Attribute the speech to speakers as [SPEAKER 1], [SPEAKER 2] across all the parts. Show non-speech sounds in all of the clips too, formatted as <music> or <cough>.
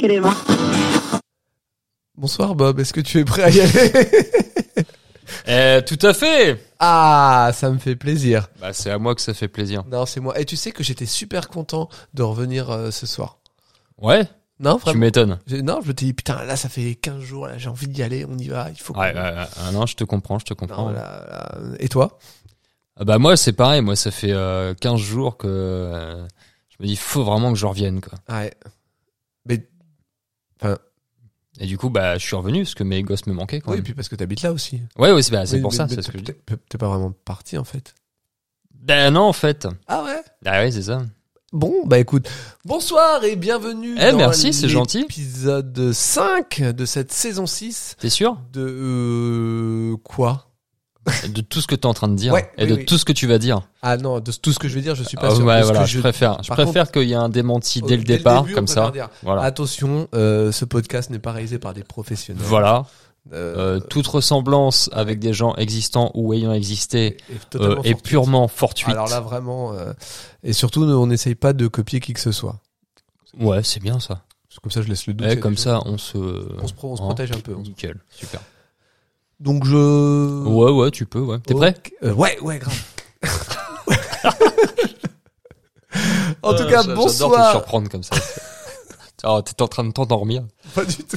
[SPEAKER 1] chez les mains.
[SPEAKER 2] Bonsoir Bob, est-ce que tu es prêt à y
[SPEAKER 3] <laughs>
[SPEAKER 2] aller
[SPEAKER 3] Eh, tout à fait
[SPEAKER 2] Ah, ça me fait plaisir.
[SPEAKER 3] Bah, c'est à moi que ça fait plaisir.
[SPEAKER 2] Non, c'est moi. Et tu sais que j'étais super content de revenir euh, ce soir.
[SPEAKER 3] Ouais,
[SPEAKER 2] Non,
[SPEAKER 3] tu
[SPEAKER 2] vraiment
[SPEAKER 3] m'étonnes.
[SPEAKER 2] J'ai- Non, je me dis, putain, là, ça fait 15 jours, là, j'ai envie d'y aller, on y va, il faut qu'on-
[SPEAKER 3] Ouais, ouais, ouais. Ah non, je te comprends, je te
[SPEAKER 2] Non,
[SPEAKER 3] comprends.
[SPEAKER 2] là, là. Et toi
[SPEAKER 3] Ah bah moi, c'est pareil, moi, ça fait euh, 15 jours que euh, je me dis, faut vraiment que je revienne, quoi.
[SPEAKER 2] Ouais.
[SPEAKER 3] Et du coup, bah, je suis revenu parce que mes gosses me manquaient, quoi.
[SPEAKER 2] Oui, et puis parce que t'habites là aussi.
[SPEAKER 3] Ouais, ouais, c'est bah, c'est
[SPEAKER 2] Oui,
[SPEAKER 3] pour
[SPEAKER 2] mais-
[SPEAKER 3] ça,
[SPEAKER 2] mais
[SPEAKER 3] c'est ce que je dis.
[SPEAKER 2] t'es- t'es- T'es pas vraiment parti, en fait.
[SPEAKER 3] Ben non, en fait.
[SPEAKER 2] Ah ouais
[SPEAKER 3] Ah ouais, c'est ça.
[SPEAKER 2] Bon, bah écoute, bonsoir et bienvenue
[SPEAKER 3] Eh,
[SPEAKER 2] dans
[SPEAKER 3] merci, c'est gentil.
[SPEAKER 2] l'épisode 5 de cette saison 6 <laughs>
[SPEAKER 3] T'es sûr
[SPEAKER 2] de... euh, quoi
[SPEAKER 3] De tout ce que t'es en train de dire
[SPEAKER 2] Ouais,
[SPEAKER 3] et
[SPEAKER 2] oui,
[SPEAKER 3] de
[SPEAKER 2] oui.
[SPEAKER 3] tout ce que tu vas dire.
[SPEAKER 2] Ah non, de tout ce que je vais dire, je suis pas
[SPEAKER 3] Ah
[SPEAKER 2] sûr.
[SPEAKER 3] ouais,
[SPEAKER 2] parce
[SPEAKER 3] voilà,
[SPEAKER 2] que
[SPEAKER 3] je, préfère. Je
[SPEAKER 2] par
[SPEAKER 3] préfère qu'il y ait un démenti dès le départ,
[SPEAKER 2] début, on
[SPEAKER 3] comme
[SPEAKER 2] préfère
[SPEAKER 3] ça.
[SPEAKER 2] dire,
[SPEAKER 3] Voilà.
[SPEAKER 2] Attention, euh, ce podcast n'est pas réalisé par des professionnels.
[SPEAKER 3] Voilà.
[SPEAKER 2] Euh,
[SPEAKER 3] Euh, toute ressemblance avec des gens existants ou ayant existé
[SPEAKER 2] est- est totalement
[SPEAKER 3] euh, est
[SPEAKER 2] fortuite.
[SPEAKER 3] purement fortuite.
[SPEAKER 2] Alors là, vraiment. euh, et surtout, nous, on n'essaye pas de copier qui que ce soit.
[SPEAKER 3] Ouais, c'est bien ça.
[SPEAKER 2] Parce que Comme ça, je laisse le doute.
[SPEAKER 3] Eh,
[SPEAKER 2] il y a
[SPEAKER 3] comme
[SPEAKER 2] des
[SPEAKER 3] ça, on se,
[SPEAKER 2] gens- On se, pro- on se
[SPEAKER 3] hein,
[SPEAKER 2] protège un peu.
[SPEAKER 3] Nickel, super.
[SPEAKER 2] Donc je.
[SPEAKER 3] Ouais, ouais, tu peux, ouais. T'es
[SPEAKER 2] Ok.
[SPEAKER 3] prêt
[SPEAKER 2] Euh, Ouais, ouais, grave. <laughs> en tout cas,
[SPEAKER 3] Euh, J'adore te
[SPEAKER 2] bonsoir.
[SPEAKER 3] surprendre
[SPEAKER 2] <laughs>
[SPEAKER 3] comme ça. Oh, t'es en train de t'endormir.
[SPEAKER 2] Pas du tout.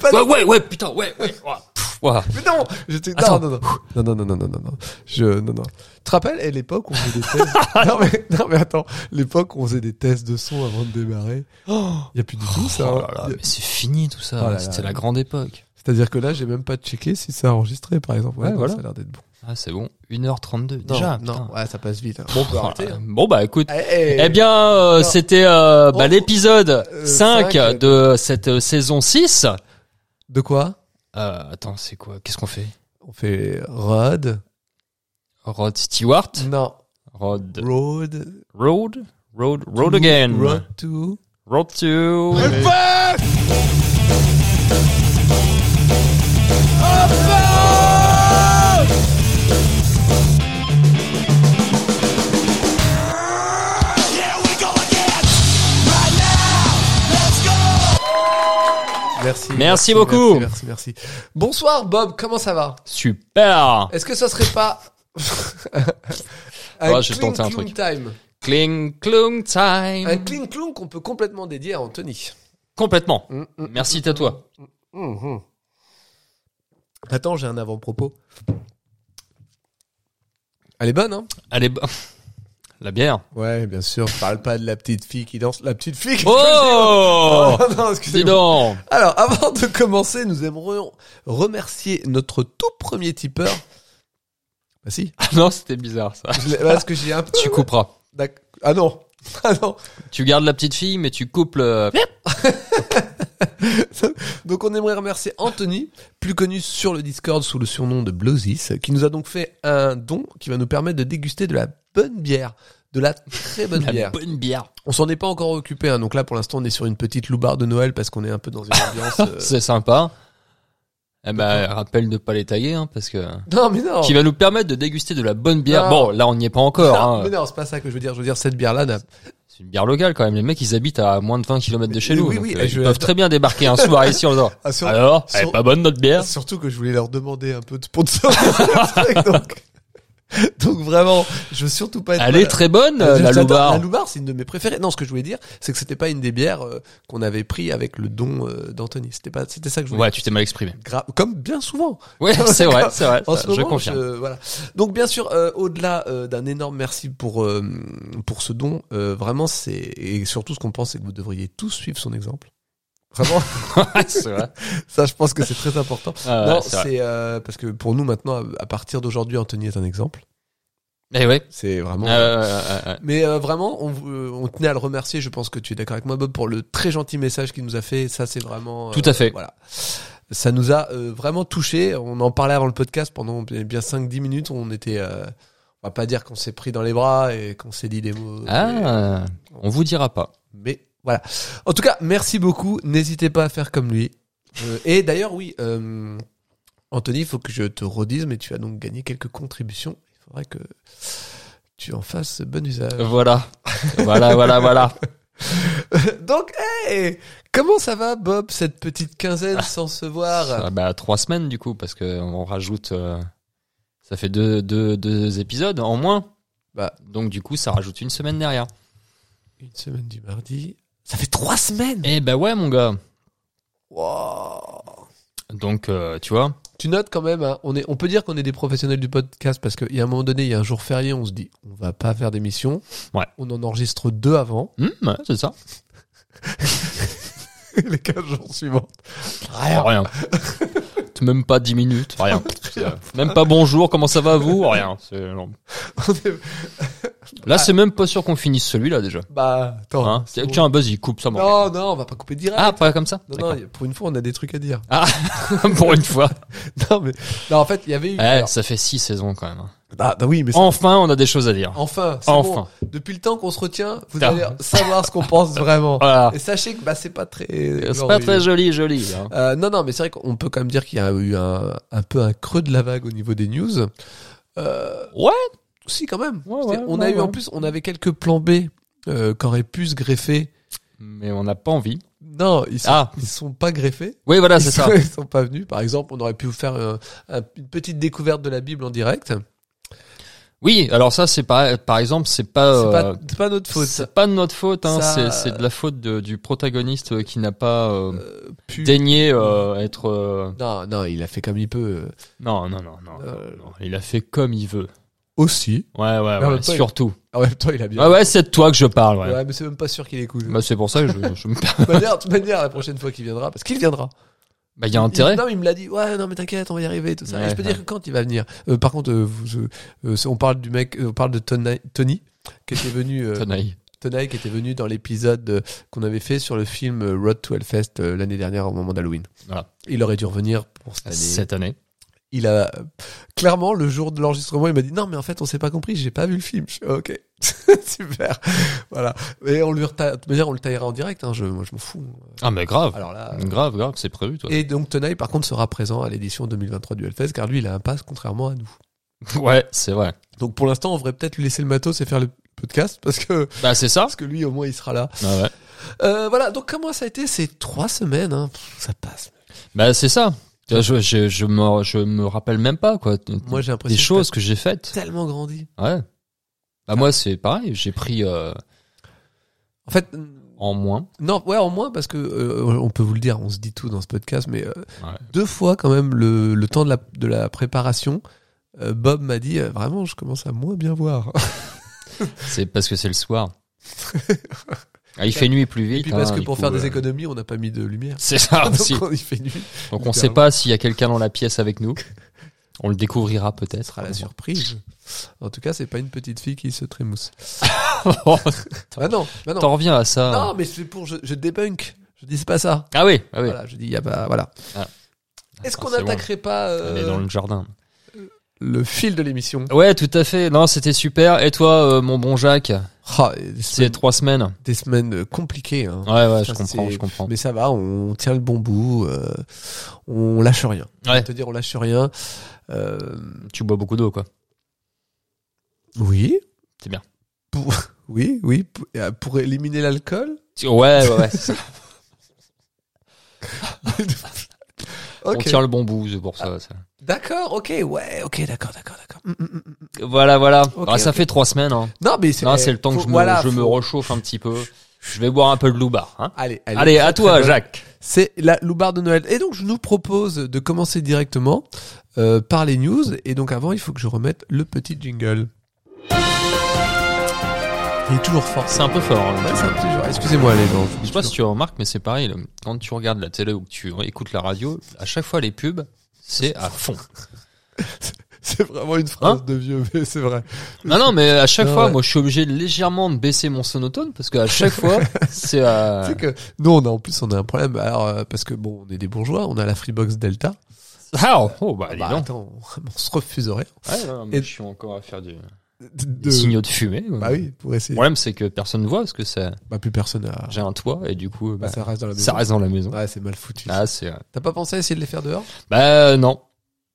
[SPEAKER 2] Pas du-
[SPEAKER 3] Ouais, ouais, ouais, putain, ouais, ouais. ouah, pff, ouah.
[SPEAKER 2] Mais non, j'étais. Non,
[SPEAKER 3] Attends.
[SPEAKER 2] non, non, non, non, non, non, non, non, non. Je, non, non. Tu te rappelles à l'époque où on
[SPEAKER 3] <laughs>
[SPEAKER 2] faisait des
[SPEAKER 3] Ah
[SPEAKER 2] tests Non mais, non mais attends, l'époque où on faisait des tests de son avant de démarrer. Il y a plus du tout ça.
[SPEAKER 3] Oh
[SPEAKER 2] hein.
[SPEAKER 3] là là,
[SPEAKER 2] Y a-
[SPEAKER 3] mais c'est fini tout ça.
[SPEAKER 2] Oh là
[SPEAKER 3] C'était
[SPEAKER 2] là.
[SPEAKER 3] la grande époque.
[SPEAKER 2] C'est-à-dire que là, j'ai même pas checké si ça a enregistré, par exemple.
[SPEAKER 3] Ouais,
[SPEAKER 2] non,
[SPEAKER 3] voilà.
[SPEAKER 2] Ça a l'air d'être bon.
[SPEAKER 3] Ah, c'est bon. 1h32 déjà.
[SPEAKER 2] non,
[SPEAKER 3] putain.
[SPEAKER 2] ouais, ça passe vite. hein. Bon, on peut
[SPEAKER 3] Oh là là. Bon, bah écoute. Eh bien, euh,
[SPEAKER 2] non.
[SPEAKER 3] c'était euh, bah,
[SPEAKER 2] Oh.
[SPEAKER 3] l'épisode
[SPEAKER 2] Euh,
[SPEAKER 3] 5
[SPEAKER 2] cinq.
[SPEAKER 3] de cette euh, saison 6.
[SPEAKER 2] de quoi
[SPEAKER 3] Euh, attends, c'est quoi Qu'est-ce qu'on fait
[SPEAKER 2] On fait Rod.
[SPEAKER 3] Rod Stewart
[SPEAKER 2] Non.
[SPEAKER 3] Rod
[SPEAKER 2] Road.
[SPEAKER 3] Road Road Road again
[SPEAKER 2] Road to.
[SPEAKER 3] Road to
[SPEAKER 2] Merci.
[SPEAKER 3] Merci beaucoup.
[SPEAKER 2] Merci, merci, merci. Bonsoir Bob, comment ça va
[SPEAKER 3] Super
[SPEAKER 2] Est-ce que ça serait
[SPEAKER 3] <laughs>
[SPEAKER 2] pas
[SPEAKER 3] Ah, j'ai tenté un
[SPEAKER 2] clink time
[SPEAKER 3] Cling clong time
[SPEAKER 2] Un clink clong qu'on peut complètement dédier à Anthony.
[SPEAKER 3] Complètement.
[SPEAKER 2] Mm, mm,
[SPEAKER 3] Merci à toi.
[SPEAKER 2] mm, mm. Attends, j'ai un avant-propos. Elle est bonne, hein
[SPEAKER 3] Allez, bah, <laughs> la <laughs> bière.
[SPEAKER 2] Ouais, bien sûr. Je parle pas de la petite fille qui danse. La petite fille. qui-
[SPEAKER 3] Oh
[SPEAKER 2] <laughs> non,
[SPEAKER 3] Dis
[SPEAKER 2] excusez-moi.
[SPEAKER 3] donc
[SPEAKER 2] Alors, avant de commencer, nous aimerions remercier notre tout premier tipeur. Bah si,
[SPEAKER 3] <laughs> Ah Non, c'était bizarre ça.
[SPEAKER 2] Ah, je l'ai- parce que j'ai un peu...
[SPEAKER 3] Tu couperas.
[SPEAKER 2] D'ac- Ah non, <laughs> ah non.
[SPEAKER 3] Tu gardes la petite fille, mais tu coupes le...
[SPEAKER 2] Donc on aimerait remercier Anthony, plus connu sur le Discord sous le surnom de Blozis, qui nous a donc fait un don qui va nous permettre de déguster de la bonne bière. De la très bonne
[SPEAKER 3] la
[SPEAKER 2] bière.
[SPEAKER 3] bonne bière.
[SPEAKER 2] On s'en est pas encore occupé, hein, donc là pour l'instant on est sur une petite loubarde de Noël parce qu'on est un peu dans une ambiance... euh, <laughs>
[SPEAKER 3] C'est sympa. Eh ben, rappelle de pas les taguer, hein, parce que...
[SPEAKER 2] Non mais non
[SPEAKER 3] Qui va nous permettre de déguster de la bonne bière.
[SPEAKER 2] Non.
[SPEAKER 3] Bon, là, on n'y est pas encore.
[SPEAKER 2] Non,
[SPEAKER 3] hein.
[SPEAKER 2] mais non, c'est pas ça que je veux dire. Je veux dire, cette bière-là n'a
[SPEAKER 3] C'est une bière locale quand même. Les mecs, ils habitent à moins de 20 km de chez
[SPEAKER 2] Mais
[SPEAKER 3] nous.
[SPEAKER 2] oui,
[SPEAKER 3] donc,
[SPEAKER 2] oui,
[SPEAKER 3] euh,
[SPEAKER 2] et
[SPEAKER 3] ils
[SPEAKER 2] je-
[SPEAKER 3] peuvent très bien débarquer un soir ici en disant
[SPEAKER 2] Ah, sur-
[SPEAKER 3] Alors,
[SPEAKER 2] sur-
[SPEAKER 3] elle est pas bonne notre bière
[SPEAKER 2] Surtout que je voulais leur demander un peu de <laughs> sponsor. Le truc, donc, donc vraiment, je veux surtout pas être.
[SPEAKER 3] Elle est très bonne,
[SPEAKER 2] Euh,
[SPEAKER 3] euh, la
[SPEAKER 2] j'adore-
[SPEAKER 3] Loubar.
[SPEAKER 2] La Loubar, c'est une de mes préférées. Non, ce que je voulais dire, c'est que c'était pas une des bières euh, qu'on avait pris avec le don euh, d'Anthony. C'était pas, c'était ça que je voulais.
[SPEAKER 3] Ouais, tu t'es mal exprimé.
[SPEAKER 2] dire. Gra- Comme bien souvent. <laughs>
[SPEAKER 3] Ouais, <laughs> c'est vrai, c'est vrai.
[SPEAKER 2] En
[SPEAKER 3] ça,
[SPEAKER 2] ce
[SPEAKER 3] je
[SPEAKER 2] moment,
[SPEAKER 3] confirme.
[SPEAKER 2] je- voilà. Donc bien sûr, euh, au-delà euh, d'un énorme merci pour euh, pour ce don, euh, vraiment c'est et surtout ce qu'on pense, c'est que vous devriez tous suivre son exemple.
[SPEAKER 3] <laughs>
[SPEAKER 2] Vraiment,
[SPEAKER 3] c'est vrai.
[SPEAKER 2] <laughs> ça, je pense que c'est très important.
[SPEAKER 3] Ah ouais,
[SPEAKER 2] non,
[SPEAKER 3] c'est vrai.
[SPEAKER 2] c'est euh, parce que pour nous maintenant, à, à partir d'aujourd'hui, Anthony est un exemple.
[SPEAKER 3] Eh ouais.
[SPEAKER 2] C'est vraiment.
[SPEAKER 3] Euh, euh, euh, euh,
[SPEAKER 2] Mais euh, vraiment, on, vous- euh, on tenait à le remercier. Je pense que tu es d'accord avec moi, Bob, pour le très gentil message qu'il nous a fait. Ça, c'est vraiment. euh,
[SPEAKER 3] Tout à fait.
[SPEAKER 2] Voilà. Ça nous a euh, vraiment touché. On en parlait avant le podcast pendant bien bien 5-10 minutes. On était. euh, on va pas dire qu'on s'est pris dans les bras et qu'on s'est dit des mots. mais-
[SPEAKER 3] Ah, on vous dira pas.
[SPEAKER 2] mais voilà. En tout cas, merci beaucoup. N'hésitez pas à faire comme lui. Euh, et d'ailleurs, oui, euh, Anthony, il faut que je te redise, mais tu as donc gagné quelques contributions. Il faudrait que tu en fasses bon usage. <laughs>
[SPEAKER 3] Voilà. voilà, voilà, voilà.
[SPEAKER 2] Donc, hey, comment ça va, Bob, cette petite quinzaine sans se voir
[SPEAKER 3] Ah, bah, trois semaines du coup, parce que on rajoute. euh, ça fait deux, deux, deux épisodes en moins.
[SPEAKER 2] Bah.
[SPEAKER 3] Donc du coup, ça rajoute une semaine derrière.
[SPEAKER 2] Une semaine du mardi. Ça fait trois semaines
[SPEAKER 3] Eh bah ouais, mon gars.
[SPEAKER 2] Wow.
[SPEAKER 3] Donc euh, tu vois.
[SPEAKER 2] Tu notes quand même, hein, on, est, on peut dire qu'on est des professionnels du podcast parce qu'il y a un moment donné, il y a un jour férié, on se dit, on va pas faire d'émission.
[SPEAKER 3] Ouais.
[SPEAKER 2] On en enregistre deux avant. <laughs>
[SPEAKER 3] Hum, ouais, c'est ça.
[SPEAKER 2] les 15 jours suivants. Rien.
[SPEAKER 3] Ah, Rien. <laughs> Même pas dix minutes. Rien. C'est, euh, <laughs> Même pas bonjour. Comment ça va vous Rien. C'est- non.
[SPEAKER 2] On est-
[SPEAKER 3] Là, c'est même pas sûr qu'on finisse celui-là déjà.
[SPEAKER 2] bah, attends.
[SPEAKER 3] Hein
[SPEAKER 2] c'est bon.
[SPEAKER 3] Tiens, vas-y, coupe ça. moi.
[SPEAKER 2] non, non, on va pas couper direct.
[SPEAKER 3] Ah, pas comme ça.
[SPEAKER 2] non,
[SPEAKER 3] D'accord.
[SPEAKER 2] non, pour une fois, on a des trucs à dire. <laughs>
[SPEAKER 3] <laughs> Pour une fois.
[SPEAKER 2] Non, mais, non, en fait, il y avait eu.
[SPEAKER 3] Eh,
[SPEAKER 2] alors-
[SPEAKER 3] ça fait six saisons quand même. hein.
[SPEAKER 2] ah, non, oui, mais ça-
[SPEAKER 3] Enfin, on a des choses à dire.
[SPEAKER 2] enfin, c'est
[SPEAKER 3] Enfin.
[SPEAKER 2] bon. Depuis le temps qu'on se retient, vous
[SPEAKER 3] Ah.
[SPEAKER 2] allez savoir ce qu'on pense
[SPEAKER 3] <laughs>
[SPEAKER 2] vraiment.
[SPEAKER 3] Voilà.
[SPEAKER 2] Et sachez que, bah, c'est pas très.
[SPEAKER 3] Ah. C'est pas très joli, joli. hein.
[SPEAKER 2] Euh, non, non, mais c'est vrai qu'on peut quand même dire qu'il y a eu un, un peu un creux de la vague au niveau des news. Euh,
[SPEAKER 3] Ouais.
[SPEAKER 2] Si, quand même.
[SPEAKER 3] Ouais,
[SPEAKER 2] C'est-
[SPEAKER 3] ouais,
[SPEAKER 2] on a
[SPEAKER 3] ouais,
[SPEAKER 2] eu, en
[SPEAKER 3] ouais.
[SPEAKER 2] plus, on avait quelques plans B euh, qu'auraient pu se greffer.
[SPEAKER 3] Mais on n'a pas envie.
[SPEAKER 2] Non, ils sont,
[SPEAKER 3] Ah.
[SPEAKER 2] ils sont pas greffés.
[SPEAKER 3] Oui, voilà,
[SPEAKER 2] ils,
[SPEAKER 3] c'est
[SPEAKER 2] sont, <laughs>
[SPEAKER 3] ça.
[SPEAKER 2] ils sont pas venus. Par exemple, on aurait pu vous faire euh, un- une petite découverte de la Bible en direct.
[SPEAKER 3] Oui, alors ça, c'est pas, par exemple, c'est pas,
[SPEAKER 2] c'est,
[SPEAKER 3] euh,
[SPEAKER 2] pas, c'est pas notre faute.
[SPEAKER 3] c'est pas de notre faute. Hein.
[SPEAKER 2] Ça,
[SPEAKER 3] C'est-
[SPEAKER 2] euh,
[SPEAKER 3] C'est de la faute de- du protagoniste euh, qui n'a pas euh,
[SPEAKER 2] Euh, pu-
[SPEAKER 3] daigné euh, être. euh,
[SPEAKER 2] Non, non, il a fait comme il peut.
[SPEAKER 3] Non, non, non, non,
[SPEAKER 2] Euh,
[SPEAKER 3] non. Il a fait comme il veut.
[SPEAKER 2] Aussi.
[SPEAKER 3] Ouais, ouais,
[SPEAKER 2] en
[SPEAKER 3] ouais,
[SPEAKER 2] même temps, il-
[SPEAKER 3] surtout. Ah
[SPEAKER 2] En même temps, il a bien.
[SPEAKER 3] Ouais, ouais, c'est de toi que je parle. Ouais.
[SPEAKER 2] Ouais, mais c'est même pas sûr qu'il écoute.
[SPEAKER 3] Bah, c'est pour ça que je, je me perds.
[SPEAKER 2] De toute manière, de toute manière, la prochaine fois qu'il viendra, parce qu'il viendra.
[SPEAKER 3] Bah, il y a
[SPEAKER 2] Il-
[SPEAKER 3] intérêt.
[SPEAKER 2] non, mais il me l'a dit. Ouais, non, mais t'inquiète, on va y arriver, tout ça.
[SPEAKER 3] Ouais,
[SPEAKER 2] Et je peux
[SPEAKER 3] ouais.
[SPEAKER 2] dire que quand il va venir. Euh, par contre, euh, vous, euh, euh, on parle du mec, euh, on parle de Tony, Tony, qui était venu, euh,
[SPEAKER 3] Tenaille.
[SPEAKER 2] Tony, qui était venu dans l'épisode euh, qu'on avait fait sur le film euh, Road to Hellfest euh, l'année dernière au moment d'Halloween.
[SPEAKER 3] Voilà.
[SPEAKER 2] Il aurait dû revenir pour cette année.
[SPEAKER 3] Cette année.
[SPEAKER 2] Il a euh, clairement le jour de l'enregistrement, il m'a dit non, mais en fait, on s'est pas compris, j'ai pas vu le film. Je fais, ok, <laughs> super, voilà. Et on lui reta... de toute manière, on le taillera en direct. hein, je, moi, je m'en fous.
[SPEAKER 3] Ah, mais grave.
[SPEAKER 2] Alors là. euh,
[SPEAKER 3] Grave, grave, c'est prévu, toi.
[SPEAKER 2] Et donc Tenaille, par contre, sera présent à l'édition 2023 du Hellfest, car lui, il a un pass, contrairement à nous.
[SPEAKER 3] Ouais, c'est vrai.
[SPEAKER 2] Donc pour l'instant, on devrait peut-être lui laisser le matos et faire le podcast, parce que,
[SPEAKER 3] Bah, c'est ça.
[SPEAKER 2] parce que lui, au moins, il sera là.
[SPEAKER 3] Ah ouais.
[SPEAKER 2] Euh, voilà, donc comment ça a été ces trois semaines hein Pff, Ça passe.
[SPEAKER 3] Bah, c'est ça. Tu vois, Je, je, je, me, je me rappelle même pas, quoi.
[SPEAKER 2] Moi, j'ai l'impression
[SPEAKER 3] Des
[SPEAKER 2] que
[SPEAKER 3] choses que j'ai faites.
[SPEAKER 2] t'as tellement grandi.
[SPEAKER 3] Ouais. Bah, moi, c'est pareil. J'ai pris euh,
[SPEAKER 2] En fait,
[SPEAKER 3] en moins.
[SPEAKER 2] non, ouais, au moins, parce que euh, on peut vous le dire, on se dit tout dans ce podcast, mais euh,
[SPEAKER 3] Ouais.
[SPEAKER 2] deux fois quand même le, le temps de la, de la préparation, euh, Bob m'a dit, euh, vraiment, je commence à moins bien voir.
[SPEAKER 3] Ah, C'est parce que c'est
[SPEAKER 2] <laughs>
[SPEAKER 3] le soir. Ah, il fait nuit plus vite.
[SPEAKER 2] Et puis parce
[SPEAKER 3] hein,
[SPEAKER 2] que
[SPEAKER 3] du
[SPEAKER 2] pour
[SPEAKER 3] coup, Ah,
[SPEAKER 2] faire
[SPEAKER 3] euh,
[SPEAKER 2] des économies, on n'a pas mis de lumière.
[SPEAKER 3] C'est
[SPEAKER 2] <laughs>
[SPEAKER 3] ça
[SPEAKER 2] donc
[SPEAKER 3] aussi.
[SPEAKER 2] on y fait nuit.
[SPEAKER 3] Donc on sait pas s'il y a quelqu'un dans la pièce avec <laughs> nous. On le découvrira
[SPEAKER 2] Ce
[SPEAKER 3] peut-être.
[SPEAKER 2] sera la surprise. En tout cas, c'est pas une petite fille qui se trémousse. Ah non, bah non.
[SPEAKER 3] Oh, T'en reviens à ça.
[SPEAKER 2] Non, mais c'est pour je, je débunk. Je dis c'est pas ça.
[SPEAKER 3] Ah oui, ah oui.
[SPEAKER 2] Voilà, je dis il y a pas voilà.
[SPEAKER 3] Ah.
[SPEAKER 2] Est-ce qu'on
[SPEAKER 3] C'est loin.
[SPEAKER 2] n'attaquerait pas euh,
[SPEAKER 3] On est dans le jardin.
[SPEAKER 2] le fil de l'émission
[SPEAKER 3] Ouais, tout à fait. Non, c'était super. Et toi, euh, mon bon Jacques,
[SPEAKER 2] Ah, et des,
[SPEAKER 3] Oh. c'est
[SPEAKER 2] semaines,
[SPEAKER 3] trois semaines.
[SPEAKER 2] des semaines, euh, compliquées. hein.
[SPEAKER 3] Ouais, ouais, je
[SPEAKER 2] Ça,
[SPEAKER 3] comprends,
[SPEAKER 2] c'est-
[SPEAKER 3] je comprends.
[SPEAKER 2] Mais ça va, on tient le bon bout, euh, on lâche rien.
[SPEAKER 3] Ouais.
[SPEAKER 2] On te dire, on lâche rien. Euh,
[SPEAKER 3] Tu bois beaucoup d'eau, quoi.
[SPEAKER 2] oui.
[SPEAKER 3] C'est bien.
[SPEAKER 2] Pour- <laughs> oui, oui. Pour, euh, pour éliminer l'alcool.
[SPEAKER 3] Tu- Ouais,
[SPEAKER 2] <laughs>
[SPEAKER 3] <laughs> ouais, ouais. c'est ça. On
[SPEAKER 2] Ok. Ah.
[SPEAKER 3] tient le bon bout, c'est pour ça. ça.
[SPEAKER 2] D'accord, ok, ouais, ok, d'accord, d'accord, d'accord. Mm, mm, mm, mm.
[SPEAKER 3] Voilà, voilà.
[SPEAKER 2] Ok,
[SPEAKER 3] Ah, ça
[SPEAKER 2] ok.
[SPEAKER 3] fait trois semaines. Hein.
[SPEAKER 2] Non, mais c'est
[SPEAKER 3] Non, c'est le temps
[SPEAKER 2] faut-
[SPEAKER 3] que je, me,
[SPEAKER 2] voilà,
[SPEAKER 3] je me
[SPEAKER 2] faut-
[SPEAKER 3] rechauffe un
[SPEAKER 2] <laughs>
[SPEAKER 3] petit peu. Je vais boire un peu de loubar. Hein.
[SPEAKER 2] Allez, allez,
[SPEAKER 3] Allez, à
[SPEAKER 2] très, très
[SPEAKER 3] toi,
[SPEAKER 2] bonne.
[SPEAKER 3] Jacques.
[SPEAKER 2] C'est la loubarde de Noël. Et donc, je nous propose de commencer directement euh, par les news. Et donc, avant, il faut que je remette le petit jingle. Il est toujours fort.
[SPEAKER 3] C'est un peu fort. hein, le
[SPEAKER 2] Ouais,
[SPEAKER 3] truc.
[SPEAKER 2] c'est un petit jeu. Excusez-moi, les gens.
[SPEAKER 3] Je sais pas si tu remarques, mais c'est pareil. le- Quand tu regardes la télé ou que tu écoutes la radio, à chaque fois les pubs, c'est à
[SPEAKER 2] <laughs>
[SPEAKER 3] fond.
[SPEAKER 2] C'est vraiment une
[SPEAKER 3] Hein
[SPEAKER 2] phrase de vieux, mais c'est vrai.
[SPEAKER 3] Non, non, mais à chaque
[SPEAKER 2] Non,
[SPEAKER 3] fois,
[SPEAKER 2] ouais.
[SPEAKER 3] moi, je suis obligé de légèrement de baisser mon sonotone parce qu'à chaque
[SPEAKER 2] <laughs>
[SPEAKER 3] fois, c'est à.
[SPEAKER 2] Tu sais que nous, on a en plus, on a un problème. Alors, euh, parce que bon, on est des bourgeois, on a la Freebox Delta.
[SPEAKER 3] Ah, oh, oh, bah, dis
[SPEAKER 2] Bah,
[SPEAKER 3] donc.
[SPEAKER 2] attends, on, on se refuse rien.
[SPEAKER 3] Ouais, non, mais
[SPEAKER 2] Et-
[SPEAKER 3] je suis encore à faire du...
[SPEAKER 2] De-
[SPEAKER 3] des signaux de fumée.
[SPEAKER 2] Bah oui, pour
[SPEAKER 3] Le
[SPEAKER 2] essayer.
[SPEAKER 3] problème, c'est que personne ne voit parce que ça...
[SPEAKER 2] Bah, plus personne a.
[SPEAKER 3] j'ai un toit et du coup, bah,
[SPEAKER 2] Bah, ça reste dans la maison. Bah
[SPEAKER 3] ça reste dans la maison.
[SPEAKER 2] Ouais, c'est mal foutu.
[SPEAKER 3] Ah, c'est. euh,
[SPEAKER 2] T'as pas pensé à essayer de les faire dehors
[SPEAKER 3] Bah, non.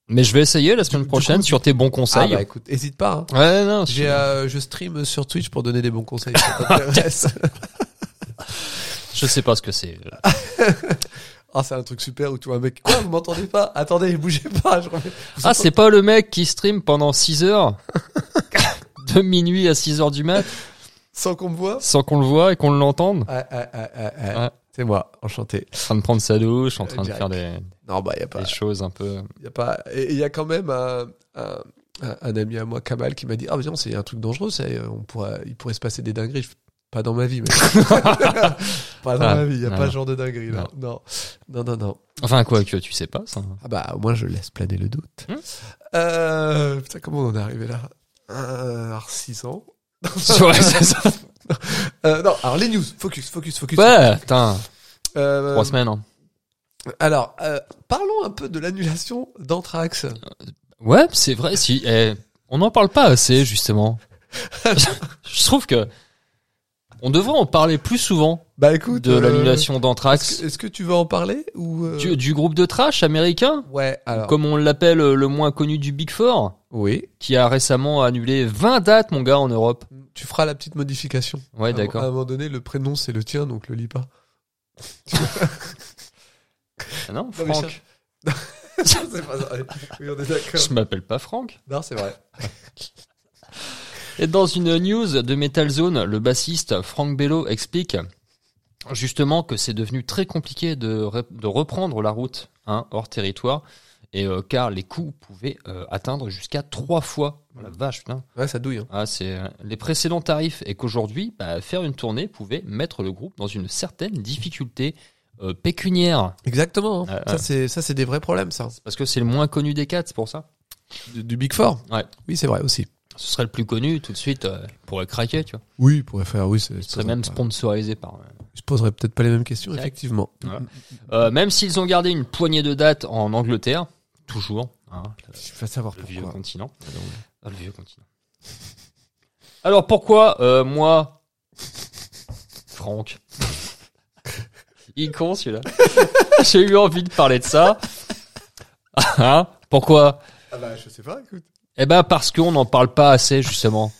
[SPEAKER 3] Mais je vais essayer la semaine
[SPEAKER 2] du
[SPEAKER 3] prochaine
[SPEAKER 2] coup, tu-
[SPEAKER 3] sur tes bons
[SPEAKER 2] Ah
[SPEAKER 3] conseils.
[SPEAKER 2] bah écoute, hésite pas. hein.
[SPEAKER 3] Ouais, non, je- <laughs>
[SPEAKER 2] J'ai, euh, je stream sur Twitch pour donner des bons conseils. Ça t'intéresse
[SPEAKER 3] Je sais pas ce que c'est.
[SPEAKER 2] Ah, c'est un truc super où tu vois un mec. Quoi, vous m'entendez pas Attendez, bougez pas. je remets- Vous
[SPEAKER 3] Ah, c'est pas le mec qui stream pendant 6 heures <laughs> de minuit à 6 heures du mat
[SPEAKER 2] Sans qu'on me voit
[SPEAKER 3] sans qu'on le voit et qu'on l'entende
[SPEAKER 2] Ah, ah, ah, ah, ah.
[SPEAKER 3] Ouais.
[SPEAKER 2] C'est moi, enchanté.
[SPEAKER 3] en train de prendre sa douche, en
[SPEAKER 2] Euh,
[SPEAKER 3] train de
[SPEAKER 2] direct.
[SPEAKER 3] faire des,
[SPEAKER 2] Non, bah, y a pas.
[SPEAKER 3] des choses un peu.
[SPEAKER 2] Y a pas... Et il y a quand même un, un, un- un ami à moi, Kamal, qui m'a dit Ah, mais non, c'est un truc dangereux, ça, et, euh, on pourra, il pourrait se passer des dingueries. Je fais, Pas dans ma
[SPEAKER 3] <laughs>
[SPEAKER 2] vie, mec. pas dans
[SPEAKER 3] Ah,
[SPEAKER 2] ma vie, il a
[SPEAKER 3] non,
[SPEAKER 2] pas
[SPEAKER 3] non.
[SPEAKER 2] ce genre de dinguerie. là. Non, non, non. non.
[SPEAKER 3] Enfin, quoi que tu sais pas,
[SPEAKER 2] <laughs>
[SPEAKER 3] ça. <laughs>
[SPEAKER 2] Ah bah, au moins, je laisse planer le doute.
[SPEAKER 3] Hmm.
[SPEAKER 2] Euh, putain, comment on en est arrivé là Euh, Alors, 600.
[SPEAKER 3] Ouais, c'est ça.
[SPEAKER 2] Euh, non, alors les news, focus, focus, focus.
[SPEAKER 3] Ouais, putain,
[SPEAKER 2] Euh,
[SPEAKER 3] trois semaines. hein.
[SPEAKER 2] Alors, euh, parlons un peu de l'annulation d'Anthrax.
[SPEAKER 3] Ouais, c'est vrai. Si, eh, on n'en parle pas
[SPEAKER 2] <laughs>
[SPEAKER 3] assez, justement. je, je trouve que on devrait en parler plus souvent
[SPEAKER 2] Bah écoute,
[SPEAKER 3] de
[SPEAKER 2] euh,
[SPEAKER 3] l'annulation
[SPEAKER 2] Est-ce
[SPEAKER 3] d'Anthrax,
[SPEAKER 2] que- est-ce que tu veux en parler ou euh,
[SPEAKER 3] du, du groupe de trash américain,
[SPEAKER 2] Ouais, alors.
[SPEAKER 3] comme on l'appelle euh, le moins connu du Big Four,
[SPEAKER 2] Oui.
[SPEAKER 3] qui a récemment annulé 20 dates, mon gars, en Europe.
[SPEAKER 2] Tu feras la petite modification.
[SPEAKER 3] Ouais,
[SPEAKER 2] À un
[SPEAKER 3] d'accord.
[SPEAKER 2] moment donné, le prénom c'est le tien, donc le lis pas. <laughs>
[SPEAKER 3] Ah non,
[SPEAKER 2] mais
[SPEAKER 3] Franck.
[SPEAKER 2] c'est pas ça. Oui, on est d'accord.
[SPEAKER 3] Je m'appelle pas Franck.
[SPEAKER 2] Non, c'est vrai.
[SPEAKER 3] Et dans une news de Metal Zone, le bassiste Frank Bello explique justement que c'est devenu très compliqué de, re- de reprendre la route hein, hors territoire, et euh, car les coûts pouvaient euh, atteindre jusqu'à trois fois. Oh La vache, putain.
[SPEAKER 2] Ouais, ça douille. hein.
[SPEAKER 3] Ah, c'est euh, les précédents tarifs et qu'aujourd'hui, bah, faire une tournée pouvait mettre le groupe dans une certaine difficulté euh, pécuniaire,
[SPEAKER 2] Exactement. hein.
[SPEAKER 3] Ouais,
[SPEAKER 2] ça,
[SPEAKER 3] ouais.
[SPEAKER 2] c'est ça, c'est des vrais problèmes, ça.
[SPEAKER 3] parce que c'est le moins connu des quatre, c'est pour ça.
[SPEAKER 2] Du, du Big Four.
[SPEAKER 3] Ouais.
[SPEAKER 2] Oui, c'est vrai aussi.
[SPEAKER 3] Ce serait le plus connu, tout de suite, euh, il pourrait craquer, tu vois.
[SPEAKER 2] Oui, pourrait faire. Oui, c'est.
[SPEAKER 3] Ce serait même sponsorisé par. euh,
[SPEAKER 2] Je poserais peut-être pas les mêmes questions,
[SPEAKER 3] Direct.
[SPEAKER 2] effectivement.
[SPEAKER 3] Voilà. Euh, même s'ils ont gardé une poignée de dates en Angleterre, toujours, hein,
[SPEAKER 2] Je vais savoir
[SPEAKER 3] le vieux
[SPEAKER 2] pourquoi. bah
[SPEAKER 3] continent. Ah, le vieux continent. Alors pourquoi euh, moi, Franck, il est con celui-là. <laughs> J'ai eu envie de parler de ça. Hein pourquoi
[SPEAKER 2] Ah bah, je sais pas, écoute.
[SPEAKER 3] Eh ben parce qu'on n'en parle pas assez
[SPEAKER 2] <laughs>
[SPEAKER 3] justement,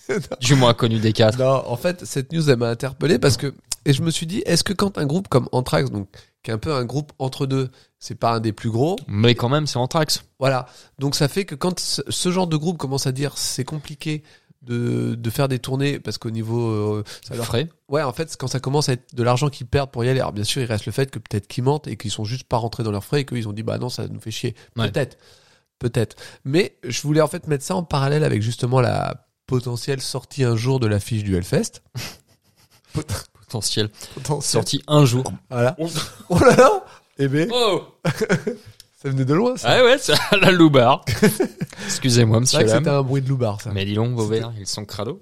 [SPEAKER 3] du moins connu des quatre.
[SPEAKER 2] Non, en fait, cette news, elle m'a interpellé parce que, et je me suis dit, est-ce que quand un groupe comme Anthrax, donc, qui est un peu un groupe entre deux, c'est pas un des plus gros,
[SPEAKER 3] Mais quand même, c'est Anthrax.
[SPEAKER 2] voilà. Donc ça fait que quand ce ce genre de groupe commence à dire c'est compliqué de, de faire des tournées parce qu'au niveau euh, ça leur
[SPEAKER 3] Frais.
[SPEAKER 2] ouais en fait quand ça commence à être de l'argent qu'ils perdent pour y aller alors bien sûr il reste le fait que peut-être qu'ils mentent et qu'ils sont juste pas rentrés dans leurs frais et qu'ils ont dit bah non ça nous fait chier
[SPEAKER 3] Ouais.
[SPEAKER 2] peut-être peut-être mais je voulais en fait mettre ça en parallèle avec justement la potentielle sortie un jour de l'affiche du Hellfest
[SPEAKER 3] Potentiel.
[SPEAKER 2] potentielle
[SPEAKER 3] Sorti un jour.
[SPEAKER 2] voilà <laughs> oh là là eh ben
[SPEAKER 3] Oh
[SPEAKER 2] ça venait de loin ça
[SPEAKER 3] Ah ouais, c'est <laughs> la loubar. Excusez-moi,
[SPEAKER 2] c'est
[SPEAKER 3] monsieur.
[SPEAKER 2] vrai que
[SPEAKER 3] Lam.
[SPEAKER 2] c'était un bruit de loupard ça
[SPEAKER 3] Mais dis donc, Vauvert, ils sont crados.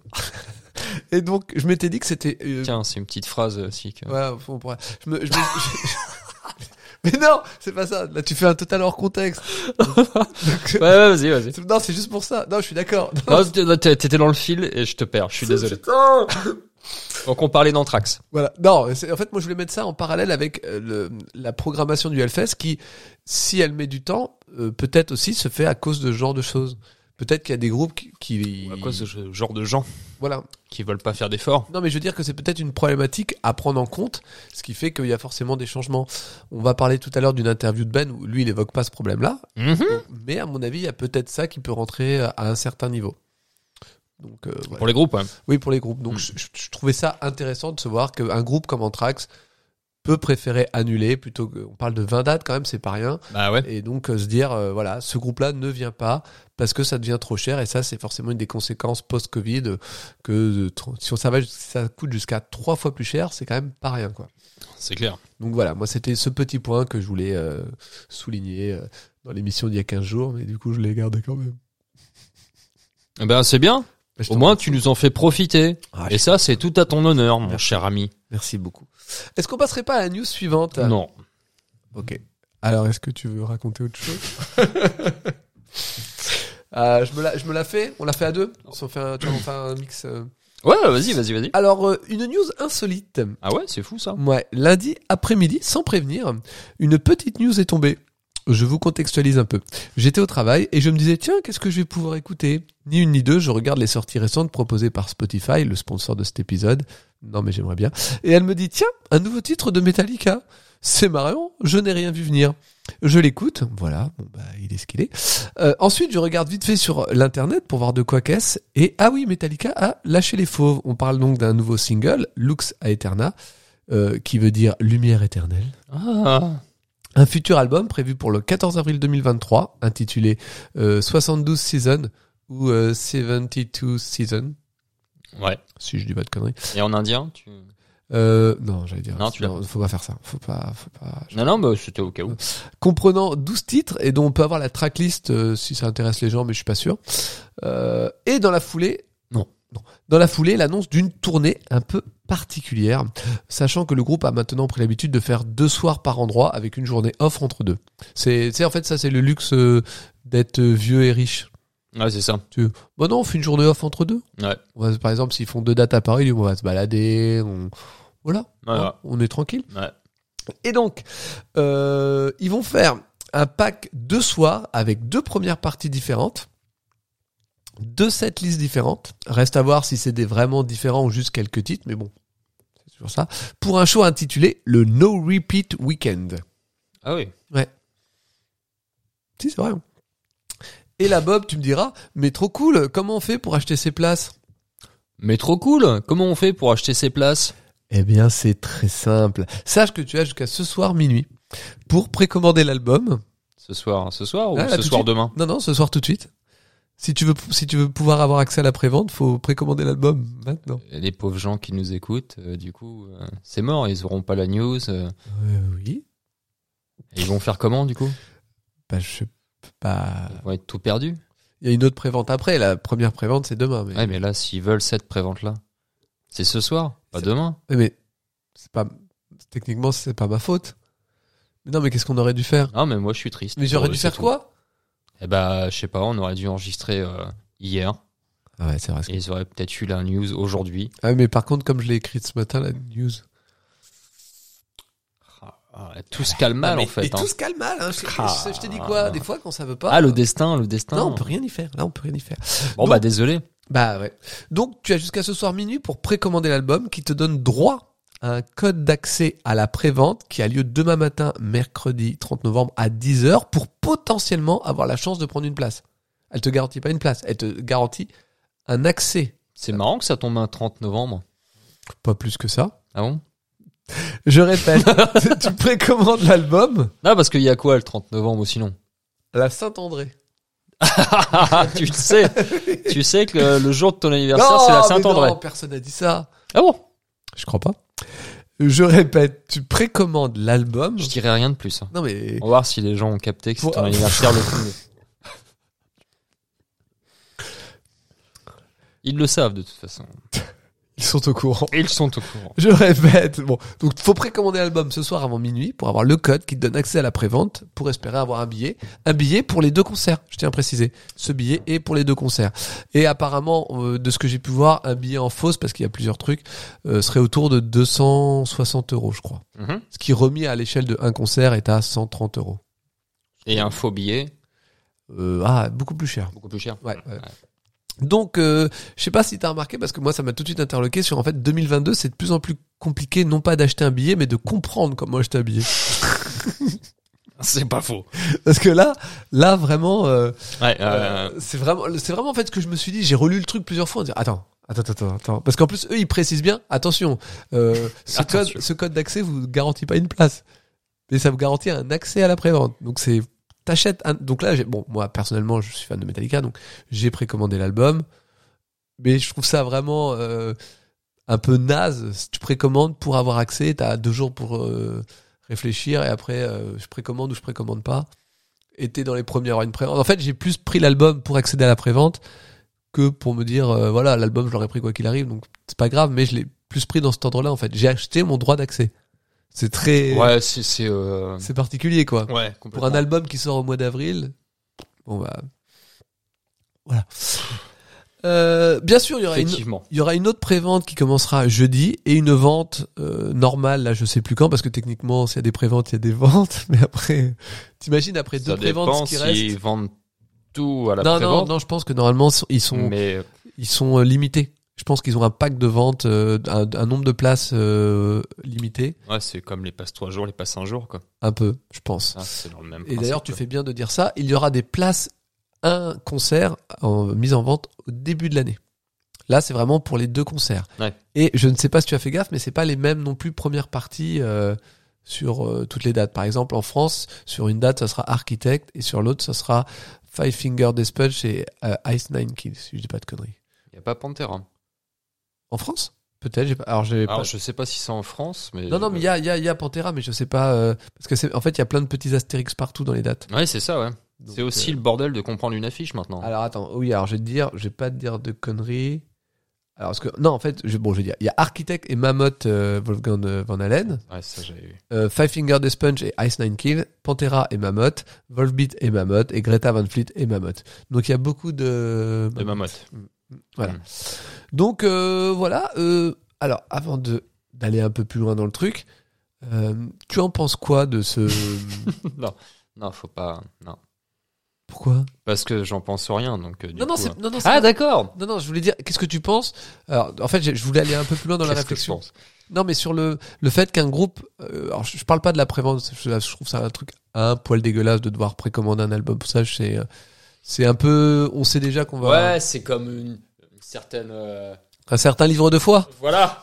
[SPEAKER 2] et donc je m'étais dit que c'était euh,
[SPEAKER 3] Tiens, c'est une petite phrase aussi. Que...
[SPEAKER 2] Ouais, on pourrait- Je me, <laughs> je me- je- Mais non, c'est pas ça. Là, tu fais un total hors contexte. Donc,
[SPEAKER 3] Ouais, ouais,
[SPEAKER 2] <laughs>
[SPEAKER 3] vas-y, vas-y.
[SPEAKER 2] Non, c'est juste pour ça. Non, je suis d'accord.
[SPEAKER 3] Non, c'était- non, t'es- T'étais dans le fil et je te perds, je suis désolé.
[SPEAKER 2] Putain
[SPEAKER 3] Donc on parlait d'Anthrax.
[SPEAKER 2] Voilà. Non, c'est- en fait, moi, je voulais mettre ça en parallèle avec euh, le- la programmation du Hellfest qui, si elle met du temps, euh, peut-être aussi se fait à cause de ce genre de choses. Peut-être qu'il y a des groupes qui, qui-
[SPEAKER 3] À cause de ce genre de gens
[SPEAKER 2] voilà.
[SPEAKER 3] qui veulent pas faire d'efforts.
[SPEAKER 2] Non, mais je veux dire que c'est peut-être une problématique à prendre en compte, ce qui fait qu'il y a forcément des changements. On va parler tout à l'heure d'une interview de Ben où lui, il évoque pas ce problème-là, Mais à mon avis, il y a peut-être ça qui peut rentrer euh, à un certain niveau. Donc, euh, voilà.
[SPEAKER 3] Pour les groupes, ouais.
[SPEAKER 2] Oui, pour les groupes. Donc,
[SPEAKER 3] Mm.
[SPEAKER 2] je, je- je trouvais ça intéressant de se voir qu'un groupe comme Anthrax peut préférer annuler plutôt que. On parle de 20 dates quand même, c'est pas rien.
[SPEAKER 3] Bah ouais.
[SPEAKER 2] Et donc, euh, se dire, euh, voilà, ce groupe-là ne vient pas parce que ça devient trop cher. Et ça, c'est forcément une des conséquences post-Covid euh, que de tro- si on- ça, va, jus- ça coûte jusqu'à trois fois plus cher, c'est quand même pas rien, quoi.
[SPEAKER 3] C'est clair.
[SPEAKER 2] Donc voilà, moi c'était ce petit point que je voulais euh, souligner euh, dans l'émission d'il y a 15 jours, mais du coup je l'ai gardé quand même.
[SPEAKER 3] Eh Ben c'est bien.
[SPEAKER 2] Bah, je
[SPEAKER 3] Au
[SPEAKER 2] t'en-
[SPEAKER 3] moins tu nous en fais profiter.
[SPEAKER 2] Ah,
[SPEAKER 3] Et
[SPEAKER 2] je-
[SPEAKER 3] ça, c'est tout à ton honneur, mon cher ami.
[SPEAKER 2] Merci beaucoup. Est-ce qu'on passerait pas à la news suivante
[SPEAKER 3] Non.
[SPEAKER 2] Ok. Alors est-ce que tu veux raconter autre chose <laughs> Euh, je, me la, je me la fais On la fait à deux On s'en fait un, Tu vois, on fait un mix euh.
[SPEAKER 3] Ouais, vas-y, vas-y, vas-y.
[SPEAKER 2] Alors, euh, une news insolite.
[SPEAKER 3] Ah ouais, c'est fou ça.
[SPEAKER 2] Ouais, lundi après-midi, sans prévenir, une petite news est tombée. Je vous contextualise un peu. J'étais au travail et je me disais, tiens, qu'est-ce que je vais pouvoir écouter Ni une ni deux, je regarde les sorties récentes proposées par Spotify, le sponsor de cet épisode, Non, mais j'aimerais bien. Et elle me dit, tiens, un nouveau titre de Metallica. C'est marrant, je n'ai rien vu venir. Je l'écoute, voilà, bon bah il est ce qu'il est. Euh, ensuite, je regarde vite fait sur l'internet pour voir de quoi qu'est-ce. Et ah oui, Metallica a lâché les fauves. On parle donc d'un nouveau single, Lux Aeterna, euh, qui veut dire lumière éternelle.
[SPEAKER 3] Ah.
[SPEAKER 2] Un futur album prévu pour le 14 avril 2023, intitulé euh, 72 Season ou euh, 72 Season,
[SPEAKER 3] Ouais.
[SPEAKER 2] si je dis pas de conneries.
[SPEAKER 3] Et en indien, tu...
[SPEAKER 2] Euh, non, j'allais dire.
[SPEAKER 3] Non, tu l'as pas.
[SPEAKER 2] faut pas faire ça. Faut pas, faut pas.
[SPEAKER 3] Non, non, mais c'était au cas où.
[SPEAKER 2] comprenant 12 titres et dont on peut avoir la tracklist euh, si ça intéresse les gens, mais je suis pas sûr. Euh, et dans la foulée, non, non. dans la foulée, l'annonce d'une tournée un peu particulière, sachant que le groupe a maintenant pris l'habitude de faire deux soirs par endroit avec une journée off entre deux. C'est, tu sais, en fait, ça c'est le luxe euh, d'être vieux et riche.
[SPEAKER 3] Ouais, c'est ça.
[SPEAKER 2] Bon non, on fait une journée off entre deux.
[SPEAKER 3] Ouais.
[SPEAKER 2] On va- par exemple, s'ils font deux dates à Paris, on va se balader, on... voilà,
[SPEAKER 3] Voilà.
[SPEAKER 2] hein, on est tranquille.
[SPEAKER 3] Ouais.
[SPEAKER 2] Et donc, euh, ils vont faire un pack de soirs avec deux premières parties différentes, deux set listes différentes. Reste à voir si c'est des vraiment différents ou juste quelques titres, mais bon, c'est toujours ça. Pour un show intitulé le No Repeat Weekend.
[SPEAKER 3] Ah oui.
[SPEAKER 2] Si, c'est vrai. hein. Et là, Bob, tu me diras, mais trop cool, comment on fait pour acheter ces places
[SPEAKER 3] Mais trop cool Comment on fait pour acheter ces places
[SPEAKER 2] Eh bien, c'est très simple. Sache que tu as jusqu'à ce soir minuit pour précommander l'album.
[SPEAKER 3] Ce soir, ce soir ou
[SPEAKER 2] Ah, là,
[SPEAKER 3] ce
[SPEAKER 2] tout de
[SPEAKER 3] soir
[SPEAKER 2] suite.
[SPEAKER 3] demain
[SPEAKER 2] Non, non, ce soir tout de suite. Si tu veux, si tu veux pouvoir avoir accès à la prévente, faut précommander l'album maintenant.
[SPEAKER 3] Les pauvres gens qui nous écoutent, euh, du coup, euh, c'est mort, ils auront pas la news. euh,
[SPEAKER 2] oui.
[SPEAKER 3] ils vont faire comment, du coup
[SPEAKER 2] Bah, je peux pas.
[SPEAKER 3] Ils vont être tout perdus.
[SPEAKER 2] Il y a une autre prévente après. La première prévente, c'est demain. Mais,
[SPEAKER 3] Ouais, mais là, s'ils veulent cette prévente-là, c'est ce soir, pas
[SPEAKER 2] C'est-
[SPEAKER 3] demain.
[SPEAKER 2] mais, c'est pas. Techniquement, c'est pas ma faute. Mais non, mais qu'est-ce qu'on aurait dû faire
[SPEAKER 3] Non, mais moi, je suis triste.
[SPEAKER 2] Mais j'aurais
[SPEAKER 3] Pour
[SPEAKER 2] dû
[SPEAKER 3] eux,
[SPEAKER 2] faire
[SPEAKER 3] c'est tout.
[SPEAKER 2] quoi
[SPEAKER 3] Eh bah, je sais pas, on aurait dû enregistrer euh, hier,
[SPEAKER 2] Ah ouais, c'est vrai.
[SPEAKER 3] et ils auraient peut-être eu la news aujourd'hui.
[SPEAKER 2] Ah, mais par contre, comme je l'ai écrite ce matin, la news.
[SPEAKER 3] Ah, tout se calme mal,
[SPEAKER 2] Ah, mais-
[SPEAKER 3] en fait.
[SPEAKER 2] Et
[SPEAKER 3] hein.
[SPEAKER 2] tout se calme mal. Hein. Je, je- je t'ai dit quoi Des fois, quand ça veut pas.
[SPEAKER 3] Ah, le destin, le destin.
[SPEAKER 2] Là, on peut rien y faire. Là, on peut rien y faire.
[SPEAKER 3] Bon, bah, désolé.
[SPEAKER 2] Bah ouais. Donc tu as jusqu'à ce soir minuit pour précommander l'album qui te donne droit à un code d'accès à la prévente qui a lieu demain matin, mercredi 30 novembre à 10h pour potentiellement avoir la chance de prendre une place. Elle te garantit pas une place, elle te garantit un accès.
[SPEAKER 3] C'est marrant que ça tombe un 30 novembre.
[SPEAKER 2] Pas plus que ça.
[SPEAKER 3] Ah bon
[SPEAKER 2] Je
[SPEAKER 3] <laughs>
[SPEAKER 2] répète, <laughs> tu précommandes l'album
[SPEAKER 3] Non, parce qu'il y a quoi le 30 novembre <laughs> sinon
[SPEAKER 2] à la Saint-André.
[SPEAKER 3] Ah, Tu le sais Tu sais que le, le jour de ton anniversaire,
[SPEAKER 2] Non,
[SPEAKER 3] c'est la
[SPEAKER 2] mais
[SPEAKER 3] Saint-André.
[SPEAKER 2] non, personne n'a dit ça.
[SPEAKER 3] Ah bon
[SPEAKER 2] Je crois pas. Je répète, tu précommandes l'album.
[SPEAKER 3] Je dirais rien de plus. hein.
[SPEAKER 2] Non mais
[SPEAKER 3] On va voir si les gens ont capté que c'est
[SPEAKER 2] Bon,
[SPEAKER 3] ton
[SPEAKER 2] ah.
[SPEAKER 3] anniversaire le <laughs> 30 Ils le savent de toute façon.
[SPEAKER 2] ils sont au courant.
[SPEAKER 3] Ils sont au courant.
[SPEAKER 2] Je répète. Bon, donc faut précommander l'album ce soir avant minuit pour avoir le code qui te donne accès à la prévente pour espérer avoir un billet, un billet pour les deux concerts. Je tiens à préciser, ce billet est pour les deux concerts. Et apparemment, euh, de ce que j'ai pu voir, un billet en fausse parce qu'il y a plusieurs trucs euh, serait autour de 260 euros, je crois.
[SPEAKER 3] Mhm.
[SPEAKER 2] Ce qui remis à l'échelle de un concert est à 130 euros.
[SPEAKER 3] Et un faux billet,
[SPEAKER 2] Euh, ah, beaucoup plus cher.
[SPEAKER 3] beaucoup plus cher.
[SPEAKER 2] Ouais, ouais. Donc, euh, je sais pas si t'as remarqué, parce que moi, ça m'a tout de suite interloqué sur en fait 2022, c'est de plus en plus compliqué, non pas d'acheter un billet, mais de comprendre comment acheter un billet.
[SPEAKER 3] C'est pas faux.
[SPEAKER 2] <laughs> Parce que là, là vraiment, euh,
[SPEAKER 3] Ouais, euh,
[SPEAKER 2] euh, c'est vraiment, c'est vraiment en fait ce que je me suis dit. J'ai relu le truc plusieurs fois en disant attends. Attends, attends, attends. Parce qu'en plus, eux, ils précisent bien, attention, euh, ce,
[SPEAKER 3] Attention.
[SPEAKER 2] code, ce code d'accès vous garantit pas une place. Mais ça vous garantit un accès à la prévente. Donc c'est, t'achètes un, donc là, j'ai- bon, moi, personnellement, je suis fan de Metallica, donc j'ai précommandé l'album. Mais je trouve ça vraiment, euh, un peu naze. Si tu précommandes pour avoir accès, t'as deux jours pour euh, réfléchir et après euh, je précommande ou je précommande pas. Et t'es dans les premières heures une prévente. En fait, j'ai plus pris l'album pour accéder à la prévente que pour me dire euh, voilà l'album je l'aurais pris quoi qu'il arrive donc c'est pas grave mais je l'ai plus pris dans cet ordre-là en fait. J'ai acheté mon droit d'accès. C'est très
[SPEAKER 3] ouais, c'est. c'est, euh,
[SPEAKER 2] c'est particulier quoi.
[SPEAKER 3] Ouais,
[SPEAKER 2] Pour un album qui sort au mois d'avril, bon bah voilà. Euh, bien sûr, il y aura une
[SPEAKER 3] Effectivement.
[SPEAKER 2] il y aura une autre prévente qui commencera jeudi et une vente euh, normale, là je sais plus quand, parce que techniquement s'il y a des préventes, il y a des ventes, <laughs> mais après, t'imagines après
[SPEAKER 3] Ça
[SPEAKER 2] deux préventes
[SPEAKER 3] dépend
[SPEAKER 2] ce qui
[SPEAKER 3] s'ils
[SPEAKER 2] reste.
[SPEAKER 3] vendent tout à la
[SPEAKER 2] non, non,
[SPEAKER 3] prévente.
[SPEAKER 2] non, je pense que normalement ils sont,
[SPEAKER 3] mais
[SPEAKER 2] ils sont euh, limités. Je pense qu'ils ont un pack de vente, euh, un, un nombre de places euh, limité,
[SPEAKER 3] Ouais, c'est comme les passe trois jours, les passe un jour, quoi.
[SPEAKER 2] un peu, je pense.
[SPEAKER 3] Ah, c'est dans le même
[SPEAKER 2] Et
[SPEAKER 3] principe,
[SPEAKER 2] d'ailleurs, tu
[SPEAKER 3] quoi.
[SPEAKER 2] fais bien de dire ça. Il y aura des places, un concert en, mise en vente au début de l'année. Là, c'est vraiment pour les deux concerts.
[SPEAKER 3] Ouais.
[SPEAKER 2] Et je ne sais pas si tu as fait gaffe, mais c'est pas les mêmes non plus premières parties euh, sur euh, toutes les dates. Par exemple, en France, sur une date, ça sera Architect et sur l'autre, ça sera Five Finger Death Punch et euh, Ice Nine Kills. Si je dis pas de conneries.
[SPEAKER 3] Il n'y a pas Pantera.
[SPEAKER 2] En France, peut-être. j'ai pas- Alors, j'ai pas.
[SPEAKER 3] Alors, je sais pas si c'est en France, mais.
[SPEAKER 2] Non, non, mais il y a, il y a- il y a Pantera, mais je sais pas euh, parce que c'est. En fait, il y a plein de petits astérix partout dans les dates.
[SPEAKER 3] Ouais, c'est ça, ouais. C'est
[SPEAKER 2] Donc,
[SPEAKER 3] aussi
[SPEAKER 2] euh,
[SPEAKER 3] le bordel de comprendre une affiche maintenant.
[SPEAKER 2] Alors attends, oui, alors je vais te dire, je vais pas te dire de conneries. Alors parce que non, en fait, je, bon, je vais dire, il y a Architect et Mammoth euh, Wolfgang euh, Van Halen,
[SPEAKER 3] Ouais, ça j'avais vu.
[SPEAKER 2] euh, Five Finger Death Punch et Ice Nine Kill, Pantera et Mammoth, Volbeat et Mammoth et Greta Van Fleet et Mammoth. Donc il y a beaucoup de,
[SPEAKER 3] De Mamotte.
[SPEAKER 2] voilà.
[SPEAKER 3] Mm.
[SPEAKER 2] Donc euh, voilà. euh, alors avant de d'aller un peu plus loin dans le truc, euh, tu en penses quoi de
[SPEAKER 3] <laughs>
[SPEAKER 2] ce
[SPEAKER 3] non, non, faut pas. Non.
[SPEAKER 2] pourquoi
[SPEAKER 3] Parce que j'en pense rien, donc. euh, du
[SPEAKER 2] Non non
[SPEAKER 3] coup,
[SPEAKER 2] c'est
[SPEAKER 3] euh,
[SPEAKER 2] non non c'est
[SPEAKER 3] Ah,
[SPEAKER 2] pas-
[SPEAKER 3] d'accord
[SPEAKER 2] non non je voulais dire qu'est-ce que tu penses Alors en fait j'ai- je voulais aller un peu plus loin dans la
[SPEAKER 3] Qu'est-ce que je
[SPEAKER 2] réflexion.
[SPEAKER 3] pense
[SPEAKER 2] Non, mais sur le, le fait qu'un groupe. euh, alors, je, je parle pas de la prévente, je, je trouve ça un truc un poil dégueulasse de devoir précommander un album. Pour ça, c'est euh, c'est un peu. On sait déjà qu'on va.
[SPEAKER 3] Ouais, c'est comme une, une certaine. euh,
[SPEAKER 2] Un certain livre de foi,
[SPEAKER 3] Voilà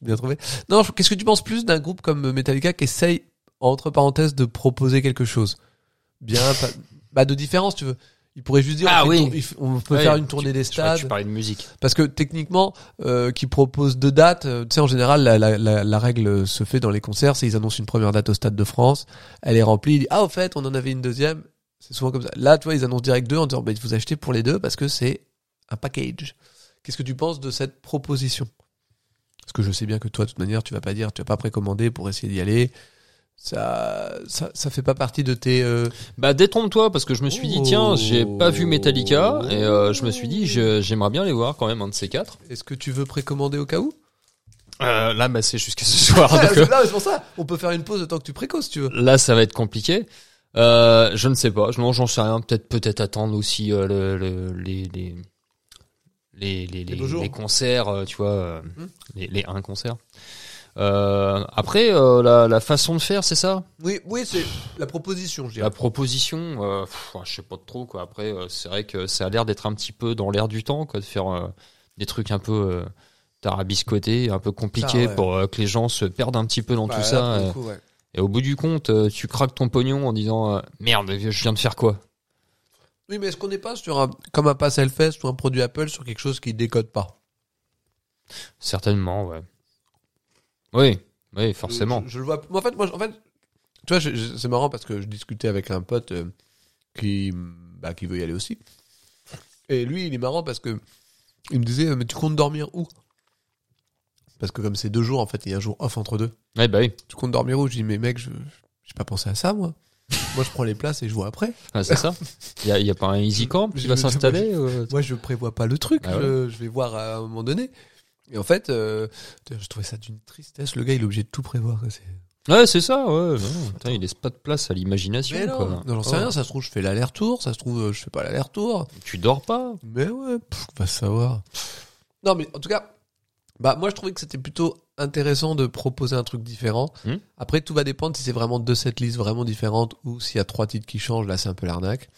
[SPEAKER 2] bien trouvé. Non, je- qu'est-ce que tu penses plus d'un groupe comme Metallica qui essaye, entre parenthèses, de proposer quelque chose Bien, pas- bah, de différence, tu veux. Ils pourraient juste dire on
[SPEAKER 3] Ah
[SPEAKER 2] fait
[SPEAKER 3] oui.
[SPEAKER 2] une tour- il f- on peut
[SPEAKER 3] Ouais,
[SPEAKER 2] faire une
[SPEAKER 3] tu-
[SPEAKER 2] tournée des
[SPEAKER 3] je croyais que
[SPEAKER 2] stades.
[SPEAKER 3] Tu parlais de musique.
[SPEAKER 2] Parce que techniquement, euh, qui propose deux dates, euh, tu sais, en général, la, la, la, la règle se fait dans les concerts, c'est ils annoncent une première date au Stade de France, elle est remplie, ils disent, ah, au fait, on en avait une deuxième. C'est souvent comme ça. Là, tu vois, ils annoncent direct deux en disant, bah, vous achetez pour les deux parce que c'est un package. Qu'est-ce que tu penses de cette proposition Parce que je sais bien que toi, de toute manière, tu vas pas dire, tu vas pas précommander pour essayer d'y aller. Ça, ça, ça fait pas partie de tes. euh,
[SPEAKER 3] Bah, détrompe-toi, parce que je me suis dit, tiens, j'ai pas vu Metallica, et euh, je me suis dit, je- j'aimerais bien les voir quand même, un de ces quatre.
[SPEAKER 2] Est-ce que tu veux précommander au cas où
[SPEAKER 3] Euh, là, bah, c'est jusqu'à ce soir,
[SPEAKER 2] Ah,
[SPEAKER 3] donc, euh,
[SPEAKER 2] c'est- non, mais c'est pour ça. On peut faire une pause le temps que tu précoses, si tu veux.
[SPEAKER 3] <laughs> là, ça va être compliqué. Euh, je ne sais pas, non, j'en sais rien. Peut-être, peut-être attendre aussi euh, le- le- les, les, les, les, les-
[SPEAKER 2] beaux jours.
[SPEAKER 3] les concerts, euh, tu vois, euh,
[SPEAKER 2] Hmm.
[SPEAKER 3] les, les un concert. Euh, après, euh, la, la façon de faire, c'est ça.
[SPEAKER 2] Oui, oui, c'est la proposition, je dirais.
[SPEAKER 3] La proposition, euh, pff, je sais pas trop quoi. Après, euh, c'est vrai que ça a l'air d'être un petit peu dans l'air du temps, quoi, de faire euh, des trucs un peu euh, tarabiscotés, un peu compliqués
[SPEAKER 2] Ça, Ah ouais.
[SPEAKER 3] pour euh, que les gens se perdent un petit peu dans
[SPEAKER 2] Bah,
[SPEAKER 3] tout
[SPEAKER 2] là,
[SPEAKER 3] ça.
[SPEAKER 2] pour le
[SPEAKER 3] euh,
[SPEAKER 2] coup, ouais.
[SPEAKER 3] et au bout du compte, euh, tu craques ton pognon en disant euh, merde, je viens de faire quoi
[SPEAKER 2] Oui, mais est-ce qu'on n'est pas sur un, comme un pass Hellfest ou un produit Apple sur quelque chose qui décode pas
[SPEAKER 3] Certainement, ouais. Oui, oui, forcément.
[SPEAKER 2] Je, je- je le vois. mais En fait, moi, je- en fait, tu vois, je- je- c'est marrant parce que je discutais avec un pote euh, qui, bah, qui veut y aller aussi. Et lui, il est marrant parce que il me disait, mais tu comptes dormir où Parce que comme c'est deux jours, en fait, il y a un jour off entre deux.
[SPEAKER 3] Ouais, bah oui.
[SPEAKER 2] Tu comptes dormir où Je dis, mais mec, je j'ai pas pensé à ça, moi. moi, je prends les places et je vois après.
[SPEAKER 3] Ah, c'est ça. Il y a, y a pas un
[SPEAKER 2] <laughs>
[SPEAKER 3] easy camp qui
[SPEAKER 2] Je-
[SPEAKER 3] va
[SPEAKER 2] je-
[SPEAKER 3] s'installer euh,
[SPEAKER 2] Moi, je prévois pas le truc.
[SPEAKER 3] Ah ouais.
[SPEAKER 2] je, je vais voir à un moment donné. Et en fait, euh, putain, je trouvais ça d'une tristesse. Le gars, il est obligé de tout prévoir. quoi. C'est-
[SPEAKER 3] Ouais, c'est ça. Ouais. non, putain, il laisse pas de place à l'imagination.
[SPEAKER 2] Mais
[SPEAKER 3] quoi.
[SPEAKER 2] non, non, j'en sais
[SPEAKER 3] Oh.
[SPEAKER 2] rien. Ça se trouve, je fais l'aller-retour. Ça se trouve, euh, je fais pas l'aller-retour.
[SPEAKER 3] Tu dors pas
[SPEAKER 2] Mais ouais, pff, va savoir. Non, mais en tout cas, bah moi, je trouvais que c'était plutôt intéressant de proposer un truc différent.
[SPEAKER 3] Hmm.
[SPEAKER 2] Après, tout va dépendre si c'est vraiment deux setlists vraiment différentes ou s'il y a trois titres qui changent. Là, c'est un peu l'arnaque.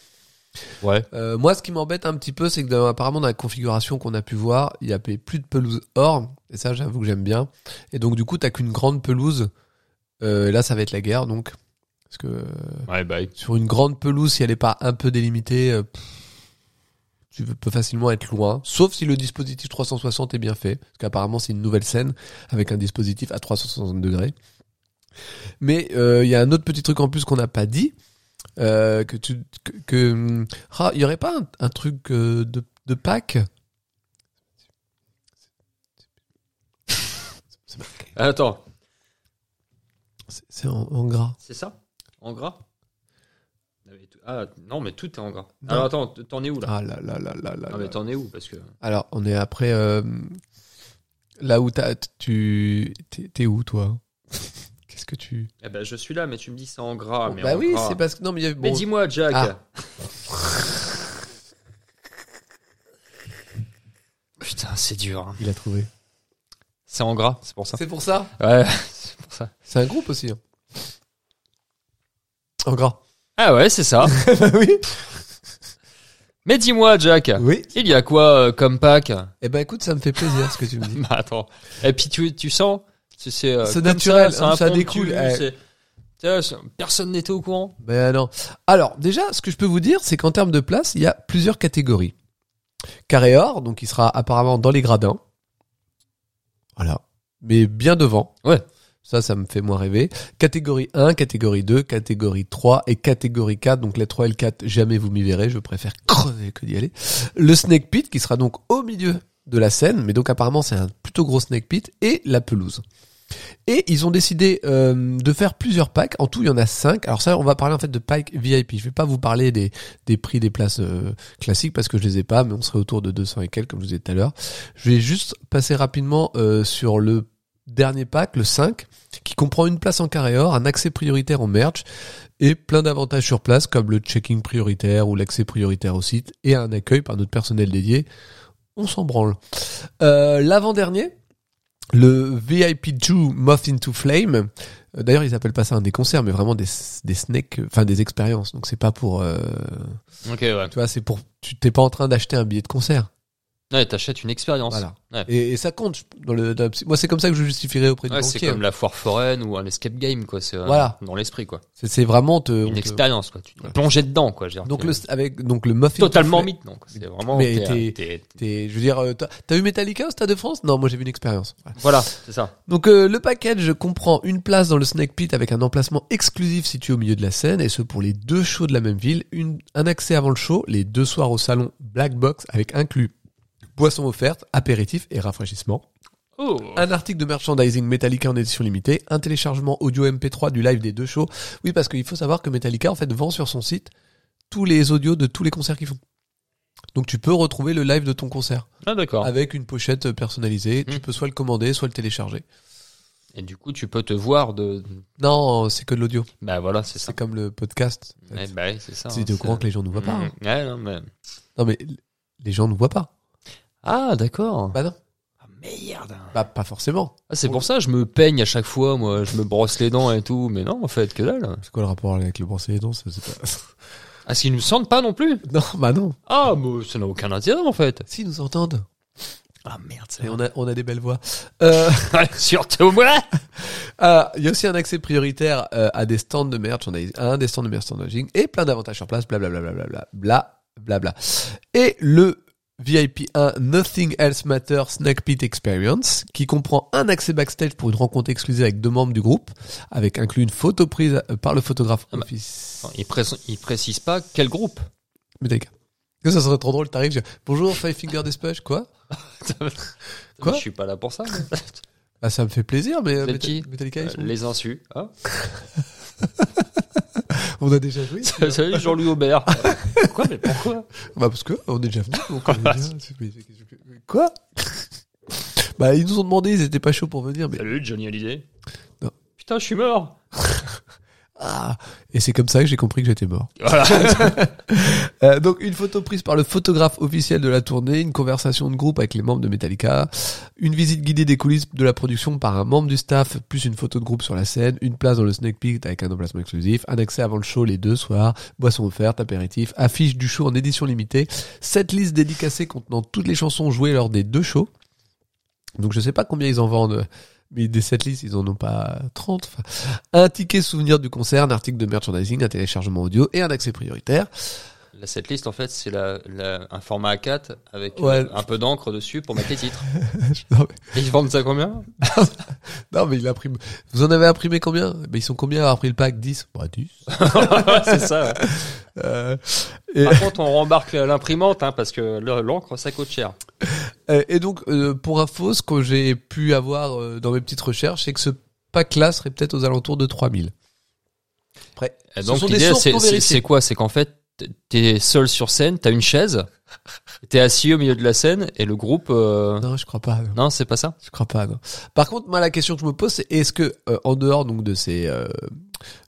[SPEAKER 3] Ouais.
[SPEAKER 2] Euh, moi, ce qui m'embête un petit peu, c'est que dans- apparemment dans la configuration qu'on a pu voir, il n'y avait plus de pelouse or. Et ça, j'avoue que j'aime bien. Et donc, du coup, t'as qu'une grande pelouse. Euh, là, ça va être la guerre, donc. Parce que euh,
[SPEAKER 3] Ouais, bah oui.
[SPEAKER 2] sur une grande pelouse, si elle n'est pas un peu délimitée, euh, pff, tu peux facilement être loin. Sauf si le dispositif 360 est bien fait. Parce qu'apparemment, c'est une nouvelle scène avec un dispositif à 360 degrés. Mais euh, il y a un autre petit truc en plus qu'on n'a pas dit. euh, que tu que, que, hum, ah, il y aurait pas un, un truc euh, de de
[SPEAKER 3] <laughs>
[SPEAKER 2] Pâques C'est marqué.
[SPEAKER 3] Attends,
[SPEAKER 2] C'est- c'est en, en gras
[SPEAKER 3] c'est ça En gras Ah, mais tout- Ah, non, mais tout est en gras.
[SPEAKER 2] Non.
[SPEAKER 3] Alors attends, t- t'en es où là
[SPEAKER 2] ah là là là là là,
[SPEAKER 3] Ah,
[SPEAKER 2] là.
[SPEAKER 3] mais t'en es où Parce que.
[SPEAKER 2] alors on est après euh, là où t'as tu t'es t'es où toi <laughs> qu'est-ce que tu
[SPEAKER 3] Eh ben, je suis là, mais tu me dis c'est en gras. Mais
[SPEAKER 2] bah
[SPEAKER 3] en
[SPEAKER 2] oui
[SPEAKER 3] gras.
[SPEAKER 2] c'est parce que non mais il y avait
[SPEAKER 3] Mais
[SPEAKER 2] bon,
[SPEAKER 3] dis-moi, Jack.
[SPEAKER 2] Ah.
[SPEAKER 3] <laughs> Putain, c'est dur. hein.
[SPEAKER 2] Il a trouvé.
[SPEAKER 3] C'est en gras, c'est pour ça.
[SPEAKER 2] C'est pour ça
[SPEAKER 3] Ouais, c'est pour ça.
[SPEAKER 2] C'est un groupe aussi. hein. En gras.
[SPEAKER 3] Ah ouais, c'est ça.
[SPEAKER 2] bah <laughs> oui.
[SPEAKER 3] Mais dis-moi, Jack,
[SPEAKER 2] Oui.
[SPEAKER 3] il y a quoi euh, comme pack
[SPEAKER 2] Eh ben écoute, ça me fait plaisir ce que tu me dis.
[SPEAKER 3] <laughs> Bah attends. Et puis tu, tu sens, c'est- c'est euh,
[SPEAKER 2] C'est
[SPEAKER 3] comme
[SPEAKER 2] naturel,
[SPEAKER 3] ça, c'est un
[SPEAKER 2] ça
[SPEAKER 3] pont de
[SPEAKER 2] découle,
[SPEAKER 3] cul,
[SPEAKER 2] eh.
[SPEAKER 3] c'est- tu vois, c'est- personne n'était au courant.
[SPEAKER 2] Ben non. Alors déjà, ce que je peux vous dire, c'est qu'en termes de place, il y a plusieurs catégories. Carré or, donc il sera apparemment dans les gradins. Voilà. Mais bien devant.
[SPEAKER 3] Ouais.
[SPEAKER 2] Ça, ça me fait moins rêver. Catégorie 1, catégorie 2, catégorie 3 et catégorie 4. Donc la 3 et le 4, jamais vous m'y verrez. Je préfère crever que d'y aller. Le snake pit qui sera donc au milieu de la scène. Mais donc apparemment, c'est un plutôt gros snake pit. Et la pelouse. Et ils ont décidé euh, de faire plusieurs packs. En tout, il y en a cinq. Alors ça, on va parler en fait de packs VIP. Je vais pas vous parler des, des prix des places euh, classiques parce que je les ai pas, mais on serait autour de 200 et quelques, comme je vous disais tout à l'heure. Je vais juste passer rapidement euh, sur le dernier pack, le 5, qui comprend une place en carré or, un accès prioritaire en merch et plein d'avantages sur place comme le checking prioritaire ou l'accès prioritaire au site et un accueil par notre personnel dédié. On s'en branle. Euh, L'avant-dernier, le VIP Jew Moth into Flame. Euh, D'ailleurs, ils appellent pas ça un des concerts, mais vraiment des, des snakes, enfin des expériences. Donc c'est pas pour, euh,
[SPEAKER 3] Ok, ouais.
[SPEAKER 2] tu vois, c'est pour, tu t'es pas en train d'acheter un billet de concert.
[SPEAKER 3] Ouais, t'achètes une expérience.
[SPEAKER 2] Voilà.
[SPEAKER 3] Ouais.
[SPEAKER 2] Et, et ça compte. je- Dans le, dans la psy- moi, c'est comme ça que je justifierais auprès du
[SPEAKER 3] Ouais, c'est
[SPEAKER 2] banquier.
[SPEAKER 3] comme la foire foraine ou un escape game, quoi. C'est euh,
[SPEAKER 2] Voilà.
[SPEAKER 3] dans l'esprit, quoi.
[SPEAKER 2] C'est c'est vraiment te, on
[SPEAKER 3] une
[SPEAKER 2] te-
[SPEAKER 3] expérience, quoi. Tu te
[SPEAKER 2] Voilà.
[SPEAKER 3] plonges dedans, quoi. je veux dire,
[SPEAKER 2] donc
[SPEAKER 3] t'es
[SPEAKER 2] le avec donc le Moth into
[SPEAKER 3] totalement
[SPEAKER 2] Flame.
[SPEAKER 3] mythe, non. quoi. C'est vraiment.
[SPEAKER 2] Mais t'es-
[SPEAKER 3] t'es- t'es-
[SPEAKER 2] T'es- Je veux dire, euh, t'as t'as vu Metallica au Stade de France Non, moi j'ai vu une expérience. Voilà.
[SPEAKER 3] Voilà, c'est ça.
[SPEAKER 2] Donc euh, le package comprend une place dans le Snake Pit avec un emplacement exclusif situé au milieu de la scène et ce pour les deux shows de la même ville, une- un accès avant le show, les deux soirs au salon Black Box avec inclus boissons offertes, apéritifs et rafraîchissements.
[SPEAKER 3] Oh.
[SPEAKER 2] Un article de merchandising Metallica en édition limitée, un téléchargement audio MP3 du live des deux shows. Oui, parce qu'il faut savoir que Metallica en fait vend sur son site tous les audios de tous les concerts qu'ils font. Donc tu peux retrouver le live de ton concert
[SPEAKER 3] Ah d'accord.
[SPEAKER 2] avec une pochette personnalisée.
[SPEAKER 3] Mm.
[SPEAKER 2] Tu peux soit le commander, soit le télécharger.
[SPEAKER 3] Et du coup, tu peux te voir de.
[SPEAKER 2] Non, c'est que de l'audio.
[SPEAKER 3] Bah voilà, c'est ça.
[SPEAKER 2] C'est comme le podcast.
[SPEAKER 3] Eh bah, ouais, c'est ça.
[SPEAKER 2] Si
[SPEAKER 3] hein,
[SPEAKER 2] t'es au
[SPEAKER 3] c'est-
[SPEAKER 2] courant que les gens ne voient pas. hein.
[SPEAKER 3] Mmh. Ouais, non, mais-
[SPEAKER 2] Non mais les gens ne voient pas.
[SPEAKER 3] Ah d'accord.
[SPEAKER 2] Bah non,
[SPEAKER 3] Ah, merde.
[SPEAKER 2] bah, pas forcément.
[SPEAKER 3] Ah, c'est pour ça, je me peigne à chaque fois, moi, je me brosse les dents et tout, mais non, en fait, que dalle.
[SPEAKER 2] C'est quoi le rapport avec le brosser les dents ça, c'est pas...
[SPEAKER 3] Ah, s'ils nous sentent pas non plus
[SPEAKER 2] <laughs> Non, bah non.
[SPEAKER 3] Ah, mais ça n'a aucun intérêt, en <laughs> fait.
[SPEAKER 2] Si ils nous entendent,
[SPEAKER 3] Ah, merde,
[SPEAKER 2] Et on a on a des belles voix. Euh...
[SPEAKER 3] Surtout moi
[SPEAKER 2] Ah, il y a aussi un accès prioritaire euh, à des stands de merchandising, à un des stands de merchandising et plein d'avantages sur place, blablabla, blablabla, bla, bla, bla. Et le VIP 1 Nothing Else Matter Snack Pit Experience, qui comprend un accès backstage pour une rencontre exclusive avec deux membres du groupe, avec inclus une photo prise euh, par le photographe
[SPEAKER 3] Ah bah.
[SPEAKER 2] office.
[SPEAKER 3] Ils pré- ils précisent pas quel groupe.
[SPEAKER 2] Mais t'as qu'à. Que ça serait trop drôle, t'arrives, je... bonjour Five Finger Dispatch, quoi Quoi
[SPEAKER 3] Je suis pas là pour <laughs> ça. moi.
[SPEAKER 2] Ah, ça me fait plaisir, mais euh,
[SPEAKER 3] Vous êtes
[SPEAKER 2] Meta-
[SPEAKER 3] qui
[SPEAKER 2] Metallica, ils sont-
[SPEAKER 3] les insus. Ah.
[SPEAKER 2] on a déjà joué
[SPEAKER 3] <laughs> Salut Jean-Louis Aubert. <laughs> Quoi, mais pourquoi
[SPEAKER 2] Bah parce que on est déjà venu. donc on est bien. Quoi Bah ils nous ont demandé, ils étaient pas chauds pour venir, mais
[SPEAKER 3] Salut Johnny Hallyday.
[SPEAKER 2] Non.
[SPEAKER 3] Putain, je suis mort.
[SPEAKER 2] ah Et c'est comme ça que j'ai compris que j'étais mort.
[SPEAKER 3] Voilà.
[SPEAKER 2] <laughs> Euh, donc une photo prise par le photographe officiel de la tournée, une conversation de groupe avec les membres de Metallica, une visite guidée des coulisses de la production par un membre du staff, plus une photo de groupe sur la scène, une place dans le snack pit avec un emplacement exclusif, un accès avant le show les deux soirs, boissons offertes, apéritifs, affiche du show en édition limitée, cette liste dédicacée contenant toutes les chansons jouées lors des deux shows. Donc je sais pas combien ils en vendent. Mais des setlists, ils en ont pas 30. Enfin, un ticket souvenir du concert, un article de merchandising, un téléchargement audio et un accès prioritaire.
[SPEAKER 3] La setlist, en fait, c'est la, la- un format A4 avec euh,
[SPEAKER 2] Ouais.
[SPEAKER 3] un peu d'encre dessus pour mettre les titres.
[SPEAKER 2] <laughs> Non, mais-
[SPEAKER 3] Et ils vendent ça combien
[SPEAKER 2] Non, mais il imprime. Vous en avez imprimé combien ben, Ils sont combien à avoir pris le pack 10 Bah, 10.
[SPEAKER 3] C'est ça. <laughs> ouais.
[SPEAKER 2] Euh, et,
[SPEAKER 3] Par contre, on rembarque l'imprimante hein, parce que le- l'encre, ça coûte cher.
[SPEAKER 2] euh, et donc, euh, pour info, ce que j'ai pu avoir euh, dans mes petites recherches, c'est que ce pack-là serait peut-être aux alentours de 3000. Après,
[SPEAKER 3] Et
[SPEAKER 2] ce
[SPEAKER 3] donc
[SPEAKER 2] sont des
[SPEAKER 3] l'idée,
[SPEAKER 2] sources
[SPEAKER 3] c'est-
[SPEAKER 2] non
[SPEAKER 3] c'est
[SPEAKER 2] vérifiées.
[SPEAKER 3] c'est quoi C'est qu'en fait, t'es- t'es seul sur scène, t'as une chaise, t'es assis au milieu de la scène et le groupe. euh,
[SPEAKER 2] Non, je crois pas. non.
[SPEAKER 3] Non, c'est pas ça.
[SPEAKER 2] Je crois pas. Non. Par contre, moi, la question que je me pose, c'est est-ce que euh, en dehors donc de ces euh,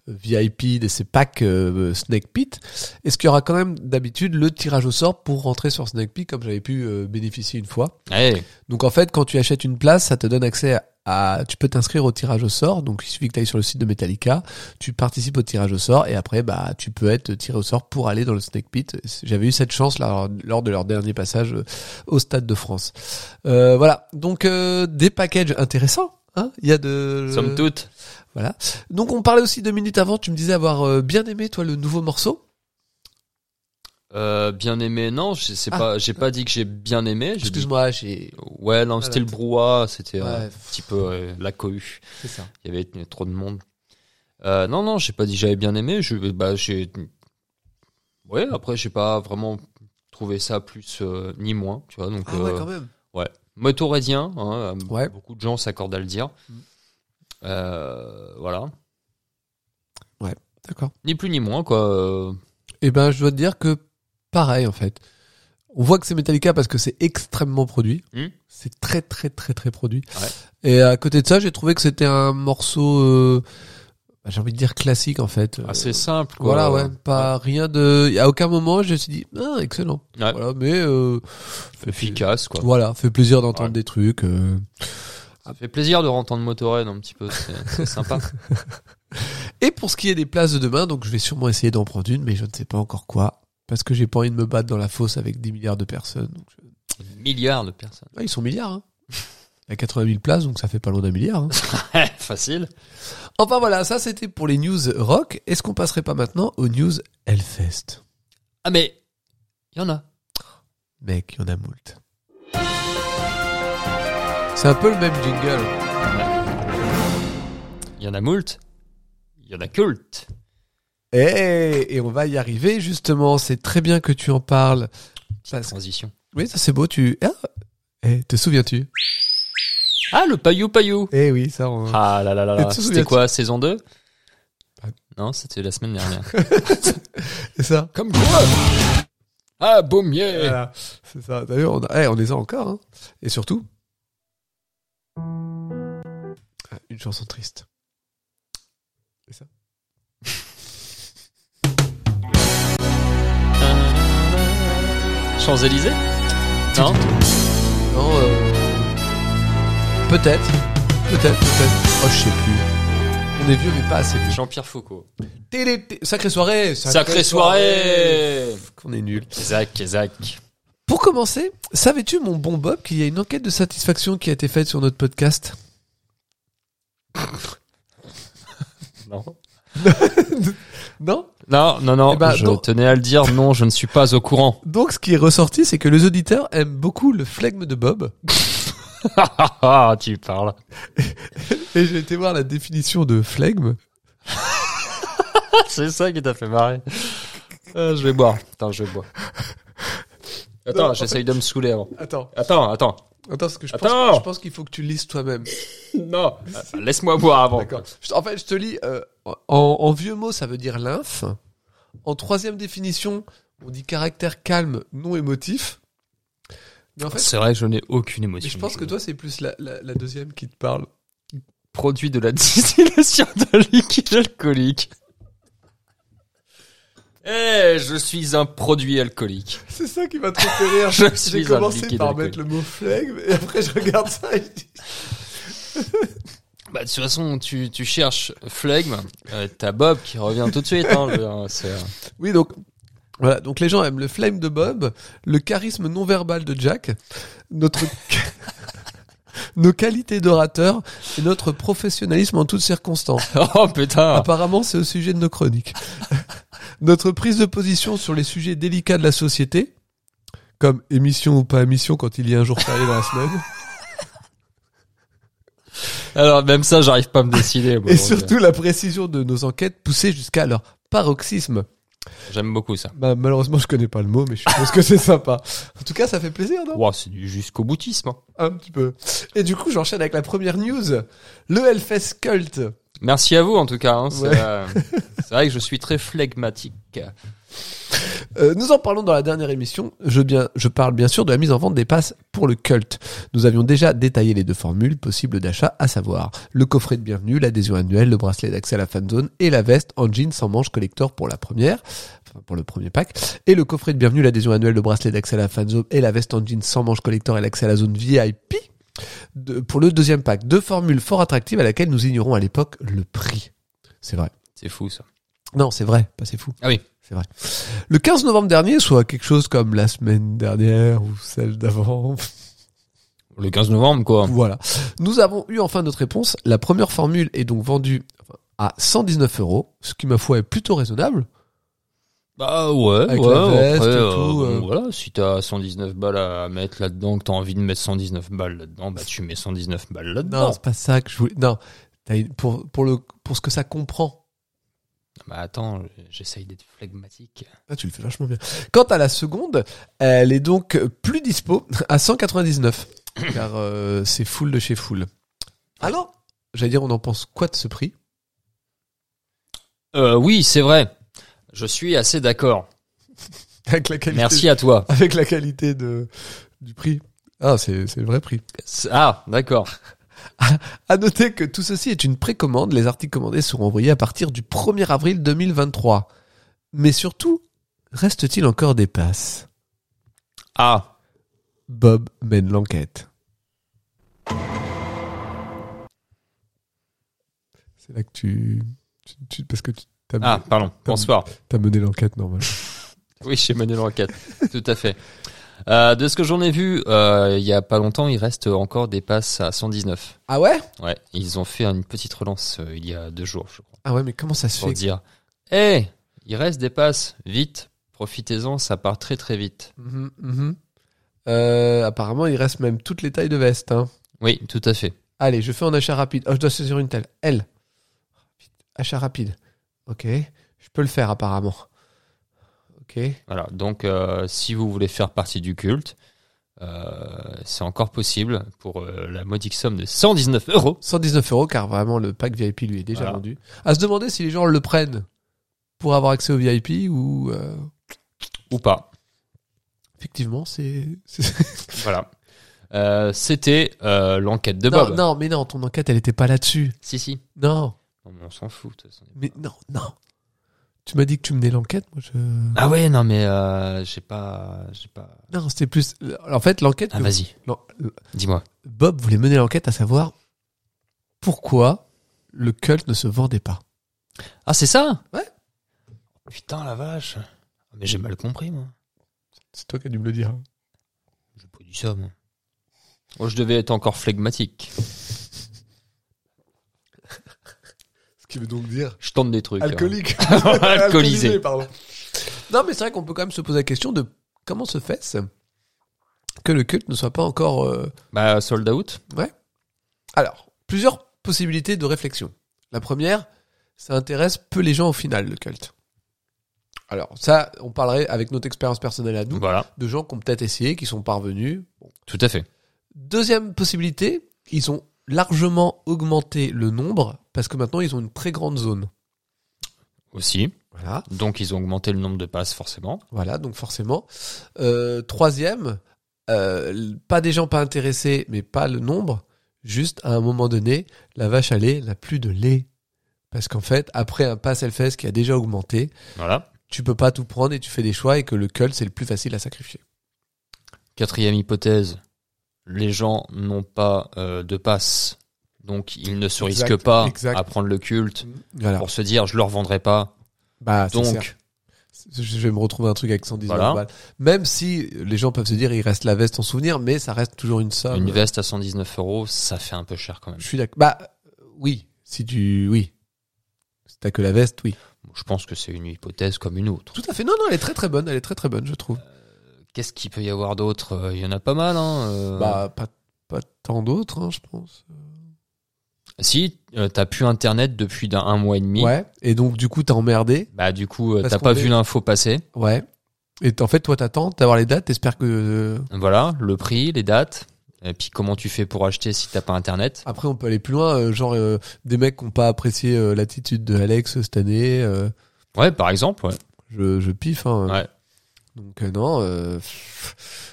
[SPEAKER 2] VIP de ces packs euh, Snake Pit. Est-ce qu'il y aura quand même d'habitude le tirage au sort pour rentrer sur Snake Pit comme j'avais pu euh, bénéficier une fois
[SPEAKER 3] Eh,
[SPEAKER 2] Donc en fait, quand tu achètes une place, ça te donne accès à à- tu peux t'inscrire au tirage au sort, donc il suffit que tu ailles sur le site de Metallica, tu participes au tirage au sort et après bah tu peux être tiré au sort pour aller dans le Snake Pit. J'avais eu cette chance là, lors de leur dernier passage euh, au Stade de France. Euh, voilà, donc euh, des packages intéressants. hein. Il y a de
[SPEAKER 3] somme toute.
[SPEAKER 2] voilà. Donc on parlait aussi deux minutes avant, tu me disais avoir euh, bien aimé toi le nouveau morceau.
[SPEAKER 3] Euh, bien aimé, non, je sais
[SPEAKER 2] Ah.
[SPEAKER 3] pas, j'ai pas dit que j'ai bien aimé. j'ai dit-
[SPEAKER 2] Excuse-moi, j'ai
[SPEAKER 3] Ouais, non, c'était le brouhaha, c'était
[SPEAKER 2] Ouais.
[SPEAKER 3] euh, un petit peu euh, la cohue.
[SPEAKER 2] c'est ça.
[SPEAKER 3] Il y avait t- trop de monde. Euh, non, non, j'ai pas dit que j'avais bien aimé. Je, bah, j'ai. Ouais, après, j'ai pas vraiment trouvé ça plus euh, ni moins, tu vois. Donc,
[SPEAKER 2] Ah ouais
[SPEAKER 3] euh,
[SPEAKER 2] quand même.
[SPEAKER 3] motorédien, hein, euh,
[SPEAKER 2] Ouais.
[SPEAKER 3] beaucoup de gens s'accordent à le dire.
[SPEAKER 2] Mm.
[SPEAKER 3] Euh, voilà.
[SPEAKER 2] D'accord.
[SPEAKER 3] Ni plus ni moins, quoi. Euh,
[SPEAKER 2] Eh ben je dois te dire que pareil en fait. On voit que c'est Metallica parce que c'est extrêmement produit.
[SPEAKER 3] Hmm.
[SPEAKER 2] C'est très très très très produit.
[SPEAKER 3] Ouais.
[SPEAKER 2] Et à côté de ça, j'ai trouvé que c'était un morceau euh, bah, j'ai envie de dire classique en fait. Euh,
[SPEAKER 3] assez simple, Ah, quoi.
[SPEAKER 2] Voilà, ouais, pas rien de. À aucun moment, je me suis dit, ah, excellent.
[SPEAKER 3] Ouais.
[SPEAKER 2] Voilà, mais euh,
[SPEAKER 3] Efficace, quoi.
[SPEAKER 2] voilà, fait plaisir d'entendre
[SPEAKER 3] Ouais.
[SPEAKER 2] des trucs. euh,
[SPEAKER 3] Ça fait plaisir de rentendre Motorhead un petit peu, c'est
[SPEAKER 2] <laughs>
[SPEAKER 3] c'est sympa.
[SPEAKER 2] Et pour ce qui est des places de demain, donc je vais sûrement essayer d'en prendre une, mais je ne sais pas encore quoi. Parce que j'ai pas envie de me battre dans la fosse avec 10 milliards de personnes. Donc je-
[SPEAKER 3] Milliards de personnes. <laughs>
[SPEAKER 2] Ah, ils sont milliards, hein. Il y a 80 000 places, donc ça fait pas loin d'un milliard. hein.
[SPEAKER 3] Facile.
[SPEAKER 2] Enfin voilà, ça c'était pour les news rock. Est-ce qu'on passerait pas maintenant aux news Hellfest
[SPEAKER 3] Ah, mais il y en a.
[SPEAKER 2] Mec, il y en a moult. C'est un peu le même jingle.
[SPEAKER 3] Il y en a moult. Il y en a culte.
[SPEAKER 2] Eh, et on va y arriver justement. C'est très bien que tu en parles. Parce-
[SPEAKER 3] Transition.
[SPEAKER 2] Oui, ça c'est beau. Tu. Ah, eh, te souviens-tu
[SPEAKER 3] Ah, le paillou paillou.
[SPEAKER 2] Eh oui, ça. On...
[SPEAKER 3] Ah là là là là.
[SPEAKER 2] Et tu te
[SPEAKER 3] C'était
[SPEAKER 2] souviens-
[SPEAKER 3] quoi, saison 2
[SPEAKER 2] Ah.
[SPEAKER 3] Non, c'était la
[SPEAKER 2] <laughs>
[SPEAKER 3] semaine dernière.
[SPEAKER 2] C'est <laughs> ça.
[SPEAKER 3] Comme quoi Ah, baumier
[SPEAKER 2] Voilà, c'est ça. D'ailleurs, on, a- eh, on les a encore. hein. Et surtout, Ah, une chanson triste. C'est ça
[SPEAKER 3] Champs-Élysées Non
[SPEAKER 2] Non, euh, peut-être, peut-être, peut-être. Oh, je sais plus. On est vieux, mais pas assez vieux.
[SPEAKER 3] Jean-Pierre Foucault.
[SPEAKER 2] Télé- té- Sacrée soirée.
[SPEAKER 3] Sacrée soirée
[SPEAKER 2] Qu'on est nul.
[SPEAKER 3] Zach, Zach.
[SPEAKER 2] Pour commencer, savais-tu, mon bon Bob, qu'il y a une enquête de satisfaction qui a été faite sur notre podcast
[SPEAKER 3] Non
[SPEAKER 2] Non
[SPEAKER 3] Non, non, non,
[SPEAKER 2] Eh ben,
[SPEAKER 3] je
[SPEAKER 2] non.
[SPEAKER 3] tenais à le dire, non, je ne suis pas
[SPEAKER 2] <laughs>
[SPEAKER 3] au courant.
[SPEAKER 2] Donc, ce qui est ressorti, c'est que les auditeurs aiment beaucoup le flegme de Bob.
[SPEAKER 3] Ah, tu parles. <laughs>
[SPEAKER 2] Et j'ai été voir la définition de flegme.
[SPEAKER 3] C'est ça qui t'a fait marrer. Euh, je vais boire. Attends, je vais boire.
[SPEAKER 2] Non, en
[SPEAKER 3] Attends,
[SPEAKER 2] fait-
[SPEAKER 3] j'essaye de me saouler avant.
[SPEAKER 2] Attends,
[SPEAKER 3] Attends, attends.
[SPEAKER 2] attends, parce que je pense,
[SPEAKER 3] Attends.
[SPEAKER 2] je pense qu'il faut que tu lises toi-même.
[SPEAKER 3] <laughs> Non, euh, laisse-moi boire avant.
[SPEAKER 2] D'accord. Je- En fait, je te lis euh, en, en vieux mots, ça veut dire lymphe. En troisième définition, on dit caractère calme, non émotif. Mais en fait,
[SPEAKER 3] Oh, C'est vrai que je n'ai aucune émotion.
[SPEAKER 2] je pense que toi, c'est plus la, la- la deuxième qui te parle.
[SPEAKER 3] <laughs>
[SPEAKER 2] <laughs>
[SPEAKER 3] Produit de la distillation de liquide alcoolique. Eh, je suis un produit alcoolique.
[SPEAKER 2] C'est ça qui m'a trop fait rire.
[SPEAKER 3] Je
[SPEAKER 2] J'ai
[SPEAKER 3] suis un
[SPEAKER 2] commencé
[SPEAKER 3] liquide
[SPEAKER 2] par
[SPEAKER 3] alcoolique.
[SPEAKER 2] mettre le mot flegme et après je regarde ça et je dis
[SPEAKER 3] Bah, de toute façon, tu, tu cherches flegme, euh, t'as Bob qui revient tout de suite. Hein, je veux dire, c'est, euh, <laughs>
[SPEAKER 2] Oui, donc voilà, donc les gens aiment le flame de Bob, le charisme non verbal de Jack, notre <laughs> nos qualités d'orateur et notre professionnalisme en toutes circonstances.
[SPEAKER 3] Oh putain
[SPEAKER 2] Apparemment, c'est au sujet de nos chroniques. <laughs> notre prise de position sur les sujets délicats de la société, comme émission ou pas émission quand il y a un jour férié dans la semaine,
[SPEAKER 3] Alors même ça, j'arrive pas à me décider. moi,
[SPEAKER 2] et
[SPEAKER 3] donc,
[SPEAKER 2] surtout la précision de nos enquêtes poussées jusqu'à leur paroxysme.
[SPEAKER 3] euh, J'aime beaucoup ça.
[SPEAKER 2] Bah, malheureusement, je connais pas le mot, mais je suppose que c'est sympa. En tout cas, ça fait plaisir, non
[SPEAKER 3] Ouah, c'est du jusqu'au boutisme. hein.
[SPEAKER 2] Un petit peu. Et du coup, j'enchaîne avec la première news. Le Hellfest Cult,
[SPEAKER 3] Merci à vous en tout cas. hein. C'est euh, c'est vrai que je suis très flegmatique.
[SPEAKER 2] Euh, nous en parlons dans la dernière émission. Je, bien, je parle bien sûr de la mise en vente des passes pour le culte. Nous avions déjà détaillé les deux formules possibles d'achat, à savoir le coffret de bienvenue, l'adhésion annuelle, le bracelet d'accès à la fan zone et la veste en jean sans manche collector pour la première, enfin, pour le premier pack, et le coffret de bienvenue, l'adhésion annuelle, le bracelet d'accès à la fan zone et la veste en jean sans manche collector et l'accès à la zone VIP. de- pour le deuxième pack, deux formules fort attractives à laquelle nous ignorons à l'époque le prix. C'est vrai.
[SPEAKER 3] C'est fou ça.
[SPEAKER 2] Non, c'est vrai, pas c'est fou.
[SPEAKER 3] Ah oui.
[SPEAKER 2] C'est vrai. Le 15 novembre dernier, soit quelque chose comme la semaine dernière ou celle d'avant, <laughs>
[SPEAKER 3] Le 15 novembre quoi.
[SPEAKER 2] voilà. Nous avons eu enfin notre réponse. La première formule est donc vendue à 119 euros, ce qui, ma foi, est plutôt raisonnable.
[SPEAKER 3] Bah ouais,
[SPEAKER 2] Avec
[SPEAKER 3] ouais.
[SPEAKER 2] la veste
[SPEAKER 3] après,
[SPEAKER 2] et
[SPEAKER 3] euh,
[SPEAKER 2] tout,
[SPEAKER 3] bon,
[SPEAKER 2] euh.
[SPEAKER 3] voilà, si t'as 119 balles à mettre là-dedans, que t'as envie de mettre 119 balles là-dedans, bah tu mets 119 balles
[SPEAKER 2] Non,
[SPEAKER 3] là-dedans.
[SPEAKER 2] c'est pas ça que je voulais. Non, T'as une- pour, pour, le, pour ce que ça comprend.
[SPEAKER 3] Bah attends, j'essaye d'être flegmatique.
[SPEAKER 2] Ah, tu le fais vachement bien. Quant à la seconde, elle est donc plus dispo à <coughs> 199, car euh, c'est full de chez full. Ah non J'allais dire, on en pense quoi de ce prix
[SPEAKER 3] Euh, oui, c'est vrai. Je suis
[SPEAKER 2] <laughs>
[SPEAKER 3] assez d'accord.
[SPEAKER 2] Avec la qualité
[SPEAKER 3] Merci à toi.
[SPEAKER 2] <laughs> avec la qualité de, du prix. Ah, c'est c'est le vrai prix.
[SPEAKER 3] C'est- Ah, d'accord.
[SPEAKER 2] À noter que tout ceci est une précommande. Les articles commandés seront envoyés à partir du 1er avril 2023. Mais surtout, reste-t-il encore des passes
[SPEAKER 3] Ah,
[SPEAKER 2] Bob mène l'enquête. C'est là que tu, tu- tu- parce que tu t'as
[SPEAKER 3] ah,
[SPEAKER 2] mené-
[SPEAKER 3] pardon. Bonsoir.
[SPEAKER 2] t'as mené l'enquête normalement.
[SPEAKER 3] Oui, j'ai mené l'enquête. <laughs> Tout à fait. Euh, de ce que j'en ai vu, euh, il y a pas longtemps, il reste encore des passes à 119.
[SPEAKER 2] Ah ouais
[SPEAKER 3] Ouais, ils ont fait une petite relance euh, il y a deux jours, je crois,
[SPEAKER 2] Ah ouais, mais comment ça se
[SPEAKER 3] pour
[SPEAKER 2] fait
[SPEAKER 3] dire Hé, il reste des passes, vite, profitez-en, ça part très très vite.
[SPEAKER 2] Mhm, mhm. Euh, Apparemment, il reste même toutes les tailles de veste. Hein.
[SPEAKER 3] Oui, tout à fait.
[SPEAKER 2] Allez, je fais en achat rapide. Oh, je dois saisir une telle. Elle. Achat rapide. Ok. Je peux le faire apparemment. Ok.
[SPEAKER 3] Voilà, donc euh, si vous voulez faire partie du culte, euh, c'est encore possible pour euh, la modique somme de 119 euros.
[SPEAKER 2] 119 euros car vraiment le pack VIP lui est déjà
[SPEAKER 3] Voilà.
[SPEAKER 2] vendu. À se demander si les gens le prennent pour avoir accès au VIP ou euh,
[SPEAKER 3] Ou pas.
[SPEAKER 2] effectivement c'est. c'est-
[SPEAKER 3] Voilà. Euh, C'était euh, l'enquête de
[SPEAKER 2] Non,
[SPEAKER 3] Bob.
[SPEAKER 2] non, mais non, ton enquête elle était pas là-dessus.
[SPEAKER 3] Si, si.
[SPEAKER 2] Non,
[SPEAKER 3] Non, mais on s'en fout. de toute façon.
[SPEAKER 2] mais non, non. Tu m'as dit que tu menais l'enquête, moi je.
[SPEAKER 3] Ah ouais, non, mais euh, j'ai pas. J'ai pas...
[SPEAKER 2] Non, c'était plus. En fait, l'enquête.
[SPEAKER 3] Ah,
[SPEAKER 2] que-
[SPEAKER 3] vas-y,
[SPEAKER 2] l'en-
[SPEAKER 3] dis-moi.
[SPEAKER 2] Bob voulait mener l'enquête à savoir pourquoi le culte ne se vendait pas.
[SPEAKER 3] Ah, c'est ça
[SPEAKER 2] Ouais.
[SPEAKER 3] Putain, la vache. Mais j'ai mal compris, moi.
[SPEAKER 2] C'est toi qui as dû me le dire. hein.
[SPEAKER 3] J'ai pas dit ça, moi. Moi, je devais être encore flegmatique.
[SPEAKER 2] Ce qui veut donc dire
[SPEAKER 3] Je tente des trucs. hein. <laughs> Alcoolisé.
[SPEAKER 2] Alcoolisé, pardon. Non, mais c'est vrai qu'on peut quand même se poser la question de comment se fait-ce que le culte ne soit pas encore. euh,
[SPEAKER 3] Bah, sold out.
[SPEAKER 2] Alors, plusieurs possibilités de réflexion. La première, ça intéresse peu les gens au final, le culte. Alors, ça, on parlerait avec notre expérience personnelle à nous,
[SPEAKER 3] Voilà,
[SPEAKER 2] de gens qui ont peut-être essayé, qui sont parvenus,
[SPEAKER 3] tout à fait.
[SPEAKER 2] Deuxième possibilité, ils ont largement augmenté le nombre parce que maintenant ils ont une très grande zone.
[SPEAKER 3] Aussi.
[SPEAKER 2] Voilà,
[SPEAKER 3] Donc, ils ont augmenté le nombre de passes, forcément.
[SPEAKER 2] voilà donc forcément. Euh, troisième, euh, pas des gens pas intéressés, mais pas le nombre. Juste à un moment donné, la vache à lait n'a plus de lait. Parce qu'en fait, après un pass Hellfest qui a déjà augmenté,
[SPEAKER 3] Voilà.
[SPEAKER 2] tu peux pas tout prendre et tu fais des choix et que le culte c'est le plus facile à sacrifier.
[SPEAKER 3] Quatrième hypothèse. Les gens n'ont pas euh, de passe. Donc, ils ne se
[SPEAKER 2] Exact,
[SPEAKER 3] risquent pas
[SPEAKER 2] exact.
[SPEAKER 3] à prendre le culte
[SPEAKER 2] Voilà.
[SPEAKER 3] pour se dire, je leur vendrai pas.
[SPEAKER 2] Bah, ça sert.
[SPEAKER 3] Donc,
[SPEAKER 2] je vais me retrouver un truc avec 119
[SPEAKER 3] Voilà.
[SPEAKER 2] balles. Même si les gens peuvent se dire il reste la veste en souvenir, mais ça reste toujours une somme.
[SPEAKER 3] Une veste à 119 euros, ça fait un peu cher quand même.
[SPEAKER 2] Je suis d'accord. Bah euh, oui, si tu oui, si t'as que la veste, oui.
[SPEAKER 3] Bon, Je pense que c'est une hypothèse comme une autre.
[SPEAKER 2] Tout à fait. Non non, elle est très très bonne, elle est très très bonne, je trouve.
[SPEAKER 3] Qu'est-ce qu'il peut y avoir d'autre Euh, Il y en a pas mal. Hein euh.
[SPEAKER 2] Bah pas pas tant d'autres, hein, je pense.
[SPEAKER 3] Si, euh, t'as plus internet depuis d'un, un mois et demi.
[SPEAKER 2] Ouais. Et donc du coup t'as emmerdé.
[SPEAKER 3] Bah du coup, euh,
[SPEAKER 2] Parce
[SPEAKER 3] t'as
[SPEAKER 2] qu'on
[SPEAKER 3] pas
[SPEAKER 2] est-
[SPEAKER 3] vu l'info passer.
[SPEAKER 2] Ouais. Et en fait toi t'attends d'avoir les dates, t'espères que euh,
[SPEAKER 3] Voilà, le prix, les dates. Et puis comment tu fais pour acheter si t'as pas internet
[SPEAKER 2] Après, on peut aller plus loin, euh, genre euh, des mecs qui n'ont pas apprécié euh, l'attitude de Alex cette année. euh,
[SPEAKER 3] Ouais, par exemple. Ouais.
[SPEAKER 2] je, je piffe. Hein.
[SPEAKER 3] Ouais.
[SPEAKER 2] Donc euh, non. euh, pff,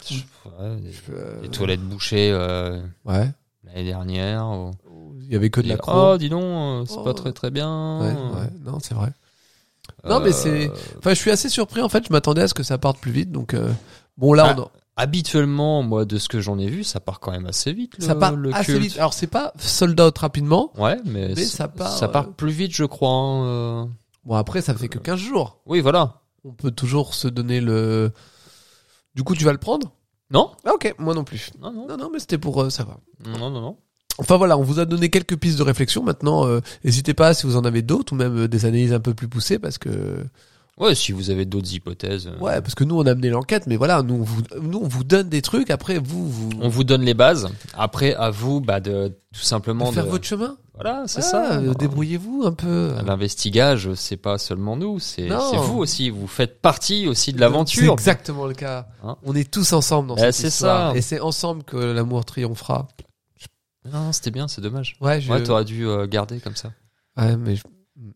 [SPEAKER 3] Ouais, des-
[SPEAKER 2] euh,
[SPEAKER 3] Les toilettes bouchées euh,
[SPEAKER 2] ouais.
[SPEAKER 3] l'année dernière. ou-
[SPEAKER 2] Il y avait que de la
[SPEAKER 3] Et,
[SPEAKER 2] croix.
[SPEAKER 3] oh, dis donc, euh, c'est
[SPEAKER 2] Oh.
[SPEAKER 3] pas très très bien. Euh,
[SPEAKER 2] Ouais, ouais. Non, c'est vrai. Non, mais c'est- Enfin, je suis assez surpris. En fait, je m'attendais à ce que ça parte plus vite. Donc euh, bon, là,
[SPEAKER 3] Ah,
[SPEAKER 2] on, en-
[SPEAKER 3] Habituellement, moi, de ce que j'en ai vu, ça part quand même assez vite. Le,
[SPEAKER 2] ça part
[SPEAKER 3] le
[SPEAKER 2] assez
[SPEAKER 3] culte.
[SPEAKER 2] vite. Alors, c'est pas sold out rapidement.
[SPEAKER 3] Ouais, mais,
[SPEAKER 2] Mais
[SPEAKER 3] c-
[SPEAKER 2] ça part, euh,
[SPEAKER 3] plus vite, je crois. hein, euh.
[SPEAKER 2] Bon, après, ça fait que 15 jours.
[SPEAKER 3] Oui, voilà.
[SPEAKER 2] On peut toujours se donner le. Du coup, tu vas le prendre
[SPEAKER 3] Non
[SPEAKER 2] Ah, ok, moi non plus.
[SPEAKER 3] non, non,
[SPEAKER 2] Non, non, mais c'était pour euh, savoir.
[SPEAKER 3] non, non, non.
[SPEAKER 2] Enfin voilà, on vous a donné quelques pistes de réflexion. Maintenant, euh, n'hésitez pas si vous en avez d'autres ou même euh, des analyses un peu plus poussées parce que
[SPEAKER 3] Ouais, si vous avez d'autres hypothèses, euh,
[SPEAKER 2] ouais, parce que nous on a mené l'enquête, mais voilà, nous on vous, nous on vous donne des trucs. Après vous vous
[SPEAKER 3] on vous donne les bases. Après, à vous, bah, de tout simplement
[SPEAKER 2] de faire
[SPEAKER 3] de-
[SPEAKER 2] votre chemin.
[SPEAKER 3] Voilà, euh, c'est
[SPEAKER 2] Ah,
[SPEAKER 3] ça. Bah,
[SPEAKER 2] euh, Débrouillez-vous un peu.
[SPEAKER 3] L'investigage, c'est pas seulement nous, c'est
[SPEAKER 2] Non.
[SPEAKER 3] c'est vous aussi. Vous faites partie aussi de
[SPEAKER 2] C'est
[SPEAKER 3] l'aventure.
[SPEAKER 2] exactement le cas.
[SPEAKER 3] Hein
[SPEAKER 2] on est tous ensemble dans
[SPEAKER 3] Eh,
[SPEAKER 2] cette
[SPEAKER 3] c'est
[SPEAKER 2] histoire,
[SPEAKER 3] ça.
[SPEAKER 2] et c'est ensemble que l'amour triomphera.
[SPEAKER 3] Non, c'était bien, c'est dommage.
[SPEAKER 2] Ouais, je...
[SPEAKER 3] Ouais, t'aurais dû euh, garder comme ça.
[SPEAKER 2] Ouais, mais je- hmm.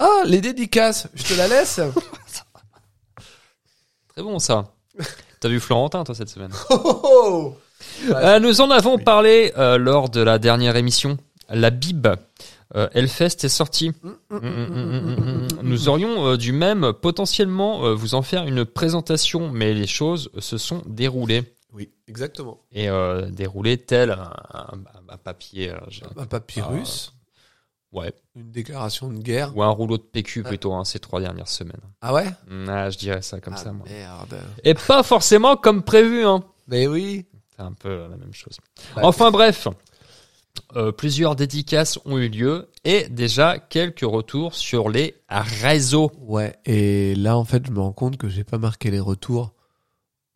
[SPEAKER 2] ah les dédicaces, je te la laisse.
[SPEAKER 3] Très bon ça. T'as vu Florentin toi cette semaine
[SPEAKER 2] <laughs> Oh, oh, oh.
[SPEAKER 3] Euh, Nous en avons
[SPEAKER 2] Oui.
[SPEAKER 3] parlé euh, lors de la dernière émission. La Bib, euh, Hellfest est sortie.
[SPEAKER 2] oh.
[SPEAKER 3] Mm, mm, mm, mm, mm. Nous aurions euh, du même potentiellement euh, vous en faire une présentation, mais les choses se sont déroulées
[SPEAKER 2] Oui, exactement.
[SPEAKER 3] et euh, déroulées tel un, un- un papier, euh, j'ai-
[SPEAKER 2] Un
[SPEAKER 3] Ah.
[SPEAKER 2] papyrus,
[SPEAKER 3] ouais,
[SPEAKER 2] une déclaration de guerre.
[SPEAKER 3] ou un rouleau de PQ
[SPEAKER 2] Ouais.
[SPEAKER 3] plutôt hein, ces trois dernières semaines.
[SPEAKER 2] Ah ouais.
[SPEAKER 3] Mm, ah, je dirais ça comme
[SPEAKER 2] Ah,
[SPEAKER 3] ça moi.
[SPEAKER 2] Merde.
[SPEAKER 3] Et pas forcément comme prévu. Hein.
[SPEAKER 2] Mais oui.
[SPEAKER 3] C'est un peu la même chose.
[SPEAKER 2] Ouais.
[SPEAKER 3] Enfin bref, euh, plusieurs dédicaces ont eu lieu et déjà quelques retours sur les réseaux.
[SPEAKER 2] Ouais. Et là, en fait, je me rends compte que j'ai pas marqué les retours.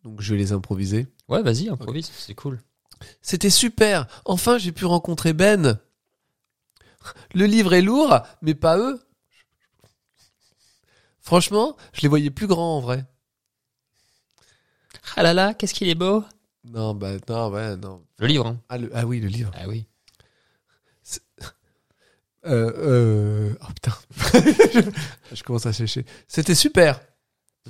[SPEAKER 2] Donc, je vais les improviser.
[SPEAKER 3] Ouais, vas-y, improvise, c'est cool.
[SPEAKER 2] C'était super. Enfin, j'ai pu rencontrer Ben. Le livre est lourd, mais pas eux. Franchement, je les voyais plus grands en vrai.
[SPEAKER 3] Ah là là, qu'est-ce qu'il est beau
[SPEAKER 2] Non, bah, non, ouais, non.
[SPEAKER 3] Le livre, hein.
[SPEAKER 2] Ah, le- ah oui, le livre.
[SPEAKER 3] Ah oui.
[SPEAKER 2] Euh, euh... Oh putain. <laughs> Je- je commence à sécher. C'était super.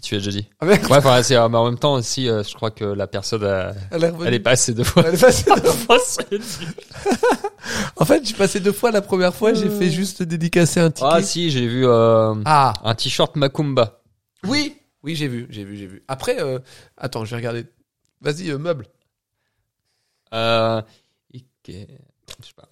[SPEAKER 3] Tu as déjà dit.
[SPEAKER 2] Ah, merde.
[SPEAKER 3] Ouais, enfin, c'est, euh, mais en même temps aussi, euh, je crois que la personne, euh,
[SPEAKER 2] Elle est revenue.
[SPEAKER 3] elle est passée
[SPEAKER 2] <laughs>
[SPEAKER 3] deux fois.
[SPEAKER 2] Elle est passée deux
[SPEAKER 3] Enfin, c'est-
[SPEAKER 2] En fait, je suis passé deux fois. La première fois, j'ai fait juste dédicacer un ticket.
[SPEAKER 3] ah si, j'ai vu euh,
[SPEAKER 2] Ah.
[SPEAKER 3] un t-shirt Macumba.
[SPEAKER 2] oui, oui, j'ai vu, j'ai vu, j'ai vu. Après, euh, attends, je vais regarder. Vas-y, euh, meuble.
[SPEAKER 3] Euh, Ike- je sais pas.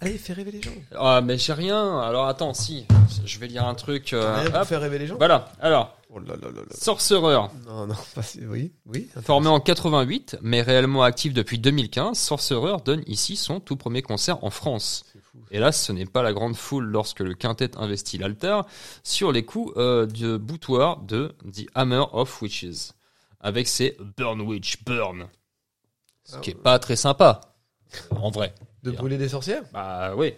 [SPEAKER 2] Allez, fais rêver les gens.
[SPEAKER 3] Ah, mais j'ai rien. Alors attends, si, je vais lire un truc. euh, hop.
[SPEAKER 2] faire rêver les gens.
[SPEAKER 3] Voilà, alors,
[SPEAKER 2] Oh là là là là.
[SPEAKER 3] Sorcerer,
[SPEAKER 2] Non, <laughs> non, pas si- oui, oui.
[SPEAKER 3] formé en 88, mais réellement actif depuis 2015, Sorcerer donne ici son tout premier concert en France.
[SPEAKER 2] C'est fou.
[SPEAKER 3] Hélas, ce n'est pas la grande foule lorsque le quintet investit l'altar sur les coups euh, du boutoir de The Hammer of Witches, avec ses Burn Witch Burn. Ce qui est pas très sympa, en vrai.
[SPEAKER 2] De brûler des sorcières
[SPEAKER 3] Bah oui.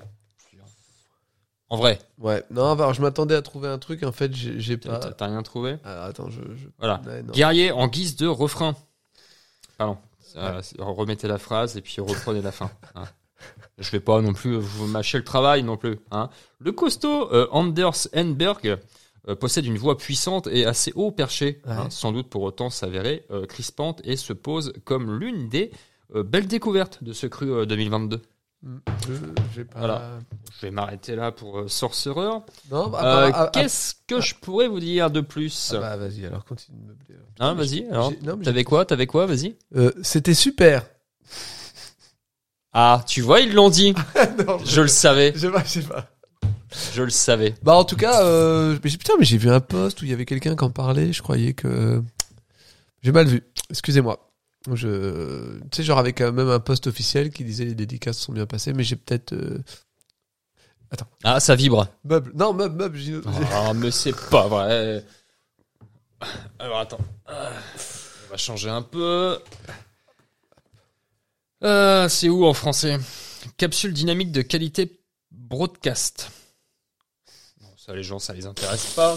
[SPEAKER 3] En vrai,
[SPEAKER 2] Ouais. Non, bah, alors, je m'attendais à trouver un truc. En fait, j'ai j'ai
[SPEAKER 3] t'as
[SPEAKER 2] pas.
[SPEAKER 3] t'as rien trouvé
[SPEAKER 2] Alors, attends, je. je-
[SPEAKER 3] Voilà.
[SPEAKER 2] Ouais, non.
[SPEAKER 3] Guerrier en guise de refrain. Pardon. Euh, remettez la phrase et puis reprenez la fin. hein. Je vais pas non plus vous mâcher le travail non plus. hein. Le costaud euh, Anders Enberg euh, possède une voix puissante et assez haut perchée,
[SPEAKER 2] Ouais.
[SPEAKER 3] hein, sans doute pour autant s'avérer euh, crispante et se pose comme l'une des euh, belles découvertes de ce cru euh, 2022.
[SPEAKER 2] Je- J'ai pas.
[SPEAKER 3] Voilà. Je vais m'arrêter là pour euh, Sorcerer.
[SPEAKER 2] Non, bah,
[SPEAKER 3] Euh,
[SPEAKER 2] ah, ah,
[SPEAKER 3] Qu'est-ce que je pourrais vous dire de plus
[SPEAKER 2] ah, bah, vas-y, alors continue de meubler. alors.
[SPEAKER 3] Hein, Vas-y. alors.
[SPEAKER 2] J'ai- non, mais j'ai-
[SPEAKER 3] T'avais quoi T'avais quoi Vas-y.
[SPEAKER 2] Euh, C'était super. <laughs>
[SPEAKER 3] Ah, tu vois, ils l'ont dit.
[SPEAKER 2] non,
[SPEAKER 3] Je le savais,
[SPEAKER 2] Je sais pas, je sais pas.
[SPEAKER 3] je le savais.
[SPEAKER 2] Bah en tout cas, euh, mais j'ai- putain, mais j'ai vu un post où il y avait quelqu'un qui en parlait. Je croyais que j'ai mal vu. Excusez-moi. Je, tu sais, genre avec euh, même un post officiel qui disait les dédicaces sont bien passées, mais j'ai peut-être euh,
[SPEAKER 3] Ah, ça vibre.
[SPEAKER 2] meuble. Non, meuble, meuble. j'ai- j'ai-
[SPEAKER 3] Ah, mais c'est pas vrai. Alors attends. On va changer un peu. Euh, c'est où en français Capsule dynamique de qualité broadcast. Non, ça, les gens, ça les intéresse pas.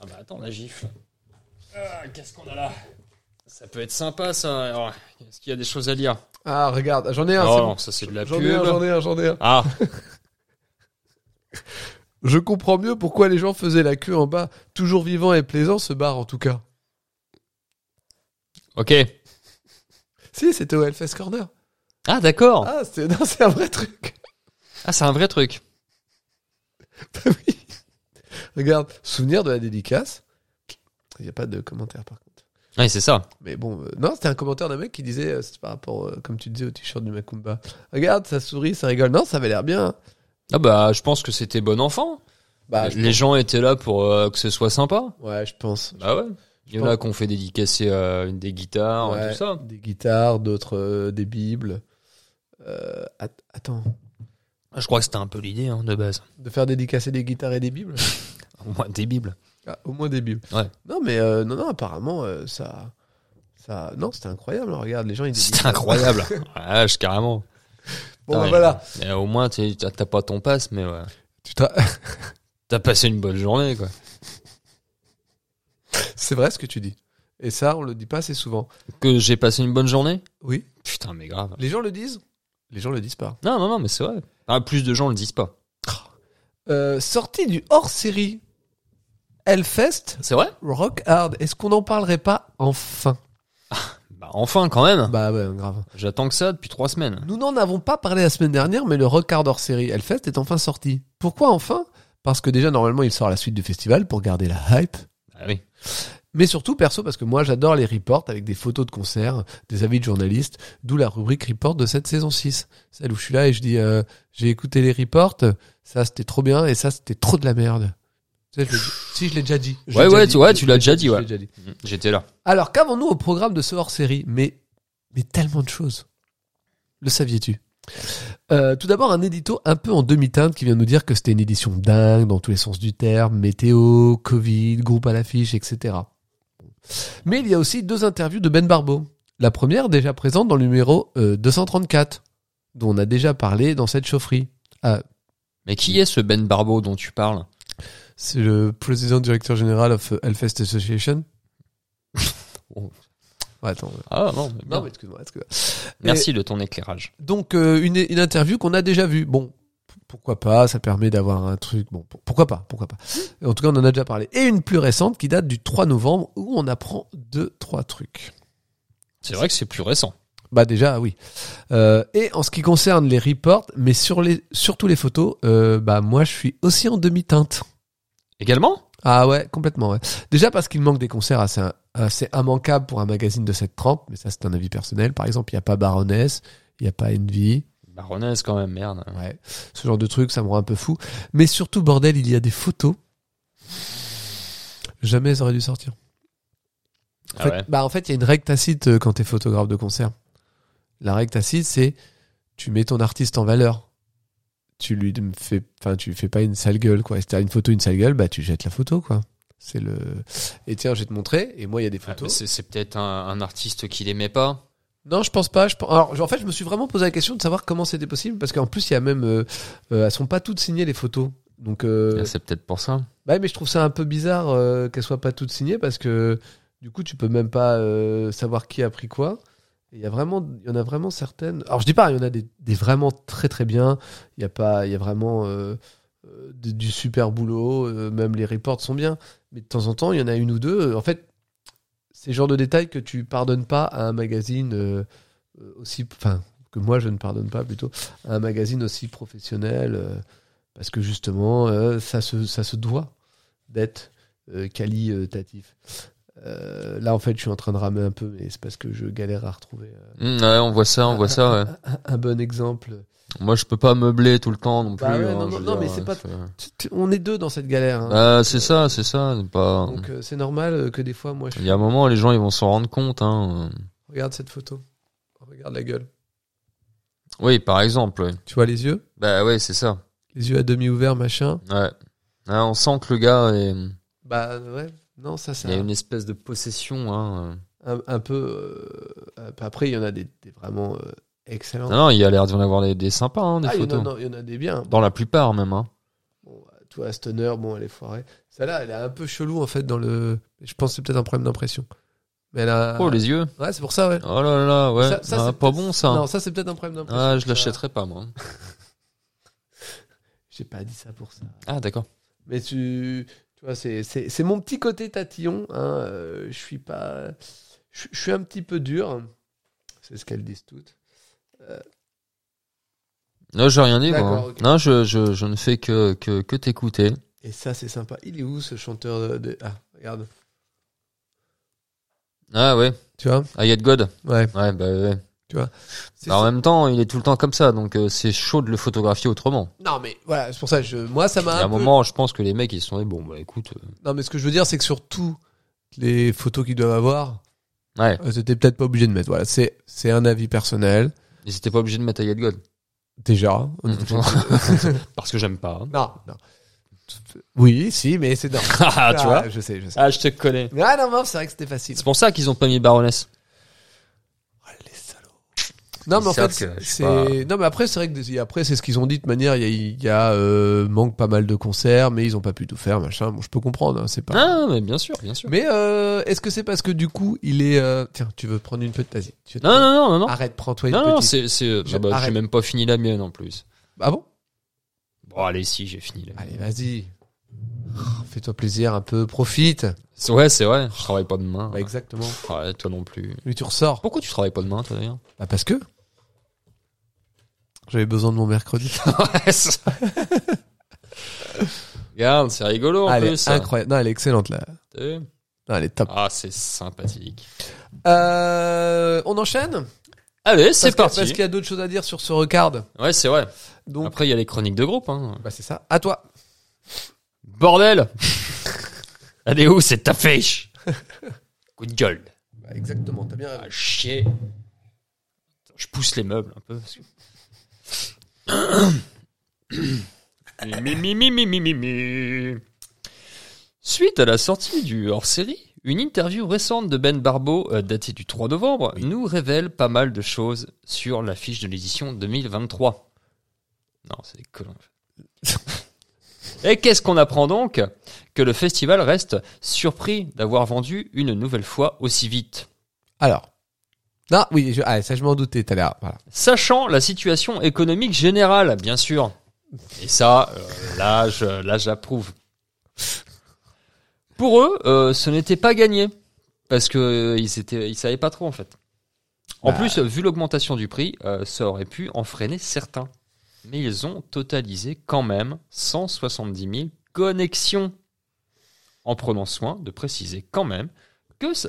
[SPEAKER 3] Ah bah attends, la gifle. Ah, Qu'est-ce qu'on a là Ça peut être sympa, ça. Alors, Est-ce qu'il y a des choses à lire
[SPEAKER 2] <laughs> Ah, regarde, j'en ai un.
[SPEAKER 3] Non,
[SPEAKER 2] c'est
[SPEAKER 3] non,
[SPEAKER 2] bon.
[SPEAKER 3] ça c'est de Oh, la
[SPEAKER 2] J'en
[SPEAKER 3] pub.
[SPEAKER 2] ai un, j'en ai un, j'en ai un.
[SPEAKER 3] Ah,
[SPEAKER 2] Je comprends mieux pourquoi les gens faisaient la queue en bas. Toujours vivant et plaisant, ce bar en tout cas.
[SPEAKER 3] ok.
[SPEAKER 2] Si, c'était au Hellfest Corner.
[SPEAKER 3] Ah, d'accord. Ah,
[SPEAKER 2] Ah, c'est non, c'est un vrai truc. <laughs>
[SPEAKER 3] c'est un vrai truc.
[SPEAKER 2] Bah oui. Regarde, souvenir de la dédicace. Il n'y a pas de commentaire par contre.
[SPEAKER 3] Oui, c'est ça.
[SPEAKER 2] Mais bon, euh, non, c'était un commentaire d'un mec qui disait, euh, c'est par rapport, euh, comme tu disais, au t-shirt du Macumba. Regarde, ça sourit, ça rigole. Non, ça avait l'air bien. hein.
[SPEAKER 3] Ah bah, je pense que c'était bon enfant.
[SPEAKER 2] Bah, je
[SPEAKER 3] les gens étaient là pour euh, que ce soit sympa.
[SPEAKER 2] pense- ouais, je pense.
[SPEAKER 3] Bah ouais. Il y en
[SPEAKER 2] pense-
[SPEAKER 3] a qui ont fait dédicacer euh, des guitares,
[SPEAKER 2] Ouais,
[SPEAKER 3] tout ça.
[SPEAKER 2] Des guitares, d'autres, euh, des bibles. Euh, at- attends,
[SPEAKER 3] Ah, Je crois que c'était un peu l'idée hein, de base.
[SPEAKER 2] de faire dédicacer des guitares et des bibles
[SPEAKER 3] Au moins des bibles.
[SPEAKER 2] Ah, Au moins des bibles.
[SPEAKER 3] Ouais.
[SPEAKER 2] Non, mais euh, non, non, apparemment, euh, ça. ça... Non, c'était incroyable. Regarde, les gens, ils
[SPEAKER 3] <laughs> C'était
[SPEAKER 2] dédicacent.
[SPEAKER 3] incroyable. ouais, je- carrément.
[SPEAKER 2] Bon, bah,
[SPEAKER 3] Ouais.
[SPEAKER 2] voilà.
[SPEAKER 3] Et au moins, t'es- t'as t'as pas ton passe, mais ouais.
[SPEAKER 2] Tu t'as- <laughs>
[SPEAKER 3] T'as passé une bonne journée, quoi.
[SPEAKER 2] C'est vrai ce que tu dis. Et ça, on le dit pas assez souvent.
[SPEAKER 3] Que j'ai passé une bonne journée
[SPEAKER 2] Oui.
[SPEAKER 3] Putain, mais grave.
[SPEAKER 2] Les gens le disent Les gens le disent pas.
[SPEAKER 3] Non, non, non, mais c'est vrai. Ah, plus de gens le disent pas.
[SPEAKER 2] Euh, sortie du hors-série Hellfest
[SPEAKER 3] C'est vrai
[SPEAKER 2] Rock Hard. Est-ce qu'on n'en parlerait pas enfin
[SPEAKER 3] Bah, enfin, quand même.
[SPEAKER 2] Bah ouais, grave.
[SPEAKER 3] J'attends que ça depuis trois semaines.
[SPEAKER 2] Nous n'en avons pas parlé la semaine dernière, mais le Rock Hard hors-série Hellfest est enfin sorti. Pourquoi enfin Parce que déjà, normalement, il sort à la suite du festival pour garder la hype.
[SPEAKER 3] Ah oui.
[SPEAKER 2] Mais surtout, perso, parce que moi, j'adore les reports avec des photos de concerts, des avis de journalistes, d'où la rubrique report de cette saison 6. Celle où je suis là et je dis, euh, j'ai écouté les reports, ça c'était trop bien et ça c'était trop de la merde. Tu sais, je l'ai dit- si, je l'ai déjà dit. Je
[SPEAKER 3] Ouais,
[SPEAKER 2] l'ai
[SPEAKER 3] ouais,
[SPEAKER 2] déjà
[SPEAKER 3] tu-
[SPEAKER 2] dit.
[SPEAKER 3] ouais,
[SPEAKER 2] Je
[SPEAKER 3] tu
[SPEAKER 2] l'ai
[SPEAKER 3] l'as déjà dit,
[SPEAKER 2] je
[SPEAKER 3] ouais.
[SPEAKER 2] l'ai déjà dit.
[SPEAKER 3] J'étais là.
[SPEAKER 2] Alors, qu'avons-nous au programme de ce hors-série mais, mais tellement de choses. Le saviez-tu Euh, tout d'abord, un édito un peu en demi-teinte qui vient nous dire que c'était une édition dingue dans tous les sens du terme, météo, Covid, groupe à l'affiche, etc. Mais il y a aussi deux interviews de Ben Barbeau. La première déjà présente dans le numéro euh, 234, dont on a déjà parlé dans cette chaufferie.
[SPEAKER 3] Mais qui est ce Ben Barbeau dont tu parles
[SPEAKER 2] C'est le président directeur général of Hellfest <laughs> Association.
[SPEAKER 3] Oh.
[SPEAKER 2] Ouais, attends.
[SPEAKER 3] Ah non,
[SPEAKER 2] Non, mais excuse-moi, excuse-moi.
[SPEAKER 3] merci de ton éclairage.
[SPEAKER 2] Donc euh, une, une interview qu'on a déjà vue. Bon, p- pourquoi pas Ça permet d'avoir un truc. Bon, pour- pourquoi pas Pourquoi pas En tout cas, on en a déjà parlé. Et une plus récente qui date du 3 novembre où on apprend deux trois trucs.
[SPEAKER 3] C'est vrai que c'est plus récent.
[SPEAKER 2] Bah déjà oui. Euh, et en ce qui concerne les reports, mais sur les surtout les photos, euh, bah moi je suis aussi en demi-teinte.
[SPEAKER 3] Également
[SPEAKER 2] Ah ouais, complètement. Ouais. Déjà parce qu'il manque des concerts assez, assez immanquables pour un magazine de cette trempe, mais ça c'est un avis personnel. Par exemple, il n'y a pas Baroness, il n'y a pas Envy,
[SPEAKER 3] Baronnaise quand même, merde.
[SPEAKER 2] Ouais, ce genre de truc, ça me rend un peu fou. Mais surtout, bordel, il y a des photos. Jamais elles auraient dû sortir. En
[SPEAKER 3] Ah
[SPEAKER 2] fait,
[SPEAKER 3] ouais.
[SPEAKER 2] bah, en fait, il y a une règle tacite euh, quand t'es photographe de concert. La règle tacite, c'est tu mets ton artiste en valeur. Tu lui dem- fais, enfin, tu lui fais pas une sale gueule, quoi. Et si t'as une photo, une sale gueule, bah, tu jettes la photo, quoi. C'est le. Et tiens, je vais te montrer. Et moi, il y a des
[SPEAKER 3] Ah, mais
[SPEAKER 2] photos.
[SPEAKER 3] c'est c'est peut-être un, un artiste qui l'aimait pas.
[SPEAKER 2] Non, je pense pas. Je pense- Alors, en fait, je me suis vraiment posé la question de savoir comment c'était possible, parce qu'en plus, il y a même, euh, euh, elles sont pas toutes signées les photos. Donc, euh,
[SPEAKER 3] Ah, C'est peut-être pour ça.
[SPEAKER 2] bah, mais je trouve ça un peu bizarre euh, qu'elles soient pas toutes signées, parce que du coup, tu peux même pas euh, savoir qui a pris quoi. Et Il y a vraiment, il y en a vraiment certaines. Alors, je dis pas, il y en a des, des vraiment très très bien. Il y a pas, il y a vraiment euh, euh, du- du super boulot. euh, même les reports sont bien, mais de temps en temps, il y en a une ou deux. En fait, c'est le genre de détails que tu pardonnes pas à un magazine euh, euh, aussi, enfin que moi je ne pardonne pas plutôt, à un magazine aussi professionnel, euh, parce que justement, euh, ça se ça se doit d'être euh, qualitatif. Euh, là, en fait, je suis en train de ramer un peu, mais c'est parce que je galère à retrouver euh,
[SPEAKER 3] Hmm, ouais, on voit ça, on voit
[SPEAKER 2] <laughs>
[SPEAKER 3] ça. ouais.
[SPEAKER 2] un bon exemple.
[SPEAKER 3] Moi, je peux pas meubler tout le temps non plus.
[SPEAKER 2] Bah ouais, non,
[SPEAKER 3] hein,
[SPEAKER 2] non,
[SPEAKER 3] je veux
[SPEAKER 2] non, mais c'est pas- Tu- tu- On est deux dans cette galère. hein.
[SPEAKER 3] Bah, c'est ça, c'est ça. c'est Pas...
[SPEAKER 2] Donc, euh, c'est normal euh, que des fois, moi, je
[SPEAKER 3] Il y a un moment, les gens, ils vont s'en rendre compte. Hein.
[SPEAKER 2] regarde cette photo. Regarde la gueule.
[SPEAKER 3] Oui, par exemple. ouais.
[SPEAKER 2] Tu vois les yeux
[SPEAKER 3] Bah ouais, c'est ça.
[SPEAKER 2] Les yeux à demi ouverts, machin.
[SPEAKER 3] Ouais. Ah, on sent que le gars, est-
[SPEAKER 2] Bah ouais, non, ça, ça.
[SPEAKER 3] il y a une espèce de possession. Hein.
[SPEAKER 2] Un, un peu. euh, après, il y en a des, des vraiment euh, excellents.
[SPEAKER 3] Non, non, il y a l'air d'y en avoir des, des sympas, hein, des
[SPEAKER 2] Ah, il y en a-
[SPEAKER 3] photos.
[SPEAKER 2] non, il y en a des biens.
[SPEAKER 3] Dans la plupart, même. Hein.
[SPEAKER 2] Bon, tu vois, Stoner, bon, elle est foirée. Celle-là, elle est un peu chelou, en fait, dans le. Je pense que c'est peut-être un problème d'impression. Mais elle a-
[SPEAKER 3] Oh, les yeux.
[SPEAKER 2] Ah, Ouais, c'est pour ça, ouais.
[SPEAKER 3] Oh là là, ouais.
[SPEAKER 2] Ça- ça,
[SPEAKER 3] Ah,
[SPEAKER 2] c'est
[SPEAKER 3] pas bon ça.
[SPEAKER 2] Non, ça, c'est peut-être un problème d'impression.
[SPEAKER 3] ah, je
[SPEAKER 2] Ça-
[SPEAKER 3] l'achèterai pas moi.
[SPEAKER 2] J'ai pas dit ça pour ça.
[SPEAKER 3] Ah, d'accord.
[SPEAKER 2] Mais tu, tu vois, c'est- c'est c'est mon petit côté tatillon. hein, euh, je suis pas. Je je suis un petit peu dur. C'est ce qu'elles disent toutes.
[SPEAKER 3] Non, j'ai rien dit moi.
[SPEAKER 2] D'accord, ok.
[SPEAKER 3] Non, je, je, je ne fais que, que, que t'écouter.
[SPEAKER 2] Et ça, c'est sympa. Il est où ce chanteur de. de- Ah, regarde.
[SPEAKER 3] Ah ouais,
[SPEAKER 2] Tu vois
[SPEAKER 3] I Get God.
[SPEAKER 2] Ouais.
[SPEAKER 3] Ouais, bah ouais.
[SPEAKER 2] C'est-
[SPEAKER 3] Bah, en même temps, il est tout le temps comme ça, donc euh, c'est chaud de le photographier autrement.
[SPEAKER 2] Non, mais voilà, c'est pour ça. Je... Moi, ça
[SPEAKER 3] Il y
[SPEAKER 2] m'a.
[SPEAKER 3] a un
[SPEAKER 2] Bah, peu-
[SPEAKER 3] moment, je pense que les mecs, ils se sont dit, bon, bah écoute. euh,
[SPEAKER 2] Non, mais ce que je veux dire, c'est que sur toutes les photos qu'ils doivent avoir,
[SPEAKER 3] Ouais,
[SPEAKER 2] euh, c'était peut-être pas obligé de mettre. Voilà, c'est c'est un avis personnel.
[SPEAKER 3] ils étaient pas obligés de mettre I Get God.
[SPEAKER 2] Déjà. on est obligé de-
[SPEAKER 3] Parce que j'aime pas. hein.
[SPEAKER 2] <laughs> non, non. Oui, si, mais c'est. non.
[SPEAKER 3] ah, <laughs> tu vois.
[SPEAKER 2] Je sais, je sais.
[SPEAKER 3] Ah, je te connais.
[SPEAKER 2] Ah non, non, c'est vrai que c'était facile.
[SPEAKER 3] C'est pour ça qu'ils ont pas mis Baroness.
[SPEAKER 2] Oh, les salauds. Non
[SPEAKER 3] Ils
[SPEAKER 2] mais, en
[SPEAKER 3] savent
[SPEAKER 2] fait,
[SPEAKER 3] que je suis
[SPEAKER 2] c'est...
[SPEAKER 3] pas-
[SPEAKER 2] non mais après c'est vrai que des- après c'est ce qu'ils ont dit de manière il y a, il y a, euh, manque pas mal de concerts mais ils ont pas pu tout faire machin bon je peux comprendre hein, c'est pas
[SPEAKER 3] Ah, mais bien sûr, bien sûr.
[SPEAKER 2] mais euh, est-ce que c'est parce que du coup il est euh, tiens tu veux prendre une petite vas-y tu veux te
[SPEAKER 3] Non,
[SPEAKER 2] prendre-
[SPEAKER 3] non, non, non, non.
[SPEAKER 2] arrête prends-toi une
[SPEAKER 3] Non, non,
[SPEAKER 2] petite
[SPEAKER 3] c'est. c'est-
[SPEAKER 2] Je-
[SPEAKER 3] ah bah, J'ai
[SPEAKER 2] arrête.
[SPEAKER 3] même pas fini la mienne en plus.
[SPEAKER 2] ah bon
[SPEAKER 3] Bon, allez, si, j'ai fini la mienne.
[SPEAKER 2] allez vas-y Oh, fais-toi plaisir un peu profite
[SPEAKER 3] C'est- Ouais, c'est vrai, je travaille pas demain.
[SPEAKER 2] Bah, exactement
[SPEAKER 3] Ouais, toi non plus.
[SPEAKER 2] mais tu ressors
[SPEAKER 3] Pourquoi tu travailles pas demain,
[SPEAKER 2] <laughs>
[SPEAKER 3] toi d'ailleurs
[SPEAKER 2] bah, parce que j'avais besoin de mon
[SPEAKER 3] <laughs>
[SPEAKER 2] mercredi
[SPEAKER 3] Ouais, c'est- Regarde, c'est rigolo en
[SPEAKER 2] Ah, elle
[SPEAKER 3] plus.
[SPEAKER 2] est incroyable non elle est excellente là
[SPEAKER 3] T'as vu
[SPEAKER 2] non, elle est top
[SPEAKER 3] Ah, c'est sympathique.
[SPEAKER 2] Euh, on enchaîne
[SPEAKER 3] Allez, Ah.
[SPEAKER 2] Parce
[SPEAKER 3] c'est
[SPEAKER 2] que-
[SPEAKER 3] parti.
[SPEAKER 2] Parce qu'il y a d'autres choses à dire sur ce recard.
[SPEAKER 3] Ouais, c'est vrai.
[SPEAKER 2] Donc,
[SPEAKER 3] Après, il y a les chroniques de groupe. Hein.
[SPEAKER 2] bah, c'est ça. À toi. <laughs>
[SPEAKER 3] Bordel Elle est où cette affiche Coup de gueule.
[SPEAKER 2] exactement, t'as bien
[SPEAKER 3] Ah, chier. Je pousse les meubles un peu. Parce que- <coughs> Mi, mi, mi, mi, mi, mi, mi. Suite à la sortie du hors-série, une interview récente de Ben Barbeau, euh, datée du 3 novembre, nous révèle pas mal de choses sur l'affiche de l'édition 2023. Non, c'est collant. <laughs> Et qu'est-ce qu'on apprend donc Que le festival reste surpris d'avoir vendu une nouvelle fois aussi vite.
[SPEAKER 2] Alors. Non, oui, je- ah, ça je m'en doutais tout à l'heure. Voilà.
[SPEAKER 3] sachant la situation économique générale, bien sûr. Et ça, euh, là, je, là, j'approuve. Pour eux, euh, ce n'était pas gagné parce que euh, ils étaient, ils savaient pas trop en fait. En
[SPEAKER 2] Bah.
[SPEAKER 3] plus, vu l'augmentation du prix, euh, ça aurait pu en freiner certains. Mais ils ont totalisé quand même 170 000 connexions, en prenant soin de préciser quand même que ça.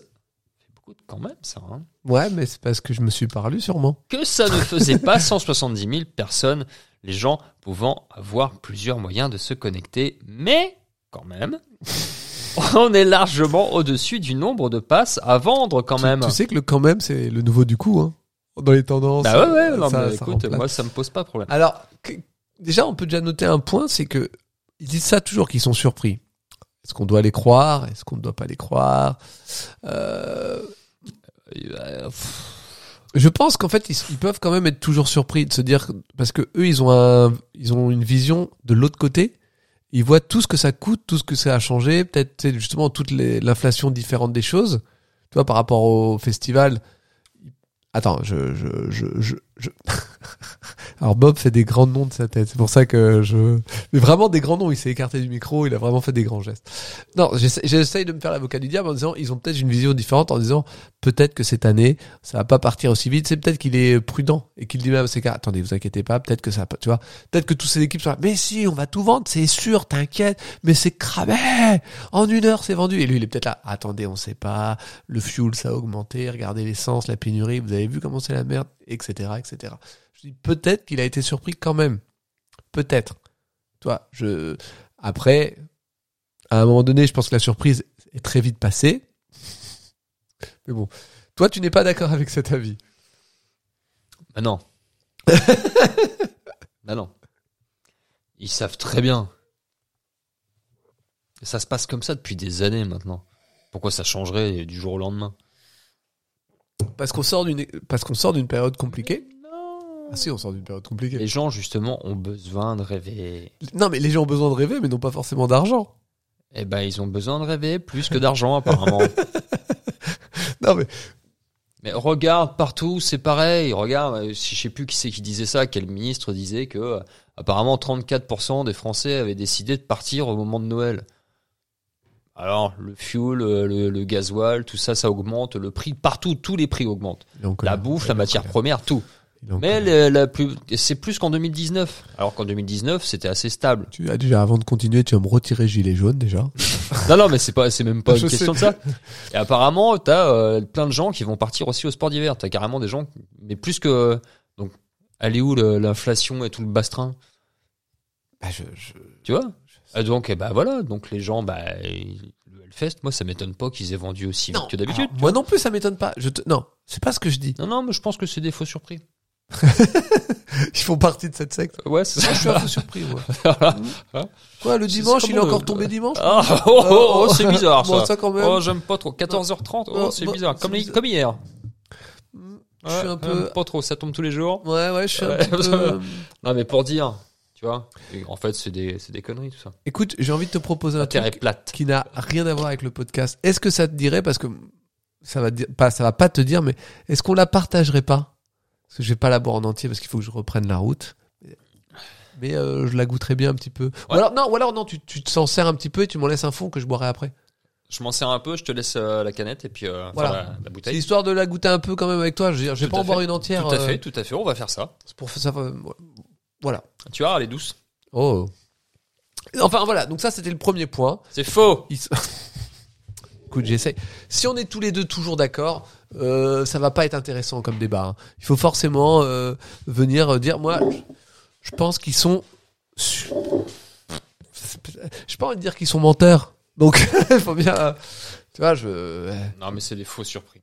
[SPEAKER 3] C'est beaucoup de quand même ça. Hein
[SPEAKER 2] Ouais, mais c'est parce que je me suis parlé sûrement.
[SPEAKER 3] que ça ne faisait pas 170 000 personnes, les gens pouvant avoir plusieurs moyens de se connecter, mais quand même, <laughs> on est largement au-dessus du nombre de passes à vendre quand
[SPEAKER 2] Tu-
[SPEAKER 3] même.
[SPEAKER 2] Tu, sais que le quand même, c'est le nouveau du coup, hein. Dans les tendances.
[SPEAKER 3] bah ouais, ouais,
[SPEAKER 2] euh,
[SPEAKER 3] non,
[SPEAKER 2] ça-
[SPEAKER 3] mais
[SPEAKER 2] ça
[SPEAKER 3] écoute,
[SPEAKER 2] remplace.
[SPEAKER 3] moi ça me pose pas problème.
[SPEAKER 2] Alors, que- déjà, on peut déjà noter un point, c'est que ils disent ça toujours qu'ils sont surpris. Est-ce qu'on doit les croire Est-ce qu'on ne doit pas les croire Euh,
[SPEAKER 3] Euh, pff,
[SPEAKER 2] Je pense qu'en fait, ils, ils peuvent quand même être toujours surpris de se dire parce que eux, ils ont un, ils ont une vision de l'autre côté. Ils voient tout ce que ça coûte, tout ce que ça a changé, peut-être tu sais, justement toute les- l'inflation différente des choses. Tu vois, par rapport au festival. Attends, je, je, je, je, je- Alors Bob fait des grands noms de sa tête. C'est pour ça que je. Mais vraiment des grands noms. Il s'est écarté du micro. Il a vraiment fait des grands gestes. Non, j'essa- j'essaye de me faire l'avocat du diable en disant ils ont peut-être une vision différente en disant peut-être que cette année ça va pas partir aussi vite. C'est peut-être qu'il est prudent et qu'il dit même à ses gars, attendez, vous inquiétez pas, peut-être que ça, va pas- tu vois, peut-être que toutes ces équipes sont là, mais si, on va tout vendre, c'est sûr, t'inquiète, mais c'est cramé, en une heure c'est vendu. Et lui, il est peut-être là, attendez, on sait pas, le fuel ça a augmenté, regardez l'essence, la pénurie, vous avez vu comment c'est la merde, etc., etc. Je dis peut-être qu'il a été surpris quand même, peut-être. Toi, je, après, à un moment donné, je pense que la surprise est très vite passée. Mais bon, toi, tu n'es pas d'accord avec cet avis. <laughs>
[SPEAKER 3] bah non. bah non. Ils savent très bien. Ça se passe comme ça depuis des années maintenant. Pourquoi ça changerait du jour au lendemain
[SPEAKER 2] Parce qu'on sort d'une parce qu'on sort d'une période compliquée.
[SPEAKER 3] Non.
[SPEAKER 2] Ah si, on sort d'une période compliquée.
[SPEAKER 3] Les gens, justement, ont besoin de rêver.
[SPEAKER 2] Non, mais les gens ont besoin de rêver, mais n'ont pas forcément d'argent.
[SPEAKER 3] Eh ben, ils ont besoin de rêver plus que d'argent, apparemment.
[SPEAKER 2] Non, Non, mais
[SPEAKER 3] Mais regarde partout, c'est pareil. Regarde, euh, si je sais plus qui c'est qui disait ça, quel ministre disait que euh, apparemment 34% des Français avaient décidé de partir au moment de Noël. Alors le fuel, euh, le, le gasoil, tout ça, ça augmente. Le prix partout, tous les prix augmentent.
[SPEAKER 2] Il en
[SPEAKER 3] La
[SPEAKER 2] connaît.
[SPEAKER 3] bouffe,
[SPEAKER 2] Il
[SPEAKER 3] la
[SPEAKER 2] en
[SPEAKER 3] matière
[SPEAKER 2] connaît.
[SPEAKER 3] première, tout.
[SPEAKER 2] Il en
[SPEAKER 3] Mais
[SPEAKER 2] connaît.
[SPEAKER 3] le- la plus, c'est plus qu'en 2019. Alors qu'en 2019, c'était assez stable.
[SPEAKER 2] Tu, ah, déjà, avant de continuer, tu vas me retirer gilet jaune déjà.
[SPEAKER 3] Non, non, mais c'est pas, c'est même pas
[SPEAKER 2] Je
[SPEAKER 3] une question de
[SPEAKER 2] sais.
[SPEAKER 3] ça. Et apparemment, t'as euh, plein de gens qui vont partir aussi au sport d'hiver. T'as carrément des gens, qui- mais plus que donc, elle est où le- l'inflation et tout le bastrin,
[SPEAKER 2] Bah, je, je-
[SPEAKER 3] tu vois Et Donc, eh ben voilà, donc les gens, bah, ils- le Hellfest, moi, ça m'étonne pas qu'ils aient vendu aussi vite que d'habitude.
[SPEAKER 2] alors, moi non plus, ça m'étonne pas. Je te- Non, c'est pas ce que je dis.
[SPEAKER 3] Non, non, mais je pense que c'est des faux surpris.
[SPEAKER 2] Ils font partie de cette secte.
[SPEAKER 3] Ouais, c'est <laughs>
[SPEAKER 2] Moi,
[SPEAKER 3] ça.
[SPEAKER 2] Ah, je <laughs> suis un peu surpris. moi. Quoi, le
[SPEAKER 3] C'est-
[SPEAKER 2] dimanche,
[SPEAKER 3] c'est
[SPEAKER 2] il est
[SPEAKER 3] comment
[SPEAKER 2] encore
[SPEAKER 3] le-
[SPEAKER 2] tombé dimanche
[SPEAKER 3] Ah, oh, oh, oh,
[SPEAKER 2] Oh,
[SPEAKER 3] c'est bizarre
[SPEAKER 2] Bon,
[SPEAKER 3] ça.
[SPEAKER 2] ça quand même.
[SPEAKER 3] Oh, j'aime pas trop. 14h30, oh,
[SPEAKER 2] Non,
[SPEAKER 3] c'est
[SPEAKER 2] bon,
[SPEAKER 3] bizarre.
[SPEAKER 2] c'est
[SPEAKER 3] Comme, les-
[SPEAKER 2] bizarre.
[SPEAKER 3] comme hier.
[SPEAKER 2] Je suis
[SPEAKER 3] Ouais,
[SPEAKER 2] un peu-
[SPEAKER 3] j'aime Pas trop, ça tombe tous les jours.
[SPEAKER 2] Ouais, ouais, je suis un
[SPEAKER 3] Ouais,
[SPEAKER 2] petit peu- euh,
[SPEAKER 3] ça va. Non, mais pour dire, tu vois, et en fait, c'est des, c'est des conneries, tout ça.
[SPEAKER 2] Écoute, j'ai envie de te proposer un
[SPEAKER 3] La terre est
[SPEAKER 2] truc
[SPEAKER 3] plate.
[SPEAKER 2] qui n'a rien à voir avec le podcast. Est-ce que ça te dirait, parce que ça va, te dire- pas, ça va pas te dire, mais est-ce qu'on la partagerait pas Parce que je vais pas la boire en entier parce qu'il faut que je reprenne la route. Mais euh, je la goûterai bien un petit peu. Ou
[SPEAKER 3] Ouais.
[SPEAKER 2] alors, non, ou alors non, tu, tu te s'en sers un petit peu et tu m'en laisses un fond que je boirai après.
[SPEAKER 3] Je m'en sers un peu, je te laisse euh, la canette et puis euh, enfin,
[SPEAKER 2] Voilà.
[SPEAKER 3] la, la
[SPEAKER 2] C'est
[SPEAKER 3] bouteille.
[SPEAKER 2] l'histoire de la goûter un peu quand même avec toi. Je veux dire, je vais
[SPEAKER 3] Tout
[SPEAKER 2] pas
[SPEAKER 3] à
[SPEAKER 2] en boire
[SPEAKER 3] fait.
[SPEAKER 2] une entière.
[SPEAKER 3] Tout à
[SPEAKER 2] euh,
[SPEAKER 3] fait, tout à fait, on va faire ça.
[SPEAKER 2] c'est pour ça, euh, voilà.
[SPEAKER 3] Tu vois, elle est douce.
[SPEAKER 2] Oh. Enfin voilà, donc ça c'était le premier point.
[SPEAKER 3] C'est faux
[SPEAKER 2] Il se- <laughs> Écoute, j'essaie. Si on est tous les deux toujours d'accord, euh, ça va pas être intéressant comme débat. hein. Il faut forcément euh, venir euh, dire, moi, je- je pense qu'ils sont... su- J'ai pas envie de dire qu'ils sont menteurs. Donc, <laughs> il faut bien... euh, Tu vois, je...
[SPEAKER 3] Non, mais c'est des faux surpris.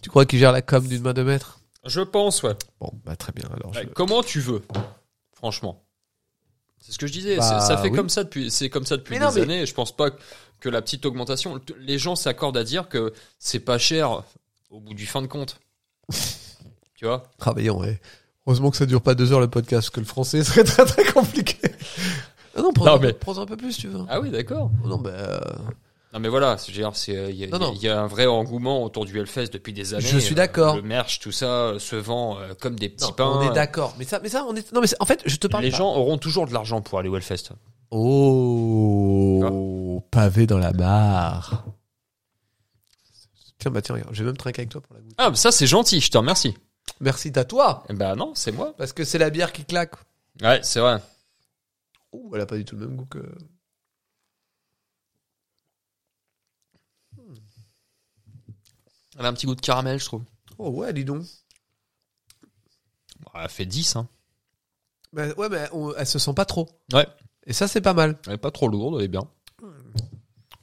[SPEAKER 2] Tu crois qu'ils gèrent la com d'une main de maître
[SPEAKER 3] Je pense, ouais.
[SPEAKER 2] Bon, bah très bien. Alors, je-
[SPEAKER 3] Ouais, Comment tu veux Franchement. C'est ce que je disais,
[SPEAKER 2] Bah,
[SPEAKER 3] c'est- ça fait
[SPEAKER 2] oui.
[SPEAKER 3] comme ça depuis, c'est comme ça depuis
[SPEAKER 2] Mais
[SPEAKER 3] des
[SPEAKER 2] non, mais-
[SPEAKER 3] années. et Je pense pas que la petite augmentation, t- les gens s'accordent à dire que c'est pas cher au bout du fin de compte. <laughs> tu vois
[SPEAKER 2] travaillons. ouais. Heureusement que ça dure pas deux heures le podcast, parce que le français <laughs> serait très très compliqué. Ah non, prends,
[SPEAKER 3] Non, mais-
[SPEAKER 2] prends un peu plus, si tu veux.
[SPEAKER 3] Ah oui, d'accord.
[SPEAKER 2] Non, bah... euh,
[SPEAKER 3] Non mais voilà, c'est- je veux dire, c'est euh, il y,
[SPEAKER 2] Non,
[SPEAKER 3] a- il y a-
[SPEAKER 2] non.
[SPEAKER 3] il y a un vrai engouement autour du Hellfest depuis des années.
[SPEAKER 2] Je suis
[SPEAKER 3] Euh,
[SPEAKER 2] d'accord.
[SPEAKER 3] Le merch, tout ça, euh, se vend euh, comme des petits
[SPEAKER 2] Non,
[SPEAKER 3] pains.
[SPEAKER 2] On est d'accord, mais ça, mais ça, on est. Non, mais c'est- en fait, je te parle.
[SPEAKER 3] Les
[SPEAKER 2] pas.
[SPEAKER 3] gens auront toujours de l'argent pour aller au Hellfest.
[SPEAKER 2] Oh, pavé dans la barre. Tiens, bah tiens, regarde, je vais même trinquer avec toi pour la goutte.
[SPEAKER 3] Ah, mais ça c'est gentil, je te remercie.
[SPEAKER 2] Merci à toi,
[SPEAKER 3] Eh ben non, c'est moi.
[SPEAKER 2] parce que c'est la bière qui claque.
[SPEAKER 3] Ouais, c'est vrai.
[SPEAKER 2] Ouh, elle a pas du tout le même goût que.
[SPEAKER 3] Elle a un petit goût de caramel, je trouve.
[SPEAKER 2] Oh ouais, dis donc.
[SPEAKER 3] Bon, elle fait 10, hein.
[SPEAKER 2] Bah, ouais, mais on- elle se sent pas trop.
[SPEAKER 3] Ouais.
[SPEAKER 2] Et ça, c'est pas mal.
[SPEAKER 3] Elle est pas trop lourde, elle est bien.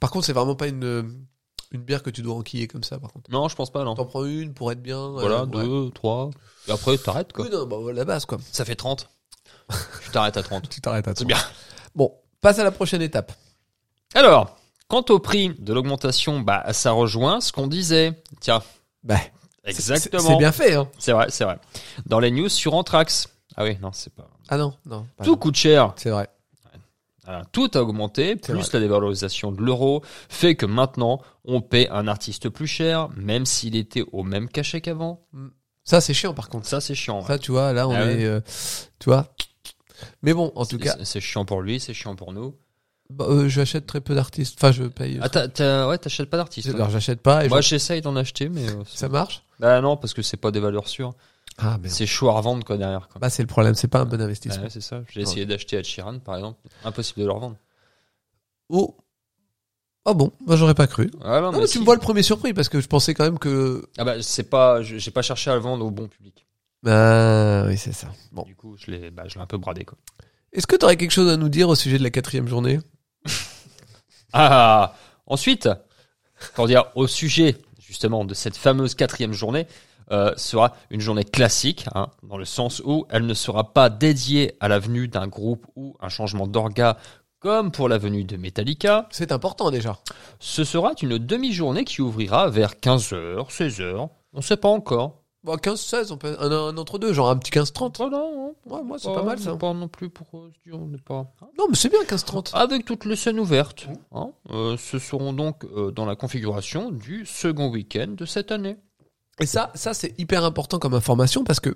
[SPEAKER 2] Par contre, c'est vraiment pas une une bière que tu dois enquiller comme ça. Par contre,
[SPEAKER 3] Non, je pense pas, non.
[SPEAKER 2] t'en prends une pour être bien.
[SPEAKER 3] Voilà,
[SPEAKER 2] euh, ouais.
[SPEAKER 3] 2, 3. Et après, t'arrêtes, quoi.
[SPEAKER 2] Oui, non, bah, la base quoi.
[SPEAKER 3] Ça fait 30. <laughs> je t'arrête à 30.
[SPEAKER 2] Tu t'arrêtes à
[SPEAKER 3] C'est
[SPEAKER 2] toi.
[SPEAKER 3] bien.
[SPEAKER 2] Bon, passe à la prochaine étape.
[SPEAKER 3] Alors, quant au prix de l'augmentation, bah ça rejoint ce qu'on disait. Tiens,
[SPEAKER 2] Bah, c'est- c'est-
[SPEAKER 3] exactement.
[SPEAKER 2] C'est bien fait. Hein.
[SPEAKER 3] C'est vrai, c'est vrai. Dans les news sur Anthrax. Ah oui, non, c'est pas.
[SPEAKER 2] Ah non, non. pas
[SPEAKER 3] Tout
[SPEAKER 2] non.
[SPEAKER 3] coûte cher.
[SPEAKER 2] C'est vrai.
[SPEAKER 3] Voilà, tout a augmenté,
[SPEAKER 2] C'est
[SPEAKER 3] plus la dévalorisation de l'euro fait que maintenant on paie un artiste plus cher, même s'il était au même cachet qu'avant.
[SPEAKER 2] Ça, c'est chiant par contre.
[SPEAKER 3] Ça c'est chiant. ouais.
[SPEAKER 2] Ça, tu vois, là, on
[SPEAKER 3] Ah ouais.
[SPEAKER 2] est. euh, tu vois. Mais bon, en tout cas,
[SPEAKER 3] C'est- C'est chiant pour lui, c'est chiant pour nous.
[SPEAKER 2] bah, euh, j'achète très peu d'artistes. Enfin, je paye.
[SPEAKER 3] Ah, t'as- t'as- ouais, t'achètes pas d'artiste. hein.
[SPEAKER 2] Alors, j'achète pas et
[SPEAKER 3] Moi
[SPEAKER 2] je-
[SPEAKER 3] j'essaye d'en acheter, mais. euh, c'est-
[SPEAKER 2] ça marche.
[SPEAKER 3] Bah non, parce que c'est pas des valeurs sûres.
[SPEAKER 2] Ah, mais
[SPEAKER 3] C'est chaud à revendre quoi derrière. Quoi.
[SPEAKER 2] Bah, c'est le problème, c'est pas un bon
[SPEAKER 3] Ah
[SPEAKER 2] investissement.
[SPEAKER 3] ouais, c'est ça. J'ai essayé d'acheter à Chiran par exemple. Impossible de le revendre.
[SPEAKER 2] Oh. Oh bon, moi j'aurais pas cru.
[SPEAKER 3] Ah,
[SPEAKER 2] Non, mais tu
[SPEAKER 3] si.
[SPEAKER 2] me vois le premier surpris parce que je pensais quand même que.
[SPEAKER 3] Ah bah c'est pas. J'ai pas cherché à le vendre au bon public.
[SPEAKER 2] Ah, oui, c'est ça. Bon.
[SPEAKER 3] Du coup, je l'ai bah, je l'ai un peu bradé. Quoi.
[SPEAKER 2] Est-ce que t'aurais quelque chose à nous dire au sujet de la quatrième journée
[SPEAKER 3] Ah Ensuite, pour dire au sujet justement de cette fameuse quatrième journée, euh, sera une journée classique, hein, dans le sens où elle ne sera pas dédiée à la venue d'un groupe ou un changement d'orga comme pour la venue de Metallica.
[SPEAKER 2] C'est important déjà.
[SPEAKER 3] Ce sera une demi-journée qui ouvrira vers 15h, 16h, on ne sait pas encore.
[SPEAKER 2] Bon, 15-16, on peut- un, un entre-deux, genre un petit 15-30.
[SPEAKER 3] Voilà, hein.
[SPEAKER 2] Ouais, moi, c'est pas mal ça.
[SPEAKER 3] Pas non plus pour euh, se dire, on n'est pas.
[SPEAKER 2] Non, mais c'est bien 15-30.
[SPEAKER 3] Avec toutes les scènes ouvertes, hein, euh, ce seront donc euh, dans la configuration du second week-end de cette année.
[SPEAKER 2] Et ça, ça c'est hyper important comme information parce que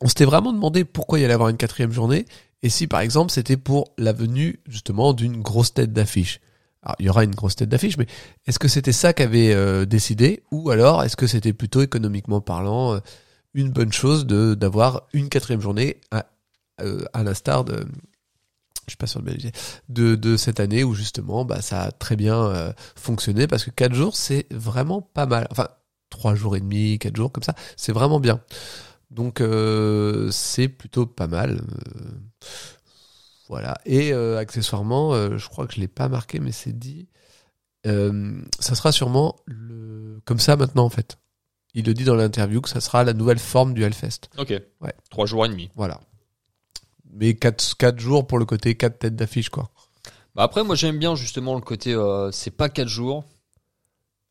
[SPEAKER 2] on s'était vraiment demandé pourquoi il y allait avoir une quatrième journée et si par exemple c'était pour la venue justement d'une grosse tête d'affiche. Alors il y aura une grosse tête d'affiche, mais est-ce que c'était ça qu'avait euh, décidé ou alors est-ce que c'était plutôt économiquement parlant euh, une bonne chose de d'avoir une quatrième journée à, euh, à l'instar de je suis pas sûr de bien le dire, de, de cette année où justement bah, ça a très bien euh, fonctionné parce que quatre jours c'est vraiment pas mal. Enfin trois jours et demi, quatre jours comme ça, c'est vraiment bien. Donc euh, c'est plutôt pas mal. Euh, voilà. Et euh, accessoirement, euh, je crois que je l'ai pas marqué, mais c'est dit. euh, ça sera sûrement le comme ça maintenant en fait. Il le dit dans l'interview que ça sera la nouvelle forme du Hellfest.
[SPEAKER 3] Ok.
[SPEAKER 2] Ouais.
[SPEAKER 3] Trois jours et demi.
[SPEAKER 2] Voilà. Mais 4, quatre jours pour le côté 4 têtes d'affiche quoi.
[SPEAKER 3] Bah après, moi j'aime bien justement le côté, euh, c'est pas quatre jours.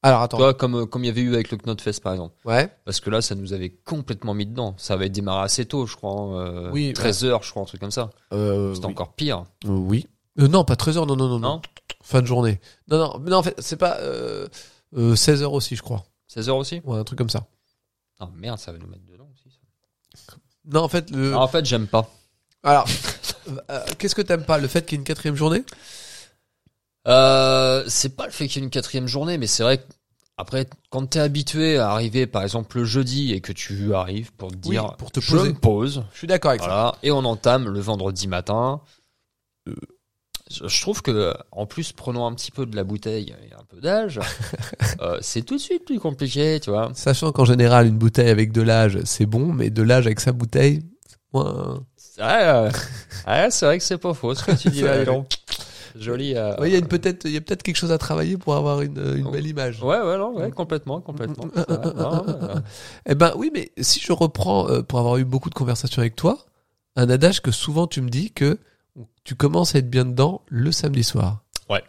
[SPEAKER 2] Alors attends.
[SPEAKER 3] Toi, comme euh, comme il y avait eu avec le Knotfest par exemple.
[SPEAKER 2] Ouais.
[SPEAKER 3] Parce que là, ça nous avait complètement mis dedans. Ça avait démarré assez tôt, je crois. hein, euh,
[SPEAKER 2] Oui,
[SPEAKER 3] 13 heures, je crois, un truc comme ça.
[SPEAKER 2] Euh,
[SPEAKER 3] C'était
[SPEAKER 2] oui.
[SPEAKER 3] encore pire.
[SPEAKER 2] Euh, oui. Euh, non, pas 13h, non, non, non, non.
[SPEAKER 3] Non
[SPEAKER 2] Fin de journée. Non, non, mais non en fait, c'est pas euh, 16h aussi, je crois.
[SPEAKER 3] 16 heures aussi
[SPEAKER 2] Ouais, un truc comme ça.
[SPEAKER 3] Ah merde, ça va nous mettre dedans aussi. ça.
[SPEAKER 2] Non, en fait, le...
[SPEAKER 3] Ah, en fait, j'aime pas.
[SPEAKER 2] alors, euh, qu'est-ce que t'aimes pas Le fait qu'il y ait une quatrième journée
[SPEAKER 3] Euh, c'est pas le fait qu'il y ait une quatrième journée, mais c'est vrai que après, quand t'es habitué à arriver, par exemple, le jeudi et que tu arrives pour te dire,
[SPEAKER 2] pour te
[SPEAKER 3] je
[SPEAKER 2] poser.
[SPEAKER 3] me pose,
[SPEAKER 2] Je suis d'accord avec
[SPEAKER 3] voilà, et on entame le vendredi matin. Je je trouve que, en plus, prenant un petit peu de la bouteille et un peu d'âge,
[SPEAKER 2] <laughs>
[SPEAKER 3] euh, c'est tout de suite plus compliqué, tu vois.
[SPEAKER 2] ça. Sachant qu'en général, une bouteille avec de l'âge, c'est bon, mais de l'âge avec sa bouteille, c'est moins...
[SPEAKER 3] Ouais, euh, ouais, c'est vrai que c'est pas faux ce que tu dis là,
[SPEAKER 2] C'est
[SPEAKER 3] dis donc. Joli. euh,
[SPEAKER 2] Ouais, il y a une- peut-être il y a peut-être quelque chose à travailler pour avoir une, euh, une
[SPEAKER 3] Oh.
[SPEAKER 2] belle image.
[SPEAKER 3] Ouais, ouais, non, ouais, complètement,
[SPEAKER 2] <laughs>
[SPEAKER 3] complètement. Ouais, ouais, ouais.
[SPEAKER 2] Eh ben oui, mais si je reprends, euh, pour avoir eu beaucoup de conversations avec toi, un adage que souvent tu me dis que tu commences à être bien dedans le samedi soir.
[SPEAKER 3] Ouais.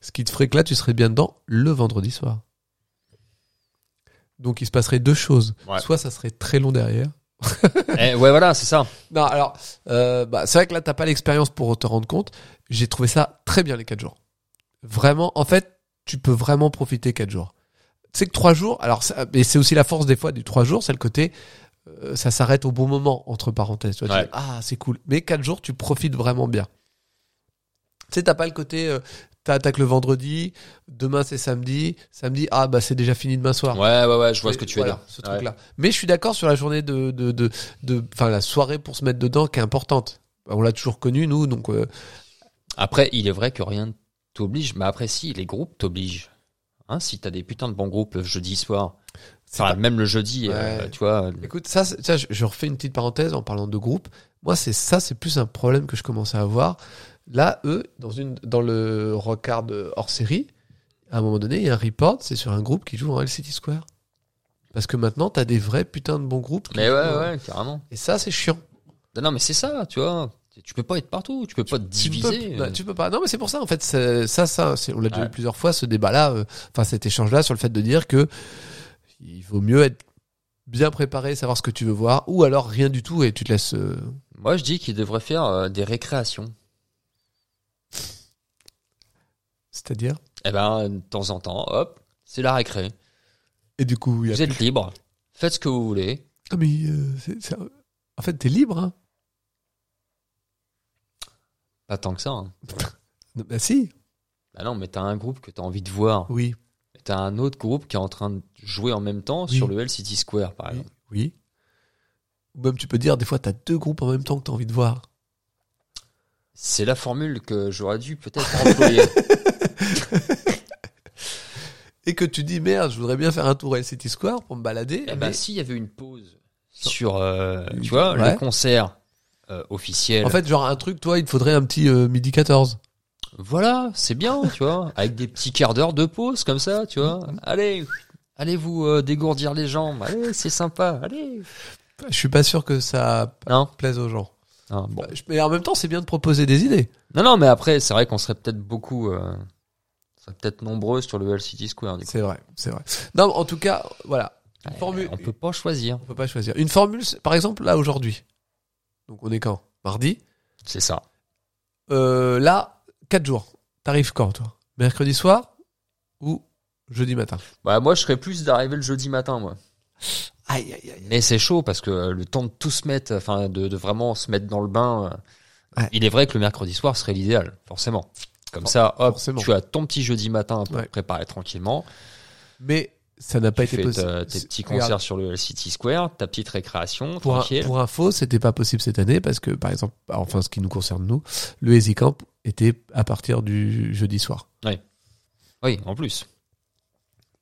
[SPEAKER 2] Ce qui te ferait que là, tu serais bien dedans le vendredi soir. Donc il se passerait deux choses.
[SPEAKER 3] Ouais.
[SPEAKER 2] Soit ça serait très long derrière.
[SPEAKER 3] Eh, ouais, voilà, c'est ça.
[SPEAKER 2] Non, alors, euh, bah, c'est vrai que là, t'as pas l'expérience pour te rendre compte. J'ai trouvé ça très bien les 4 jours. Vraiment, en fait, tu peux vraiment profiter 4 jours. Tu sais que 3 jours, alors, ça- et c'est aussi la force des fois du 3 jours, c'est le côté, euh, ça s'arrête au bon moment, entre parenthèses. Tu vois, tu
[SPEAKER 3] Ouais.
[SPEAKER 2] dis, ah, c'est cool. Mais 4 jours, tu profites vraiment bien. Tu sais, t'as pas le côté, euh, t'attaques le vendredi, demain c'est samedi, samedi, ah, bah c'est déjà fini demain soir.
[SPEAKER 3] Ouais, ouais, ouais, je vois ce que tu veux
[SPEAKER 2] Voilà,
[SPEAKER 3] dire.
[SPEAKER 2] ce truc-là. Mais je suis d'accord sur la journée de, de, de, de- enfin, la soirée pour se mettre dedans qui est importante. On l'a toujours connu, nous, donc, euh,
[SPEAKER 3] Après, il est vrai que rien ne t'oblige, mais après, si, les groupes t'obligent. Hein, si t'as des putains de bons groupes le jeudi soir,
[SPEAKER 2] c'est
[SPEAKER 3] enfin,
[SPEAKER 2] pas-
[SPEAKER 3] même le jeudi, euh,
[SPEAKER 2] Ouais.
[SPEAKER 3] tu vois.
[SPEAKER 2] Écoute, ça, c'est- tiens, je, je refais une petite parenthèse en parlant de groupe. Moi, c'est ça, c'est plus un problème que je commençais à avoir. Là, eux, dans une, dans le rockard de hors série, à un moment donné, il y a un report, c'est sur un groupe qui joue en LCT Square. Parce que maintenant, t'as des vrais putains de bons groupes. qui
[SPEAKER 3] Mais
[SPEAKER 2] jouent,
[SPEAKER 3] ouais,
[SPEAKER 2] euh,
[SPEAKER 3] ouais, carrément.
[SPEAKER 2] Et ça, c'est chiant.
[SPEAKER 3] Non, non, mais c'est ça, tu vois. Tu peux pas être partout, tu peux pas te
[SPEAKER 2] Tu ne peux-
[SPEAKER 3] diviser. euh.
[SPEAKER 2] bah, Tu peux, pas. Non, mais c'est pour ça, en fait, c'est- ça, ça, c'est- on l'a déjà
[SPEAKER 3] Ouais.
[SPEAKER 2] eu plusieurs fois, ce débat-là, euh, enfin, cet échange-là sur le fait de dire que il vaut mieux être bien préparé, savoir ce que tu veux voir, ou alors rien du tout et tu te laisses. euh,
[SPEAKER 3] Moi, je dis qu'ils devraient faire euh, des récréations.
[SPEAKER 2] C'est-à-dire.
[SPEAKER 3] Eh ben, de temps en temps, hop, c'est la récré.
[SPEAKER 2] Et du coup, il y a.
[SPEAKER 3] Vous êtes libre, faites ce que vous voulez.
[SPEAKER 2] Ah, mais euh, c'est- c'est- en fait, t'es libre, hein.
[SPEAKER 3] Pas tant que ça. hein.
[SPEAKER 2] Bah, si.
[SPEAKER 3] Bah non, mais t'as un groupe que t'as envie de voir.
[SPEAKER 2] Oui.
[SPEAKER 3] T'as un autre groupe qui est en train de jouer en même temps
[SPEAKER 2] Oui.
[SPEAKER 3] sur le L City Square, par
[SPEAKER 2] Oui.
[SPEAKER 3] exemple.
[SPEAKER 2] oui. Ou même, tu peux dire, des fois, t'as deux groupes en même temps que t'as envie de voir.
[SPEAKER 3] C'est la formule que j'aurais dû peut-être <laughs> employer.
[SPEAKER 2] Et que tu dis, merde, je voudrais bien faire un tour à LCT Square pour me balader.
[SPEAKER 3] Eh
[SPEAKER 2] mais-
[SPEAKER 3] ben, s'il y avait une pause sur, euh,
[SPEAKER 2] Oui.
[SPEAKER 3] tu vois,
[SPEAKER 2] Ouais.
[SPEAKER 3] le concert euh, officiel.
[SPEAKER 2] en fait, genre, un truc, toi, il te faudrait un petit euh, midi 14.
[SPEAKER 3] Voilà, c'est bien, tu vois, avec des petits quarts d'heure de pause comme ça, tu vois. Allez, allez vous euh, dégourdir les jambes. Allez, c'est sympa. Allez.
[SPEAKER 2] Je suis pas sûr que ça
[SPEAKER 3] Non.
[SPEAKER 2] plaise aux gens.
[SPEAKER 3] Non, Ah, bon.
[SPEAKER 2] Bah, je- Mais en même temps, c'est bien de proposer des idées.
[SPEAKER 3] non, non, mais après, c'est vrai qu'on serait peut-être beaucoup, euh, on serait peut-être nombreux sur le L City Square. du coup.
[SPEAKER 2] C'est vrai, c'est vrai. Non, mais en tout cas, voilà. Une formule.
[SPEAKER 3] On peut pas choisir.
[SPEAKER 2] On peut pas choisir. Une formule, c'est- par exemple, là aujourd'hui. Donc on est quand Mardi.
[SPEAKER 3] C'est ça.
[SPEAKER 2] Euh, là, 4 jours. T'arrives quand, toi Mercredi soir ou jeudi matin
[SPEAKER 3] Bah, moi, je serais plus d'arriver le jeudi matin, moi.
[SPEAKER 2] Aïe, aïe, aïe.
[SPEAKER 3] Mais c'est chaud parce que euh, le temps de tout se mettre, enfin, de, de vraiment se mettre dans le bain. euh,
[SPEAKER 2] Ouais.
[SPEAKER 3] Il est vrai que le mercredi soir serait l'idéal, forcément. Comme
[SPEAKER 2] For-
[SPEAKER 3] ça, hop,
[SPEAKER 2] forcément.
[SPEAKER 3] tu as ton petit jeudi matin pour
[SPEAKER 2] Ouais.
[SPEAKER 3] te préparer tranquillement.
[SPEAKER 2] Mais ça n'a pas
[SPEAKER 3] tu
[SPEAKER 2] été
[SPEAKER 3] fais
[SPEAKER 2] possible.
[SPEAKER 3] ta- tes petits
[SPEAKER 2] Regarde,
[SPEAKER 3] concerts sur le City Square, ta petite récréation,
[SPEAKER 2] Pour, un,
[SPEAKER 3] tranquille.
[SPEAKER 2] pour info, c'était pas possible cette année parce que, par exemple, enfin, ce qui nous concerne nous, le Easy Camp était à partir du jeudi soir.
[SPEAKER 3] Oui, en plus.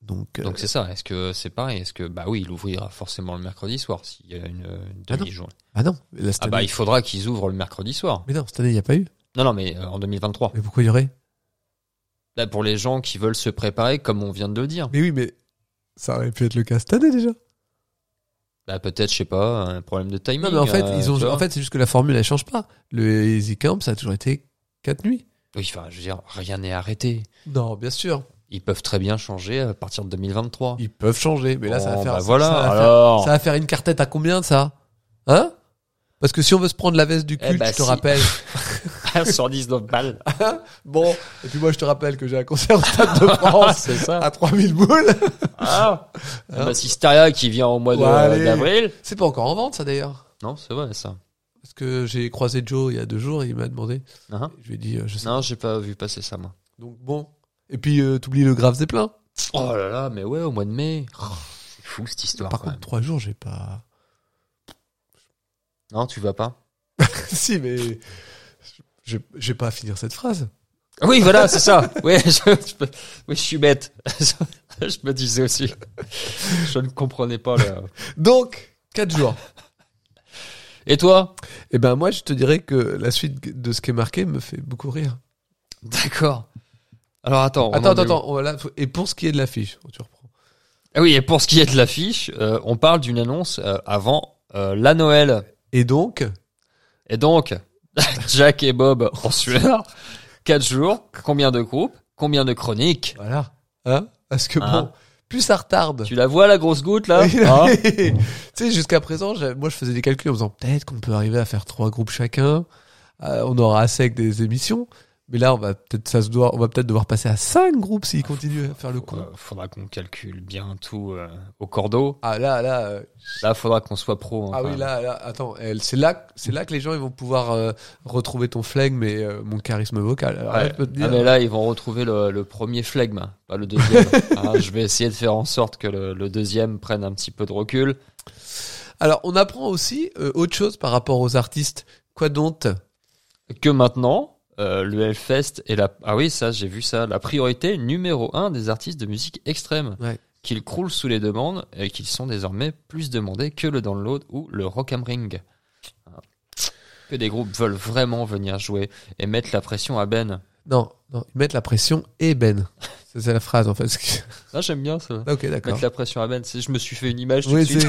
[SPEAKER 2] Donc, euh,
[SPEAKER 3] Donc c'est ça. Est-ce que c'est pareil Est-ce que bah oui, il ouvrira forcément le mercredi soir s'il y a une, une
[SPEAKER 2] Ah non.
[SPEAKER 3] demi-journée.
[SPEAKER 2] ah non, là, cette
[SPEAKER 3] Ah, bah
[SPEAKER 2] année-
[SPEAKER 3] il faudra qu'ils ouvrent le mercredi soir.
[SPEAKER 2] mais non, cette année, il n'y a pas eu.
[SPEAKER 3] Non non, mais euh, en 2023.
[SPEAKER 2] Mais pourquoi il y aurait
[SPEAKER 3] Là Bah, pour les gens qui veulent se préparer, comme on vient de le dire.
[SPEAKER 2] Mais oui, mais ça aurait pu être le cas cette année déjà.
[SPEAKER 3] Bah peut-être, je sais pas, un problème de timing.
[SPEAKER 2] Non, mais en fait,
[SPEAKER 3] euh,
[SPEAKER 2] ils
[SPEAKER 3] tu
[SPEAKER 2] ont,
[SPEAKER 3] vois.
[SPEAKER 2] en fait, c'est juste que la formule elle change pas. Le Easy Camp, ça a toujours été 4 nuits.
[SPEAKER 3] Oui, enfin, je veux dire, rien n'est arrêté.
[SPEAKER 2] Non, bien sûr.
[SPEAKER 3] Ils peuvent très bien changer euh, à partir de 2023.
[SPEAKER 2] Ils peuvent changer, mais là, ça va
[SPEAKER 3] Bon,
[SPEAKER 2] faire.
[SPEAKER 3] bah
[SPEAKER 2] ça-
[SPEAKER 3] voilà,
[SPEAKER 2] ça va faire-
[SPEAKER 3] alors.
[SPEAKER 2] Ça <laughs> va faire une cartette à combien ça Hein Parce que si on veut se prendre la veste du
[SPEAKER 3] Eh
[SPEAKER 2] cul,
[SPEAKER 3] bah,
[SPEAKER 2] je te
[SPEAKER 3] si.
[SPEAKER 2] rappelle.
[SPEAKER 3] 119 <laughs> balles.
[SPEAKER 2] <laughs> bon, et puis moi je te rappelle que j'ai un concert au Stade de <laughs> France
[SPEAKER 3] c'est ça.
[SPEAKER 2] à 3000 boules.
[SPEAKER 3] Ah. Ah, bah, Systeria qui vient au mois de-
[SPEAKER 2] Ouais, allez.
[SPEAKER 3] d'avril.
[SPEAKER 2] C'est pas encore en vente ça d'ailleurs.
[SPEAKER 3] Non, c'est vrai, ça.
[SPEAKER 2] Parce que j'ai croisé Joe il y a deux jours et il m'a demandé.
[SPEAKER 3] Hein
[SPEAKER 2] Je lui ai dit, euh, je sais.
[SPEAKER 3] Non, j'ai pas vu passer ça, moi.
[SPEAKER 2] Donc bon. Et puis euh, t'oublies le grave Zeppelin.
[SPEAKER 3] Oh là là, mais ouais, au mois de mai. Oh, c'est fou, cette histoire,
[SPEAKER 2] Par
[SPEAKER 3] quand
[SPEAKER 2] contre,
[SPEAKER 3] même.
[SPEAKER 2] trois jours, j'ai pas. <laughs>
[SPEAKER 3] Non, tu vas pas.
[SPEAKER 2] si, mais. Je, je vais pas finir cette phrase.
[SPEAKER 3] Ah Oui, <laughs> voilà, c'est ça. Ouais, je, je peux- oui, je suis bête. <laughs> Je, je me disais aussi. Je ne comprenais pas. le-
[SPEAKER 2] Donc, quatre jours.
[SPEAKER 3] Et toi
[SPEAKER 2] <laughs> Eh ben moi, je te dirais que la suite de ce qui est marqué me fait beaucoup rire.
[SPEAKER 3] D'accord. Alors attends. on
[SPEAKER 2] attends,
[SPEAKER 3] en est
[SPEAKER 2] attends,
[SPEAKER 3] où
[SPEAKER 2] attends. on va là- et pour ce qui est de l'affiche, tu reprends.
[SPEAKER 3] Ah oui, et pour ce qui est de l'affiche, euh, on parle d'une annonce euh, avant euh, la Noël.
[SPEAKER 2] Et donc,
[SPEAKER 3] Et donc, <laughs> Jack et Bob en sueur, 4 jours, combien de groupes, combien de chroniques
[SPEAKER 2] voilà. Hein Parce que
[SPEAKER 3] Hein
[SPEAKER 2] bon, plus ça retarde.
[SPEAKER 3] Tu la vois la grosse goutte là Hein
[SPEAKER 2] <laughs> tu sais, jusqu'à présent, j'avais- moi, je faisais des calculs en me disant peut-être qu'on peut arriver à faire trois groupes chacun. Euh, on aura assez avec des émissions. Mais là, on va peut-être, ça se doit, on va peut-être devoir passer à cinq groupes s'ils continuent à faire le con.
[SPEAKER 3] Euh, Faudra qu'on calcule bien tout euh, au cordeau.
[SPEAKER 2] Ah là, là. euh,
[SPEAKER 3] Là, faudra qu'on soit pro. hein,
[SPEAKER 2] Ah
[SPEAKER 3] quand
[SPEAKER 2] oui,
[SPEAKER 3] même.
[SPEAKER 2] là, là, attends, elle- c'est là, c'est là que les gens ils vont pouvoir euh, retrouver ton flegme et euh, mon charisme vocal. Alors là,
[SPEAKER 3] Ouais.
[SPEAKER 2] je peux te
[SPEAKER 3] Ah,
[SPEAKER 2] dire,
[SPEAKER 3] mais là, ils vont retrouver le, le premier flegme, pas le
[SPEAKER 2] <laughs>
[SPEAKER 3] deuxième. Hein, je vais essayer de faire en sorte que le, le deuxième prenne un petit peu de recul.
[SPEAKER 2] Alors, on apprend aussi euh, autre chose par rapport aux artistes. Quoi donc
[SPEAKER 3] que maintenant, euh, le Hellfest est la... Ah oui, ça, j'ai vu ça. La priorité numéro un des artistes de musique extrême.
[SPEAKER 2] Ouais.
[SPEAKER 3] Qu'ils croulent sous les demandes et qu'ils sont désormais plus demandés que le download ou le rock'em ring. Ah. Que des groupes veulent vraiment venir jouer et mettre la pression à Ben.
[SPEAKER 2] Non, non, ils mettent la pression et Ben. Ça, C'est la phrase en fait. <laughs>
[SPEAKER 3] Ça, Ah, j'aime bien ça.
[SPEAKER 2] ok, d'accord.
[SPEAKER 3] Mettre la pression à Ben, c'est- je me suis fait une image tout
[SPEAKER 2] Oui,
[SPEAKER 3] de suite.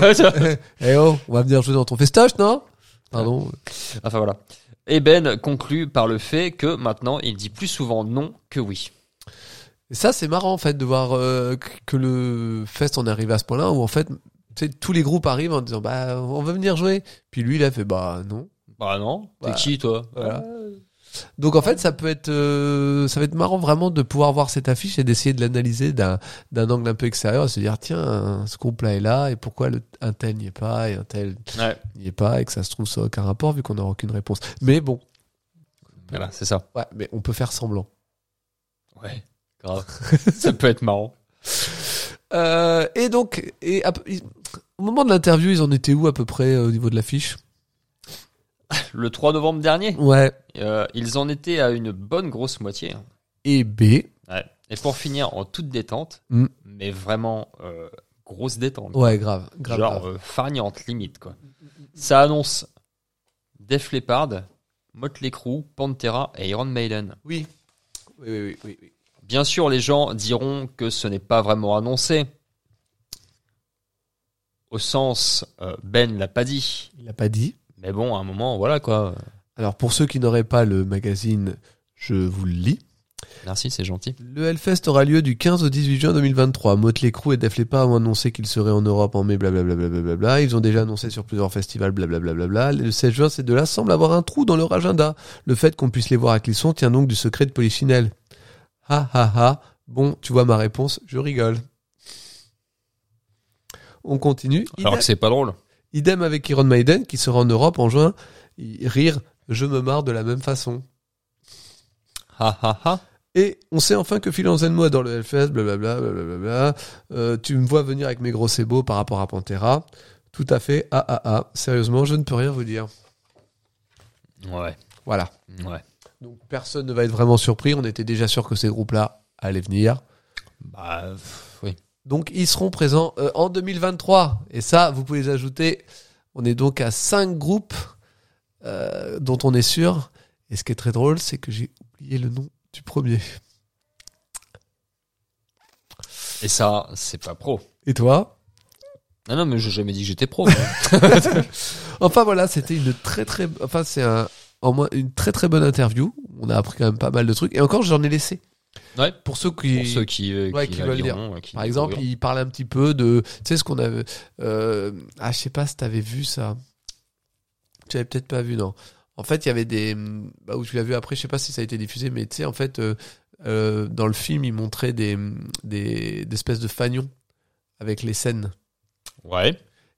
[SPEAKER 3] <laughs>
[SPEAKER 2] Eh oh, on va venir jouer dans ton festoche, non Pardon.
[SPEAKER 3] enfin voilà. Et Ben conclut par le fait que maintenant il dit plus souvent non que oui.
[SPEAKER 2] Et ça, c'est marrant en fait de voir euh, que- que le fest en est arrivé à ce point-là où en fait, tu sais, tous les groupes arrivent en disant bah on veut venir jouer. Puis lui, il a fait bah non.
[SPEAKER 3] Bah non, t'es
[SPEAKER 2] Bah,
[SPEAKER 3] qui toi
[SPEAKER 2] voilà. Donc en fait, ça peut être, euh, ça va être marrant vraiment de pouvoir voir cette affiche et d'essayer de l'analyser d'un d'un angle un peu extérieur, et se dire tiens, ce groupe-là est là et pourquoi le, un tel n'y est pas et un tel
[SPEAKER 3] Ouais.
[SPEAKER 2] n'y est pas et que ça se trouve ça n'a aucun rapport vu qu'on n'a aucune réponse. Mais bon,
[SPEAKER 3] Voilà, c'est ça.
[SPEAKER 2] ouais, mais on peut faire semblant.
[SPEAKER 3] Ouais, grave. <laughs> ça peut être marrant.
[SPEAKER 2] Euh, et donc, et à peu- ils- au moment de l'interview, ils en étaient où à peu près euh, au niveau de l'affiche
[SPEAKER 3] Le 3 novembre dernier,
[SPEAKER 2] Ouais.
[SPEAKER 3] euh, ils en étaient à une bonne grosse moitié.
[SPEAKER 2] Et B,
[SPEAKER 3] Ouais. Et pour finir, en toute détente,
[SPEAKER 2] Mm.
[SPEAKER 3] mais vraiment euh, grosse détente.
[SPEAKER 2] ouais, grave, grave.
[SPEAKER 3] Genre
[SPEAKER 2] grave.
[SPEAKER 3] euh, farniente, limite, quoi. Ça annonce Def Leppard, Motley Crue, Pantera et Iron Maiden.
[SPEAKER 2] Oui. Oui, oui, oui, oui, oui.
[SPEAKER 3] Bien sûr, les gens diront que ce n'est pas vraiment annoncé. Au sens, euh, Ben l'a pas dit.
[SPEAKER 2] Il l'a pas dit.
[SPEAKER 3] Mais bon, à un moment, voilà quoi.
[SPEAKER 2] Alors pour ceux qui n'auraient pas le magazine, je vous le lis.
[SPEAKER 3] Merci, c'est gentil.
[SPEAKER 2] Le Hellfest aura lieu du 15 au 18 juin 2023. Motley Crue et Def Leppard ont annoncé qu'ils seraient en Europe en mai, blablabla. blablabla. Ils ont déjà annoncé sur plusieurs festivals, blablabla. blablabla. Le 16 juin, ces deux-là semblent avoir un trou dans leur agenda. Le fait qu'on puisse les voir à Clisson tient donc du secret de Polichinelle. Ha ha ha. Bon, tu vois ma réponse, je rigole. On continue.
[SPEAKER 3] Ah, Alors
[SPEAKER 2] Idem,
[SPEAKER 3] que c'est pas drôle.
[SPEAKER 2] idem avec Iron Maiden qui sera en Europe en juin. Y- Rire, je me marre de la même façon.
[SPEAKER 3] Ha ha ha.
[SPEAKER 2] Et on sait enfin que Phil Anselmo adore le Hellfest, blablabla, blablabla. Euh, tu me vois venir avec mes gros beaux par rapport à Pantera. Tout à fait, ah ah ah. Sérieusement, je ne peux rien vous dire.
[SPEAKER 3] Ouais,
[SPEAKER 2] Voilà.
[SPEAKER 3] ouais.
[SPEAKER 2] Donc personne ne va être vraiment surpris. On était déjà sûr que ces groupes-là allaient venir.
[SPEAKER 3] Bah, pff, oui.
[SPEAKER 2] Donc ils seront présents euh, en 2023. Et ça, vous pouvez les ajouter. On est donc à 5 groupes euh, dont on est sûr. Et ce qui est très drôle, c'est que j'ai oublié le nom du premier.
[SPEAKER 3] Et ça, c'est pas pro.
[SPEAKER 2] Et toi
[SPEAKER 3] Ah Non, non, mais j'ai jamais dit que j'étais pro.
[SPEAKER 2] Enfin voilà, c'était une très très, enfin c'est un, en moins une très très bonne interview. On a appris quand même pas mal de trucs. Et encore, j'en ai laissé.
[SPEAKER 3] Ouais.
[SPEAKER 2] Pour ceux qui,
[SPEAKER 3] Pour ceux qui, euh,
[SPEAKER 2] Ouais,
[SPEAKER 3] qui
[SPEAKER 2] qui
[SPEAKER 3] la
[SPEAKER 2] veulent dire.
[SPEAKER 3] liront, ouais, qui
[SPEAKER 2] par exemple,
[SPEAKER 3] découvriront.
[SPEAKER 2] il parlait un petit peu de, tu sais ce qu'on avait, euh, ah je sais pas si t'avais vu ça. Tu avais peut-être pas vu non. En fait, il y avait des, bah, où tu l'as vu après, je sais pas si ça a été diffusé, mais tu sais en fait, euh, euh, dans le film, ils montraient des, des, des espèces de fanions avec les scènes.
[SPEAKER 3] Ouais.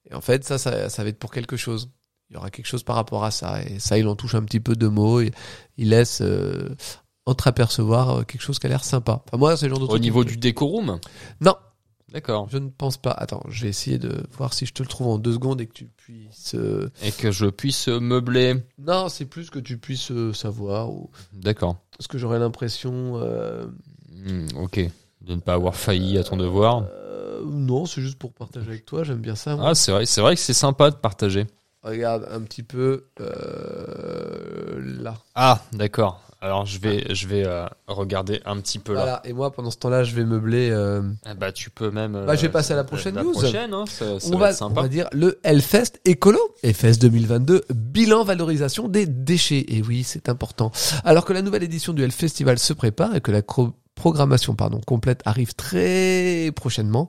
[SPEAKER 2] Et en fait, ça, ça, ça va être pour quelque chose. Il y aura quelque chose par rapport à ça. Et ça, il en touche un petit peu de mots. Il, il laisse euh, entreapercevoir euh, quelque chose qui a l'air sympa. Enfin, moi, c'est le genre de
[SPEAKER 3] Au
[SPEAKER 2] truc
[SPEAKER 3] niveau
[SPEAKER 2] qui me
[SPEAKER 3] du décorum
[SPEAKER 2] plaît. Non,
[SPEAKER 3] D'accord.
[SPEAKER 2] je ne pense pas. Attends, je vais essayer de voir si je te le trouve en deux secondes et que tu puisses. euh,
[SPEAKER 3] Et que je puisse meubler.
[SPEAKER 2] Non, c'est plus que tu puisses euh, savoir. Ou...
[SPEAKER 3] D'accord.
[SPEAKER 2] Parce que j'aurais l'impression. euh,
[SPEAKER 3] Hmm, ok. De ne pas avoir failli à ton devoir.
[SPEAKER 2] euh, Non, c'est juste pour partager avec toi. J'aime bien ça. moi.
[SPEAKER 3] Ah, c'est vrai, c'est vrai que c'est sympa de partager.
[SPEAKER 2] Regarde un petit peu. euh, Là.
[SPEAKER 3] Ah, d'accord. Alors je vais, je vais euh, regarder un petit peu là.
[SPEAKER 2] Voilà. Et moi, pendant ce temps-là, je vais meubler. euh,
[SPEAKER 3] Ah bah tu peux même. euh,
[SPEAKER 2] Bah, je vais passer à la prochaine news.
[SPEAKER 3] prochaine, hein, ça, ça
[SPEAKER 2] on,
[SPEAKER 3] va
[SPEAKER 2] va,
[SPEAKER 3] être
[SPEAKER 2] on
[SPEAKER 3] sympa.
[SPEAKER 2] va dire le Hellfest écolo. Hellfest 2022, bilan valorisation des déchets. Et oui, c'est important. Alors que la nouvelle édition du Hellfestival se prépare et que la cro- programmation pardon, complète arrive très prochainement,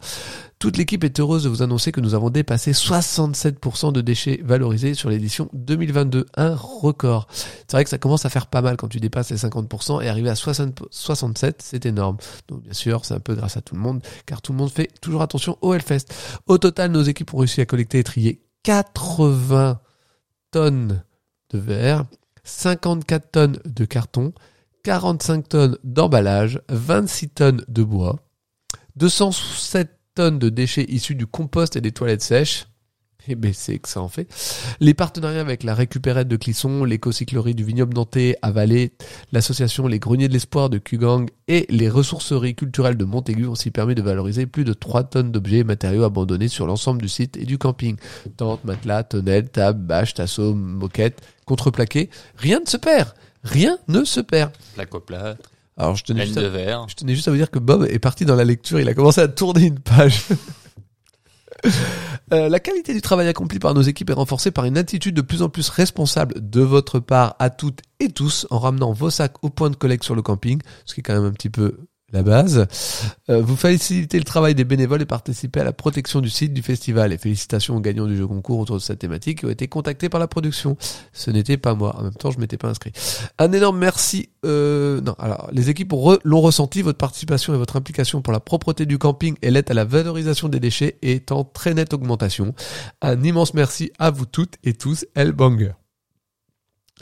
[SPEAKER 2] toute l'équipe est heureuse de vous annoncer que nous avons dépassé 67% de déchets valorisés sur l'édition 2022. Un record. C'est vrai que ça commence à faire pas mal quand tu dépasses les 50% et arriver à 60 67, c'est énorme. Donc bien sûr, c'est un peu grâce à tout le monde, car tout le monde fait toujours attention au Hellfest. Au total, nos équipes ont réussi à collecter et trier 80 tonnes de verre, 54 tonnes de carton, 45 tonnes d'emballage, 26 tonnes de bois, 207 tonnes de déchets issus du compost et des toilettes sèches. Et ben c'est que ça en fait. Les partenariats avec la récupérette de Clisson, l'écocyclerie du vignoble nantais à Valais, l'association Les Greniers de l'Espoir de Cugang et les ressourceries culturelles de Montaigu ont aussi permis de valoriser plus de 3 tonnes d'objets et matériaux abandonnés sur l'ensemble du site et du camping. Tentes, matelas, tonnelles, tables, bâches, tasseaux, moquettes, contreplaqués. Rien ne se perd. Rien ne se perd.
[SPEAKER 3] La coplate,
[SPEAKER 2] Alors je tenais,
[SPEAKER 3] laine
[SPEAKER 2] juste
[SPEAKER 3] de
[SPEAKER 2] à,
[SPEAKER 3] verre.
[SPEAKER 2] je tenais juste à vous dire que Bob est parti dans la lecture, il a commencé à tourner une page. <laughs> Euh, la qualité du travail accompli par nos équipes est renforcée par une attitude de plus en plus responsable de votre part à toutes et tous en ramenant vos sacs au point de collecte sur le camping, ce qui est quand même un petit peu la base. Euh, vous facilitez le travail des bénévoles et participez à la protection du site du festival. Et félicitations aux gagnants du jeu concours autour de cette thématique qui ont été contactés par la production. Ce n'était pas moi. En même temps, je m'étais pas inscrit. Un énorme merci. Euh, non, alors les équipes ont re- l'ont ressenti. Votre participation et votre implication pour la propreté du camping et l'aide à la valorisation des déchets est en très nette augmentation. Un immense merci à vous toutes et tous, Hellbanger.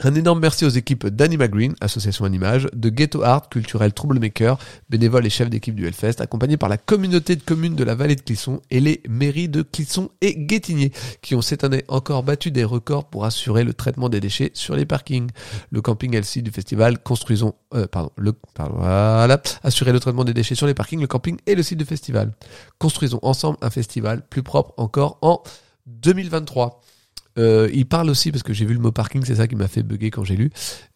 [SPEAKER 2] Un énorme merci aux équipes d'Anima Green, association Animage, de Ghetto Art, culturel Troublemaker, bénévoles et chefs d'équipe du Hellfest, accompagnés par la communauté de communes de la vallée de Clisson et les mairies de Clisson et Guétigné, qui ont cette année encore battu des records pour assurer le traitement des déchets sur les parkings le camping LC du festival construisons euh, pardon le pardon, voilà assurer le traitement des déchets sur les parkings le camping et le site du festival construisons ensemble un festival plus propre encore en 2023 Euh, il parle aussi parce que j'ai vu le mot parking c'est ça qui m'a fait bugger quand j'ai lu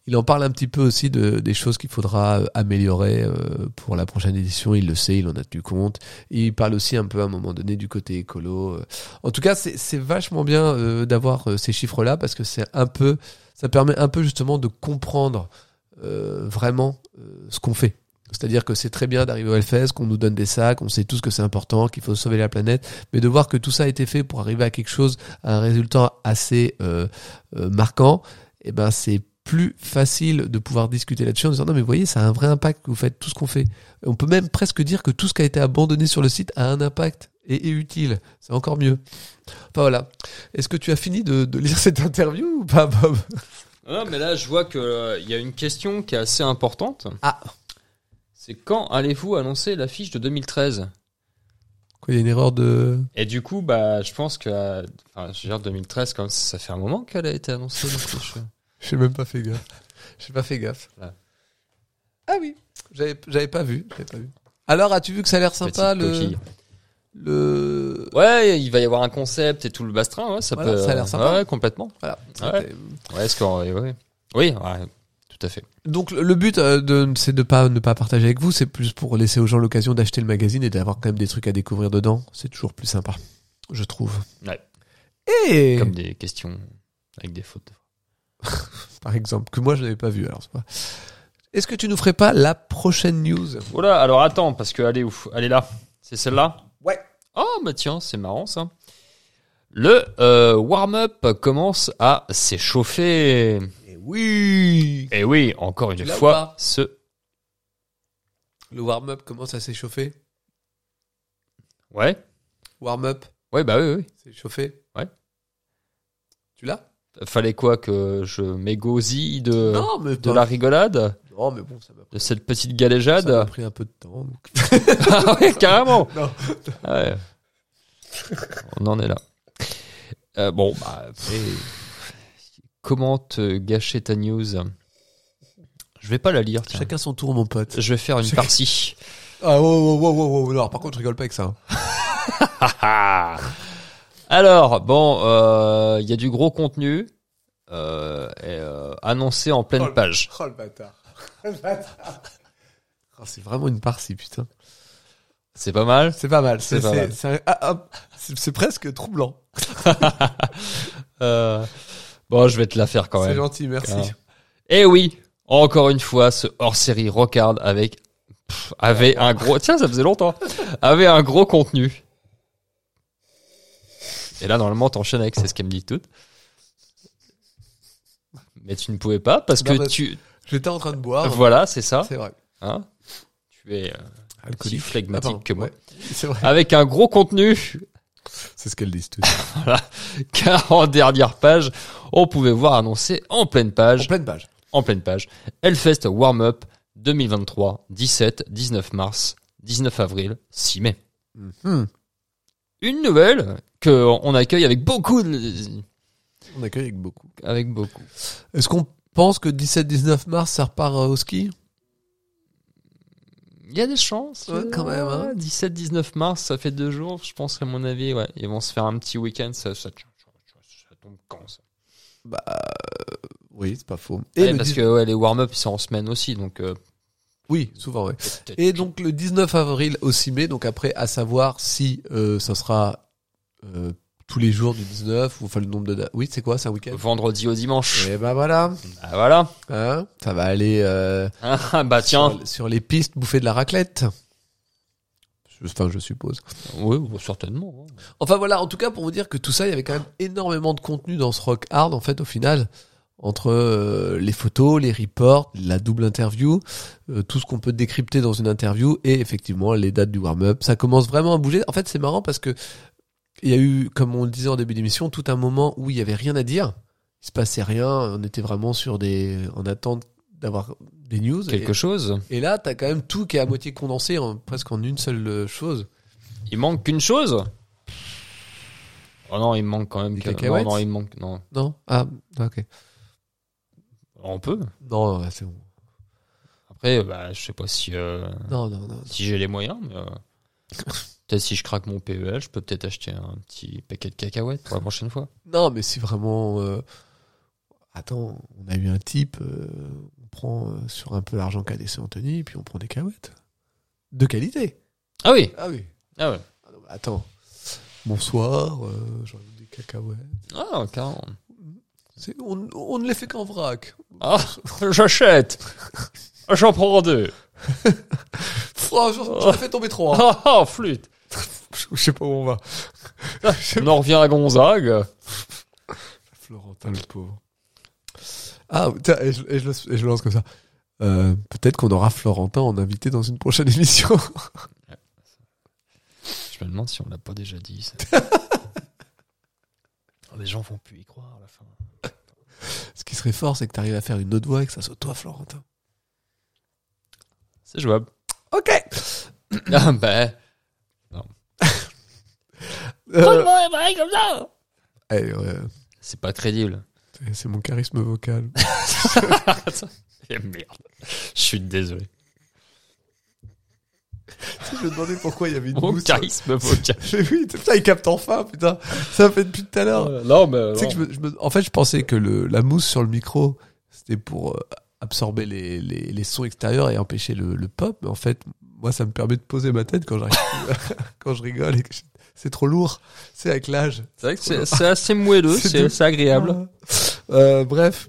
[SPEAKER 2] il en parle un petit peu aussi de, des choses qu'il faudra euh, améliorer euh, pour la prochaine édition il le sait il en a tenu compte il parle aussi un peu à un moment donné du côté écolo euh. en tout cas c'est c'est vachement bien euh, d'avoir euh, ces chiffres là parce que c'est un peu ça permet un peu justement de comprendre euh, vraiment euh, ce qu'on fait. C'est-à-dire que c'est très bien d'arriver au Hellfest, qu'on nous donne des sacs, on sait tous que c'est important, qu'il faut sauver la planète, mais de voir que tout ça a été fait pour arriver à quelque chose, à un résultat assez euh, euh, marquant, eh ben c'est plus facile de pouvoir discuter là-dessus en disant non mais vous voyez ça a un vrai impact que vous faites tout ce qu'on fait. On peut même presque dire que tout ce qui a été abandonné sur le site a un impact et est utile. C'est encore mieux. Enfin voilà. Est-ce que tu as fini de, de lire <laughs> cette interview ou pas Bob
[SPEAKER 3] Non, Ah, mais là, je vois qu'il y a une question qui est assez importante.
[SPEAKER 2] Ah.
[SPEAKER 3] C'est quand allez-vous annoncer l'affiche de 2013
[SPEAKER 2] Quoi, il y a une erreur de... <laughs>
[SPEAKER 3] Et du coup, bah, je pense que. euh, Enfin, je veux dire, 2013, quand même, ça fait un moment qu'elle a été annoncée, l'affiche.
[SPEAKER 2] J'ai même pas fait gaffe. J'ai pas fait gaffe.
[SPEAKER 3] Ouais.
[SPEAKER 2] Ah oui, j'avais j'avais pas vu. j'avais pas vu. Alors, as-tu vu que ça a l'air sympa
[SPEAKER 3] Petite
[SPEAKER 2] le,
[SPEAKER 3] coquille.
[SPEAKER 2] le...
[SPEAKER 3] Ouais, il va y avoir un concept et tout le bastrin, ouais, ça
[SPEAKER 2] Voilà,
[SPEAKER 3] peut.
[SPEAKER 2] ça a l'air sympa.
[SPEAKER 3] Ouais, complètement.
[SPEAKER 2] Voilà.
[SPEAKER 3] Ah Ouais. Ouais, est-ce qu'on- ouais, ouais. Oui, ouais, tout à fait.
[SPEAKER 2] Donc le le but euh, de c'est de pas ne pas partager avec vous, c'est plus pour laisser aux gens l'occasion d'acheter le magazine et d'avoir quand même des trucs à découvrir dedans. C'est toujours plus sympa, je trouve.
[SPEAKER 3] Ouais.
[SPEAKER 2] Et
[SPEAKER 3] Comme des questions avec des fautes.
[SPEAKER 2] par exemple que moi je n'avais pas vu. Alors c'est pas. Est-ce que tu nous ferais pas la prochaine news
[SPEAKER 3] Voilà, alors attends, parce que elle est où Elle est là. C'est celle-là
[SPEAKER 2] Ouais.
[SPEAKER 3] Oh, bah tiens, c'est marrant ça. Le euh, warm-up commence à s'échauffer.
[SPEAKER 2] Oui.
[SPEAKER 3] Et Eh oui, encore une
[SPEAKER 2] Là ou
[SPEAKER 3] fois,
[SPEAKER 2] pas
[SPEAKER 3] ce
[SPEAKER 2] Le warm-up commence à s'échauffer.
[SPEAKER 3] ouais,
[SPEAKER 2] Warm-up,
[SPEAKER 3] ouais, bah oui, oui.
[SPEAKER 2] s'échauffer.
[SPEAKER 3] Ouais.
[SPEAKER 2] Tu l'as
[SPEAKER 3] Fallait quoi que je m'égosille de
[SPEAKER 2] Non, mais
[SPEAKER 3] Euh, de
[SPEAKER 2] pas-
[SPEAKER 3] la rigolade,
[SPEAKER 2] Non, mais bon, ça m'a
[SPEAKER 3] de cette petite
[SPEAKER 2] ça m'a
[SPEAKER 3] galéjade.
[SPEAKER 2] pris un peu de temps. donc.
[SPEAKER 3] <laughs> ah ouais, carrément.
[SPEAKER 2] Non.
[SPEAKER 3] Ah ouais. On en est là. Euh, bon, bah, pff, comment te gâcher ta news Je vais pas la lire. tiens.
[SPEAKER 2] Chacun son tour, mon pote.
[SPEAKER 3] Je vais faire une partie. <laughs>
[SPEAKER 2] Ah, wow, wow, wow, wow, wow. Non, par contre, je rigole pas avec ça. hein.
[SPEAKER 3] Alors, bon, euh, il y a du gros contenu euh, et, euh, annoncé en pleine
[SPEAKER 2] Oh, le-
[SPEAKER 3] page.
[SPEAKER 2] <laughs> Oh le bâtard. <laughs> Oh, le bâtard. Oh, c'est vraiment une partie, putain.
[SPEAKER 3] C'est pas mal.
[SPEAKER 2] C'est pas mal.
[SPEAKER 3] C'est
[SPEAKER 2] C'est
[SPEAKER 3] pas
[SPEAKER 2] c'est-
[SPEAKER 3] mal.
[SPEAKER 2] c'est un- ah, ah, c'est- c'est presque troublant.
[SPEAKER 3] Euh, bon, je vais te la faire quand
[SPEAKER 2] C'est
[SPEAKER 3] même.
[SPEAKER 2] gentil, merci.
[SPEAKER 3] Grave. Eh oui, encore une fois, ce hors-série Rockard avec pff, avait un gros tiens, ça faisait longtemps, avait un gros contenu. Et là, normalement, t'enchaînes avec c'est ce qu'elle me dit toute. Mais tu ne pouvais pas parce que
[SPEAKER 2] Non, mais-
[SPEAKER 3] tu
[SPEAKER 2] J'étais en train de boire.
[SPEAKER 3] voilà, c'est ça,
[SPEAKER 2] C'est vrai.
[SPEAKER 3] hein Tu es euh, aussi
[SPEAKER 2] Alcoolique. Ah,
[SPEAKER 3] flegmatique
[SPEAKER 2] pardon.
[SPEAKER 3] que moi.
[SPEAKER 2] Ouais, <laughs> C'est vrai.
[SPEAKER 3] Avec un gros contenu <laughs>
[SPEAKER 2] C'est ce qu'elles disent <laughs> tous.
[SPEAKER 3] car en dernière page, on pouvait voir annoncer en pleine
[SPEAKER 2] en
[SPEAKER 3] page
[SPEAKER 2] pleine page.
[SPEAKER 3] en pleine page. Hellfest Warm Up 2023, 17, 19 mars, 19 avril, 6 mai.
[SPEAKER 2] Hmm.
[SPEAKER 3] Une nouvelle que on accueille avec beaucoup de-
[SPEAKER 2] On accueille avec beaucoup.
[SPEAKER 3] avec beaucoup.
[SPEAKER 2] Est-ce qu'on pense que 17-19 mars, ça repart euh, au ski
[SPEAKER 3] Il y a des chances
[SPEAKER 2] Ouais, quand même, hein.
[SPEAKER 3] 17 19 mars, ça fait deux jours, je pense qu'à mon avis, ouais, ils vont se faire un petit week-end, ça, ça, ça tombe quand ça
[SPEAKER 2] Bah, euh, Oui, c'est pas faux.
[SPEAKER 3] Ouais,
[SPEAKER 2] le
[SPEAKER 3] parce
[SPEAKER 2] 10
[SPEAKER 3] que ouais, les warm-up ils sont en semaine aussi donc euh,
[SPEAKER 2] Oui, souvent, oui.
[SPEAKER 3] peut-être-
[SPEAKER 2] Et donc le 19 avril au 6 mai, donc après à savoir si euh, ça sera euh, tous les jours du 19 ou enfin le nombre de dates. Oui, c'est quoi, c'est un week-end
[SPEAKER 3] vendredi au dimanche.
[SPEAKER 2] Et ben voilà,
[SPEAKER 3] Ah, voilà.
[SPEAKER 2] hein, ça va aller euh,
[SPEAKER 3] Ah, <laughs> bah tiens.
[SPEAKER 2] sur, sur les pistes bouffer de la raclette. Je- Enfin, je suppose.
[SPEAKER 3] Oui, bon, certainement. hein.
[SPEAKER 2] Enfin voilà, en tout cas pour vous dire que tout ça, il y avait quand même énormément de contenu dans ce rock hard en fait au final. Entre euh, les photos, les reports, la double interview, euh, tout ce qu'on peut décrypter dans une interview et effectivement les dates du warm-up. Ça commence vraiment à bouger. En fait, c'est marrant parce que il y a eu, comme on le disait en début d'émission, tout un moment où il y avait rien à dire. Il se passait rien. On était vraiment sur des, en attente d'avoir des news. Et,
[SPEAKER 3] Quelque chose.
[SPEAKER 2] et là, t'as quand même tout qui est à moitié condensé en, presque en une seule euh, chose.
[SPEAKER 3] Il manque qu'une chose. Oh non, il me manque quand même.
[SPEAKER 2] Des
[SPEAKER 3] que- Non,
[SPEAKER 2] cacahuètes
[SPEAKER 3] non, il me manque. Non,
[SPEAKER 2] Non? Ah, ok.
[SPEAKER 3] on peut.
[SPEAKER 2] Non, c'est bon.
[SPEAKER 3] Après, bah, je sais pas si euh,
[SPEAKER 2] Non, non, non.
[SPEAKER 3] si j'ai les moyens. mais, euh, <laughs> peut-être si je craque mon PEL, je peux peut-être acheter un petit paquet de cacahuètes pour la prochaine fois.
[SPEAKER 2] Non, mais c'est vraiment. euh, Attends, on a eu un type, euh, on prend euh, sur un peu l'argent qu'a laissé Anthony, puis on prend des cahuètes. De qualité.
[SPEAKER 3] Ah oui.
[SPEAKER 2] Ah oui.
[SPEAKER 3] Ah ouais.
[SPEAKER 2] Ah non, bah attends. Bonsoir, euh, j'en ai des cacahuètes.
[SPEAKER 3] Ah carrément.
[SPEAKER 2] C'est-
[SPEAKER 3] <laughs>
[SPEAKER 2] On, on ne les fait qu'en vrac.
[SPEAKER 3] Ah, j'achète. J'en prends deux.
[SPEAKER 2] Franchement, j'en fais tomber trois. hein.
[SPEAKER 3] <laughs> Ah, ah, flûte
[SPEAKER 2] <laughs> Je- Je sais pas où on va. Ah,
[SPEAKER 3] On en revient à Gonzague.
[SPEAKER 2] Florentin, le pauvre. Ah, tiens, et je, et je le- et je le lance comme ça. Euh, Peut-être qu'on aura Florentin en invité dans une prochaine <laughs> émission.
[SPEAKER 3] Je me demande si on l'a pas déjà dit. <laughs> ça. Les gens vont plus y croire à la fin.
[SPEAKER 2] Ce qui serait fort, c'est que t'arrives à faire une autre voix et que ça soit toi, Florentin.
[SPEAKER 3] C'est jouable. <coughs>
[SPEAKER 2] Ok.
[SPEAKER 3] Ah, bah,
[SPEAKER 2] Euh,
[SPEAKER 3] comme ça
[SPEAKER 2] eh, ouais,
[SPEAKER 3] C'est pas crédible.
[SPEAKER 2] c'est- c'est mon charisme vocal.
[SPEAKER 3] <laughs>
[SPEAKER 2] <laughs>
[SPEAKER 3] Eh merde. Je suis désolé.
[SPEAKER 2] je me demandais pourquoi il y avait une
[SPEAKER 3] Mon
[SPEAKER 2] mousse. <laughs>
[SPEAKER 3] charisme <laughs> vocal.
[SPEAKER 2] Mais oui, putain, il capte enfin, putain. Ça fait depuis tout à l'heure.
[SPEAKER 3] Euh, Non, mais.
[SPEAKER 2] Tu sais que je me- je me- en fait, je pensais que le, la mousse sur le micro, c'était pour euh, absorber les, les, les sons extérieurs et empêcher le, le pop. Mais en fait, moi, ça me permet de poser ma tête quand, j'arrive <laughs> plus à- quand je rigole et que je- c'est trop lourd. C'est avec l'âge.
[SPEAKER 3] C'est vrai que c'est- c'est assez moelleux,
[SPEAKER 2] C'est
[SPEAKER 3] c'est
[SPEAKER 2] doux.
[SPEAKER 3] c'est agréable.
[SPEAKER 2] Euh, bref.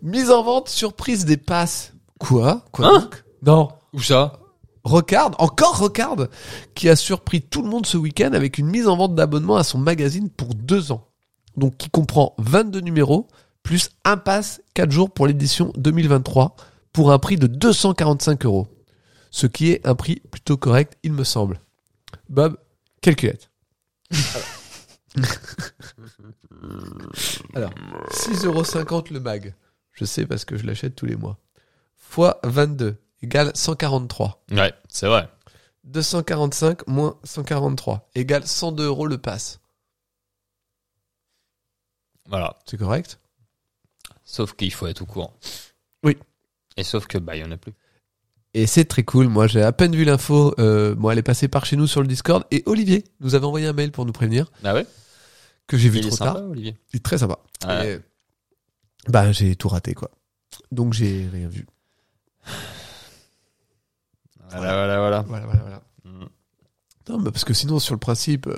[SPEAKER 2] Mise en vente, surprise des passes. Quoi Quoi
[SPEAKER 3] Hein
[SPEAKER 2] donc Non.
[SPEAKER 3] Où ça
[SPEAKER 2] Rocard, encore Rocard, qui a surpris tout le monde ce week-end avec une mise en vente d'abonnement à son magazine pour deux ans. Donc, qui comprend 22 numéros, plus un pass 4 jours pour l'édition 2023, pour un prix de 245 euros. Ce qui est un prix plutôt correct, il me semble. Bob, calculette. Alors, 6,50€ le mag. Je sais parce que je l'achète tous les mois. Fois 22 égale 143.
[SPEAKER 3] Ouais, c'est vrai.
[SPEAKER 2] 245 moins 143 égale 102 euros le pass.
[SPEAKER 3] Voilà.
[SPEAKER 2] C'est correct
[SPEAKER 3] Sauf qu'il faut être au courant.
[SPEAKER 2] Oui.
[SPEAKER 3] Et sauf que, bah, il y en a plus.
[SPEAKER 2] Et c'est très cool. Moi, j'ai à peine vu l'info. Euh, bon, elle est passée par chez nous sur le Discord. Et Olivier nous avait envoyé un mail pour nous prévenir
[SPEAKER 3] Ah ouais
[SPEAKER 2] que j'ai vu
[SPEAKER 3] Il est
[SPEAKER 2] trop
[SPEAKER 3] sympa,
[SPEAKER 2] tard.
[SPEAKER 3] Olivier.
[SPEAKER 2] Il est très sympa.
[SPEAKER 3] Ah ouais.
[SPEAKER 2] Et, euh, bah, j'ai tout raté, quoi. Donc, j'ai rien vu.
[SPEAKER 3] Voilà, voilà, voilà.
[SPEAKER 2] Voilà, voilà, voilà.
[SPEAKER 3] Mm.
[SPEAKER 2] Non, mais parce que sinon, sur le principe. euh,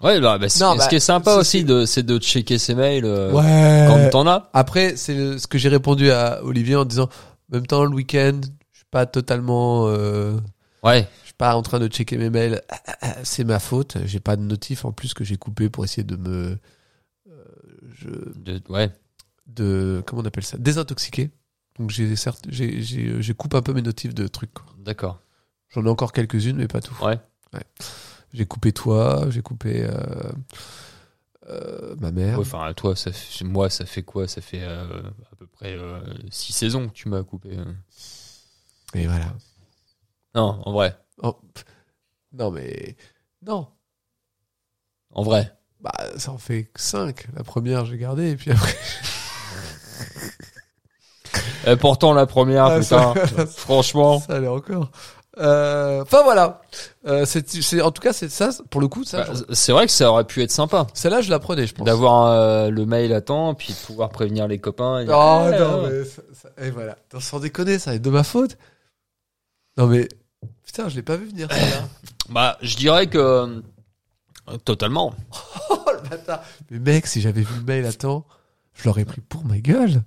[SPEAKER 3] Ouais, bah, bah, c'est-
[SPEAKER 2] Non,
[SPEAKER 3] ce
[SPEAKER 2] bah,
[SPEAKER 3] qui est sympa
[SPEAKER 2] c'est-
[SPEAKER 3] aussi, de, c'est de checker ses mails euh,
[SPEAKER 2] ouais.
[SPEAKER 3] quand t'en as.
[SPEAKER 2] Après, c'est le- ce que j'ai répondu à Olivier en disant en même temps, le week-end, je suis pas totalement. euh,
[SPEAKER 3] Ouais,
[SPEAKER 2] Je suis pas en train de checker mes mails. Ah, ah, ah, C'est ma faute. J'ai pas de notif en plus que j'ai coupé pour essayer de me, euh, je-
[SPEAKER 3] de- ouais.
[SPEAKER 2] de comment on appelle ça, désintoxiquer. Donc j'ai certes, j'ai, j'ai, j'ai coupe un peu mes notifs de trucs. quoi.
[SPEAKER 3] D'accord.
[SPEAKER 2] J'en ai encore quelques-unes, mais pas tout.
[SPEAKER 3] Ouais.
[SPEAKER 2] J'ai coupé toi, j'ai coupé euh, euh, ma
[SPEAKER 3] Ouais,
[SPEAKER 2] mère.
[SPEAKER 3] Enfin, toi, ça fait- moi, ça fait quoi Ça fait euh, à peu près euh, six saisons que tu m'as coupé. euh.
[SPEAKER 2] Et voilà.
[SPEAKER 3] Non, en vrai.
[SPEAKER 2] Oh, pff. non mais non.
[SPEAKER 3] En vrai.
[SPEAKER 2] Bah ça en fait 5. La première j'ai gardé et puis
[SPEAKER 3] Ah,
[SPEAKER 2] après.
[SPEAKER 3] Et Eh, pourtant, la première,
[SPEAKER 2] Ah,
[SPEAKER 3] putain,
[SPEAKER 2] <laughs> ça-
[SPEAKER 3] franchement.
[SPEAKER 2] Ça allait encore. Euh, Enfin voilà. Euh, c'est, c'est- en tout cas, c'est ça. Pour le coup, ça.
[SPEAKER 3] bah,
[SPEAKER 2] j'en-
[SPEAKER 3] c'est vrai que ça aurait pu être sympa.
[SPEAKER 2] celle-là, je la prenais, je pense.
[SPEAKER 3] D'avoir euh, le mail à temps, puis de pouvoir prévenir les copains. et dire,
[SPEAKER 2] Ah, Non,
[SPEAKER 3] eh,
[SPEAKER 2] non,
[SPEAKER 3] ouais.
[SPEAKER 2] mais ça- ça- et voilà. Non, sans déconner, ça est de ma faute. Non mais putain, je l'ai pas vu venir.
[SPEAKER 3] <laughs>
[SPEAKER 2] Celle-là.
[SPEAKER 3] Bah, je dirais que. euh, Totalement.
[SPEAKER 2] oh le bâtard. Mais mec, si j'avais vu le mail à temps, je l'aurais pris pour ma gueule.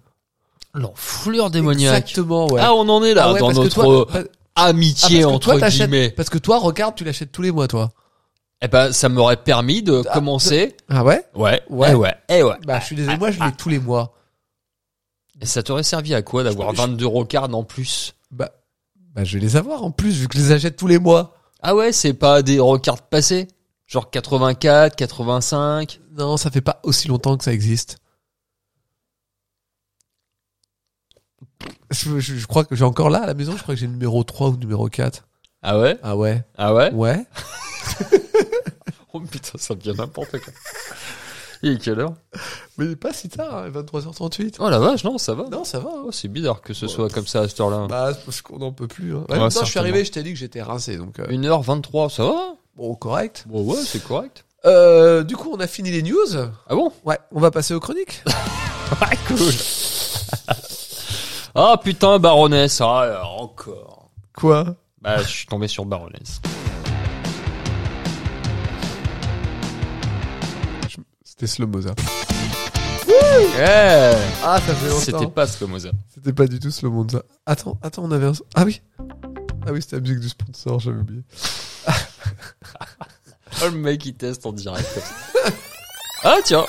[SPEAKER 3] L'enflure démoniaque.
[SPEAKER 2] Exactement, ouais.
[SPEAKER 3] Ah, on en est là,
[SPEAKER 2] Ah ouais,
[SPEAKER 3] dans
[SPEAKER 2] parce que
[SPEAKER 3] notre
[SPEAKER 2] toi-
[SPEAKER 3] euh,
[SPEAKER 2] ah, parce
[SPEAKER 3] amitié,
[SPEAKER 2] que toi,
[SPEAKER 3] entre
[SPEAKER 2] t'achètes-
[SPEAKER 3] guillemets.
[SPEAKER 2] Parce que toi, regarde, tu l'achètes tous les mois, toi.
[SPEAKER 3] Eh ben, ça m'aurait permis de commencer.
[SPEAKER 2] Ah ouais
[SPEAKER 3] Ouais, ah,
[SPEAKER 2] Ouais.
[SPEAKER 3] ouais, ouais, eh ouais.
[SPEAKER 2] Bah, je suis désolé, moi, je l'ai tous les mois.
[SPEAKER 3] Et ça t'aurait servi à quoi d'avoir
[SPEAKER 2] Je- je-
[SPEAKER 3] 22 rocards en plus
[SPEAKER 2] Bah, bah, je vais les avoir en plus, vu que je les achète tous les mois.
[SPEAKER 3] Ah ouais, c'est pas des rocards passés Genre 84, 85
[SPEAKER 2] Non, ça fait pas aussi longtemps que ça existe. Je, je- je crois que j'ai encore là à la maison, je crois que j'ai le numéro 3 ou le numéro 4.
[SPEAKER 3] Ah ouais
[SPEAKER 2] Ah ouais
[SPEAKER 3] Ah ouais
[SPEAKER 2] Ouais.
[SPEAKER 3] Oh putain, ça devient n'importe quoi. <laughs> Il est quelle heure
[SPEAKER 2] <laughs> Mais il est pas si tard, hein, 23h38.
[SPEAKER 3] Oh la vache, non, ça va.
[SPEAKER 2] Non, ça va. hein.
[SPEAKER 3] Oh, c'est bizarre que ce soit comme ça à cette heure-là.
[SPEAKER 2] Bah, c'est parce qu'on n'en peut plus. hein. En même
[SPEAKER 3] Ouais,
[SPEAKER 2] temps, je suis
[SPEAKER 3] certainement.
[SPEAKER 2] arrivé, je t'ai dit que j'étais rincé, donc euh,
[SPEAKER 3] 1h23, ça va
[SPEAKER 2] bon, correct.
[SPEAKER 3] Bon ouais, c'est correct.
[SPEAKER 2] Euh, du coup, on a fini les news.
[SPEAKER 3] Ah bon
[SPEAKER 2] Ouais, on va passer aux chroniques.
[SPEAKER 3] Ah cool Ah putain, Baroness, ah alors, encore
[SPEAKER 2] <laughs> Quoi
[SPEAKER 3] Bah, je suis tombé sur Baroness.
[SPEAKER 2] C'était slow mo ça.
[SPEAKER 3] Ouais.
[SPEAKER 2] Ah, ça fait
[SPEAKER 3] C'était
[SPEAKER 2] longtemps.
[SPEAKER 3] pas ce Moza.
[SPEAKER 2] C'était pas du tout Slow Monza. Attends, attends, on avait un. Ah oui Ah oui, c'était la musique du sponsor, j'avais oublié.
[SPEAKER 3] Oh, le mec, il teste en direct. ah, tiens.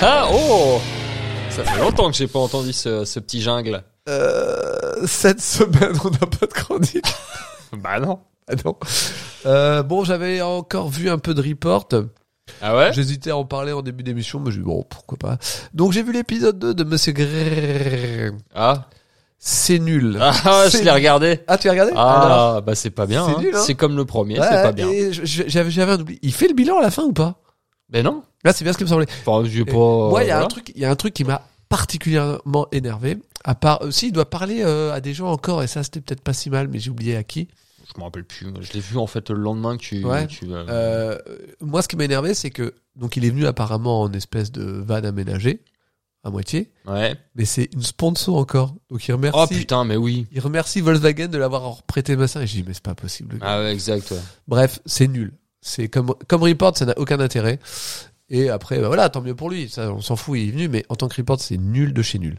[SPEAKER 3] Ah, oh. Ça fait longtemps que j'ai pas entendu ce, ce petit jungle.
[SPEAKER 2] Euh, cette semaine, on n'a pas de chronique.
[SPEAKER 3] <laughs> Bah non.
[SPEAKER 2] Ah non. Euh, bon, j'avais encore vu un peu de report.
[SPEAKER 3] Ah ouais
[SPEAKER 2] J'hésitais à en parler en début d'émission, mais j'ai dit bon, pourquoi pas. Donc j'ai vu l'épisode 2 de Monsieur Grrrr.
[SPEAKER 3] Ah.
[SPEAKER 2] C'est nul.
[SPEAKER 3] Ah, je
[SPEAKER 2] C'est-
[SPEAKER 3] l'ai regardé.
[SPEAKER 2] Ah, tu as regardé Alors,
[SPEAKER 3] Ah, bah c'est pas bien.
[SPEAKER 2] C'est
[SPEAKER 3] hein.
[SPEAKER 2] nul, hein.
[SPEAKER 3] C'est comme le premier,
[SPEAKER 2] ouais,
[SPEAKER 3] c'est pas bien.
[SPEAKER 2] et je- je- J'avais j'avais un oubli. Il fait le bilan à la fin ou pas
[SPEAKER 3] Mais non.
[SPEAKER 2] Là, c'est bien ce qui me semblait.
[SPEAKER 3] Enfin, je sais pas.
[SPEAKER 2] Moi, il y a un
[SPEAKER 3] Euh, voilà.
[SPEAKER 2] truc, il y a un truc qui m'a particulièrement énervé. À part, aussi, il doit parler euh, à des gens encore, et ça, c'était peut-être pas si mal, mais j'ai oublié à qui.
[SPEAKER 3] Je me rappelle plus. Je l'ai vu en fait le lendemain que tu.
[SPEAKER 2] Ouais.
[SPEAKER 3] tu, euh,
[SPEAKER 2] Euh, moi, ce qui m'a énervé, c'est que donc il est venu apparemment en espèce de van aménagée à moitié,
[SPEAKER 3] ouais.
[SPEAKER 2] mais c'est une sponsor encore. Donc il remercie,
[SPEAKER 3] Oh putain, mais oui.
[SPEAKER 2] il remercie Volkswagen de l'avoir prêté ma Et j'ai dit mais c'est pas possible. le gars.
[SPEAKER 3] Ah ouais, exact. ouais.
[SPEAKER 2] Bref, c'est nul. C'est comme comme report, ça n'a aucun intérêt. Et après, bah voilà, tant mieux pour lui. Ça, on s'en fout, il est venu. Mais en tant que report, c'est nul de chez nul.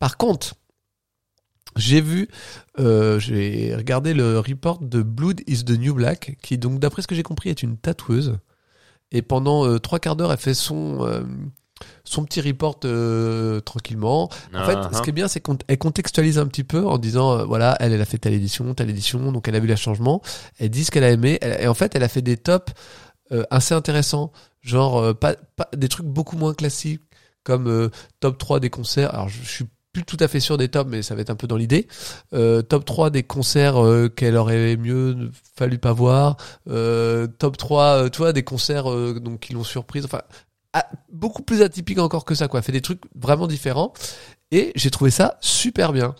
[SPEAKER 2] Par contre, j'ai vu, euh, j'ai regardé le report de Blood is the New Black, qui donc, d'après ce que j'ai compris, est une tatoueuse. Et pendant euh, trois quarts d'heure, elle fait son euh, son petit report euh, tranquillement. En fait,
[SPEAKER 3] Ah,
[SPEAKER 2] ce qui est bien, c'est qu'elle contextualise un petit peu en disant, euh, voilà, elle, elle a fait telle édition, telle édition, donc elle a vu le changement, elle dit ce qu'elle a aimé, elle- et en fait, elle a fait des tops euh, assez intéressants, genre euh, pas, pas- des trucs beaucoup moins classiques, comme euh, top 3 des concerts, alors je, je suis plus tout à fait sûr des tops, mais ça va être un peu dans l'idée, Euh, top 3 des concerts euh, qu'elle aurait mieux fallu pas voir, Euh, top 3, euh, tu vois, des concerts euh, donc, qui l'ont surprise, enfin, ah, beaucoup plus atypique encore que ça, quoi, fait des trucs vraiment différents, et j'ai trouvé ça super bien.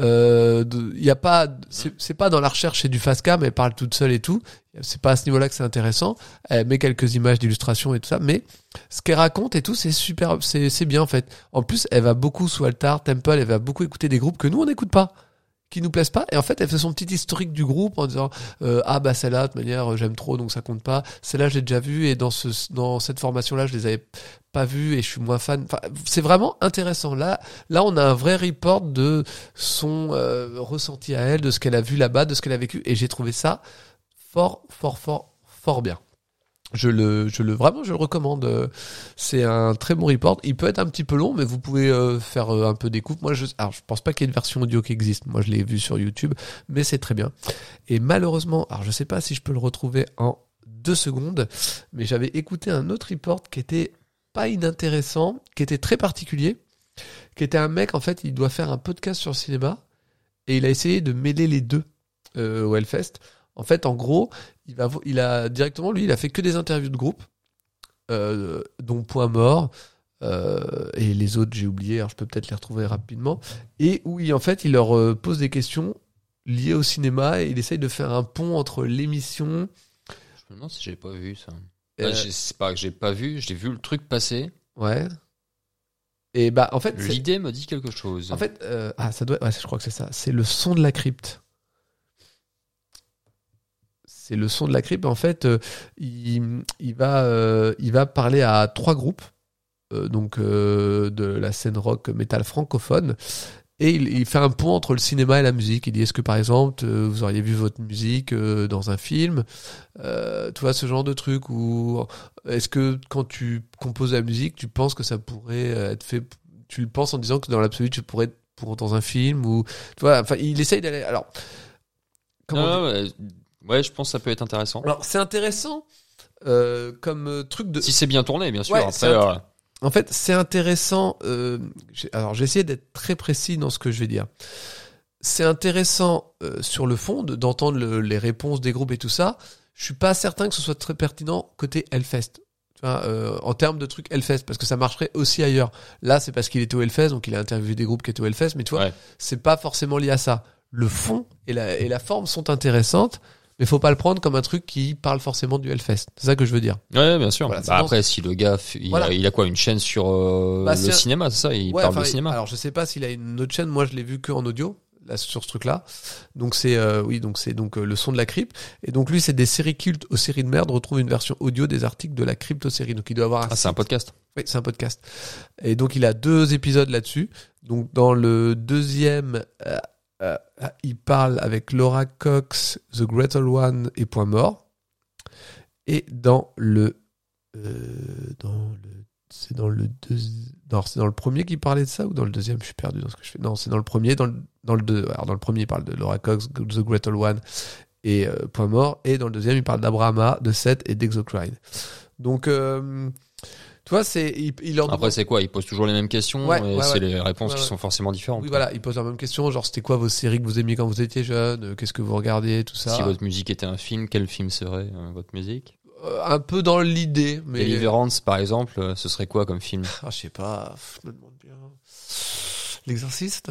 [SPEAKER 2] Euh, de- Il y a pas, c'est c'est pas dans la recherche, c'est du fast cam, elle parle toute seule et tout. C'est pas à ce niveau-là que c'est intéressant. Elle met quelques images d'illustrations et tout ça, mais ce qu'elle raconte et tout, c'est super, c'est c'est bien en fait. En plus, elle va beaucoup sous Altar, Temple, elle va beaucoup écouter des groupes que nous on n'écoute pas, qui nous plaisent pas. Et en fait, elle fait son petit historique du groupe en disant euh, ah bah celle-là de toute manière euh, j'aime trop donc ça compte pas. Celle-là je l'ai déjà vue et dans ce dans cette formation-là je les avais pas vues et je suis moins fan. Enfin, c'est vraiment intéressant là. Là, on a un vrai report de son euh, ressenti à elle, de ce qu'elle a vu là-bas, de ce qu'elle a vécu, et j'ai trouvé ça fort, fort, fort, fort bien. Je le, je le, vraiment, je le recommande. Euh, C'est un très bon report. Il peut être un petit peu long, mais vous pouvez euh, faire euh, un peu des coupes. Moi, je, alors, je pense pas qu'il y ait une version audio qui existe. Moi, je l'ai vu sur YouTube, mais c'est très bien. Et malheureusement, alors je sais pas si je peux le retrouver en deux secondes, mais j'avais écouté un autre report qui était pas inintéressant, qui était très particulier qui était un mec, en fait, il doit faire un podcast sur le cinéma et il a essayé de mêler les deux euh, au Hellfest. En fait, en gros, il, va, vo- il a directement, lui, il a fait que des interviews de groupe, euh, dont Point Mort, euh, et les autres, j'ai oublié, alors je peux peut-être les retrouver rapidement, et où, il, en fait, il leur euh, pose des questions liées au cinéma et il essaye de faire un pont entre l'émission.
[SPEAKER 3] Je me demande si j'ai pas vu ça.
[SPEAKER 2] euh,
[SPEAKER 3] Ouais, j'ai- c'est pas que j'ai pas vu, j'ai vu le truc passer.
[SPEAKER 2] ouais. Et bah, en fait, c'est-
[SPEAKER 3] L'idée me dit quelque chose.
[SPEAKER 2] En fait, euh, ah, ça doit. ouais, je crois que c'est ça. C'est le son de la crypte. C'est le son de la crypte. En fait, euh, il, il va, euh, il va parler à trois groupes, euh, donc euh, de la scène rock métal francophone. Et il, il fait un pont entre le cinéma et la musique. Il dit est-ce que par exemple euh, vous auriez vu votre musique euh, dans un film, Euh, tu vois ce genre de truc ou est-ce que quand tu composes la musique, tu penses que ça pourrait euh, être fait tu le penses en disant que dans l'absolu tu pourrais être pour dans un film ou tu vois enfin il essaye d'aller alors comment dire
[SPEAKER 3] Non, ouais, ouais, je pense que ça peut être intéressant.
[SPEAKER 2] alors c'est intéressant euh, comme euh, truc de
[SPEAKER 3] Si c'est bien tourné, bien sûr.
[SPEAKER 2] Ouais, c'est
[SPEAKER 3] Après,
[SPEAKER 2] un
[SPEAKER 3] euh,
[SPEAKER 2] en fait c'est intéressant euh, j'ai- alors j'ai essayé d'être très précis dans ce que je vais dire c'est intéressant euh, sur le fond de- d'entendre le- les réponses des groupes et tout ça je suis pas certain que ce soit très pertinent côté Hellfest tu vois, euh, en termes de trucs Hellfest parce que ça marcherait aussi ailleurs là c'est parce qu'il était au Hellfest donc il a interviewé des groupes qui étaient au Hellfest mais tu vois
[SPEAKER 3] Ouais.
[SPEAKER 2] c'est pas forcément lié à ça le fond et la, et la forme sont intéressantes mais faut pas le prendre comme un truc qui parle forcément du Hellfest c'est ça que je veux dire
[SPEAKER 3] ouais, bien sûr.
[SPEAKER 2] Voilà,
[SPEAKER 3] Bah,
[SPEAKER 2] c'est dans-
[SPEAKER 3] après, si le gars, f- il,
[SPEAKER 2] Voilà.
[SPEAKER 3] a, il a quoi Une chaîne sur euh,
[SPEAKER 2] Bah, c'est
[SPEAKER 3] le
[SPEAKER 2] un-
[SPEAKER 3] cinéma, c'est ça Il
[SPEAKER 2] Ouais,
[SPEAKER 3] parle
[SPEAKER 2] enfin,
[SPEAKER 3] de cinéma.
[SPEAKER 2] Alors je sais pas s'il a une autre chaîne, moi je l'ai vu que en audio. là, sur ce truc-là. Donc c'est euh, oui, donc c'est donc euh, le son de la crypte. Et donc lui, c'est des séries cultes aux séries de merde. Retrouve une version audio des articles de la crypte aux séries. Donc il doit avoir.
[SPEAKER 3] Ah, c'est un podcast.
[SPEAKER 2] Oui, c'est un podcast. Et donc il a deux épisodes là-dessus. Donc dans le deuxième, euh, euh, il parle avec Laura Cox, The Great All One et Point Mort. Et dans le, euh, dans le, c'est dans le deuxi- non, c'est dans le premier qu'il parlait de ça ou dans le deuxième Je suis perdu dans ce que je fais. Non, c'est dans le premier, dans le, dans le deux. Alors dans le premier, il parle de Laura Cox, The Great All One et euh, Point Mort. Et dans le deuxième, il parle d'Abrahama, de Seth et d'Exocrine. Donc euh, tu vois, c'est il, il leur
[SPEAKER 3] Après, c'est quoi Ils posent toujours les mêmes questions
[SPEAKER 2] Ouais,
[SPEAKER 3] et
[SPEAKER 2] ouais,
[SPEAKER 3] c'est
[SPEAKER 2] ouais.
[SPEAKER 3] les réponses
[SPEAKER 2] Ouais,
[SPEAKER 3] qui
[SPEAKER 2] ouais.
[SPEAKER 3] sont forcément différentes.
[SPEAKER 2] Oui, voilà, ils posent la même question, genre c'était quoi vos séries que vous aimiez quand vous étiez jeune, euh, qu'est-ce que vous regardiez, tout ça.
[SPEAKER 3] Si votre musique était un film, quel film serait euh, votre musique
[SPEAKER 2] Euh, un peu dans l'idée, mais.
[SPEAKER 3] Deliverance, par exemple, euh, ce serait quoi comme film
[SPEAKER 2] Ah, je sais pas, pff, je me demande bien. L'exorciste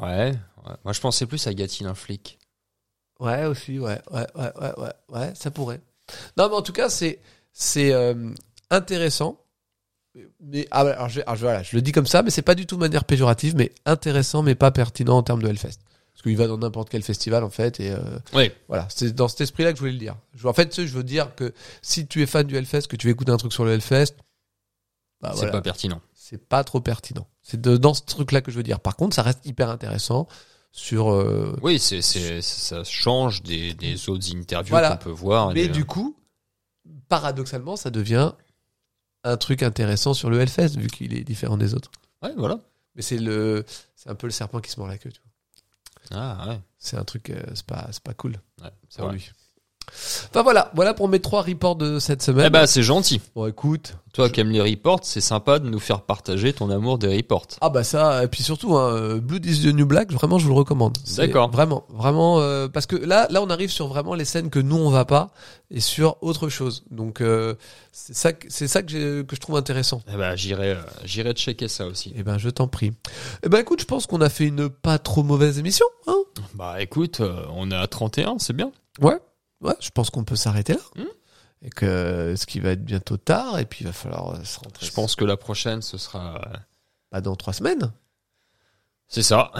[SPEAKER 3] ouais, ouais. Moi, je pensais plus à Gatine, un flic.
[SPEAKER 2] Ouais, aussi, ouais, ouais, ouais, ouais, ouais, ouais, ça pourrait. Non, mais en tout cas, c'est c'est euh, intéressant. Mais ah, ouais, alors, je, alors, je- voilà, je le dis comme ça, mais c'est pas du tout de manière péjorative, mais intéressant, mais pas pertinent en termes de Hellfest. Parce qu'il va dans n'importe quel festival, en fait, et. euh,
[SPEAKER 3] Oui.
[SPEAKER 2] Voilà, c'est dans cet esprit-là que je voulais le dire. Je, en fait, tu sais, je veux dire que si tu es fan du Hellfest, que tu veux écouter un truc sur le Hellfest, bah
[SPEAKER 3] c'est
[SPEAKER 2] voilà,
[SPEAKER 3] pas pertinent.
[SPEAKER 2] c'est pas... trop pertinent. C'est de- dans ce truc-là que je veux dire. Par contre, ça reste hyper intéressant sur. euh,
[SPEAKER 3] Oui, c'est, c'est, ça change des, des autres interviews
[SPEAKER 2] Voilà.
[SPEAKER 3] qu'on peut voir. et
[SPEAKER 2] Mais
[SPEAKER 3] des-
[SPEAKER 2] du coup, paradoxalement, ça devient un truc intéressant sur le Hellfest vu qu'il est différent des autres.
[SPEAKER 3] euh, Ouais, voilà.
[SPEAKER 2] Mais c'est le, c'est un peu le serpent qui se mord la queue. tu vois.
[SPEAKER 3] Ah, ouais.
[SPEAKER 2] C'est un truc, euh, c'est pas, c'est pas cool
[SPEAKER 3] Ouais, c'est
[SPEAKER 2] pour
[SPEAKER 3] vrai.
[SPEAKER 2] lui. Enfin voilà, voilà pour mes trois reports de cette semaine.
[SPEAKER 3] Eh ben, c'est gentil.
[SPEAKER 2] Bon écoute.
[SPEAKER 3] Toi qui aimes les reports, c'est sympa de nous faire partager ton amour des reports.
[SPEAKER 2] Ah bah ça, et puis surtout, hein, euh, Blue is the New Black, vraiment je vous le recommande. C'est
[SPEAKER 3] D'accord.
[SPEAKER 2] Vraiment, vraiment, euh, parce que là, là on arrive sur vraiment les scènes que nous on va pas et sur autre chose. Donc euh, c'est ça, que- c'est ça que, j'ai- que je trouve intéressant.
[SPEAKER 3] Eh ben, j'irai, euh, j'irai checker ça aussi.
[SPEAKER 2] Eh ben je t'en prie. Eh ben écoute, je pense qu'on a fait une pas trop mauvaise émission. Hein
[SPEAKER 3] Bah, écoute, euh, on est à 31, c'est bien.
[SPEAKER 2] ouais, je pense qu'on peut s'arrêter là.
[SPEAKER 3] Hmm.
[SPEAKER 2] Et que ce qui va être bientôt tard, et puis il va falloir euh, se rentrer.
[SPEAKER 3] Je pense que la prochaine, ce sera. euh,
[SPEAKER 2] pas dans trois semaines.
[SPEAKER 3] C'est ça.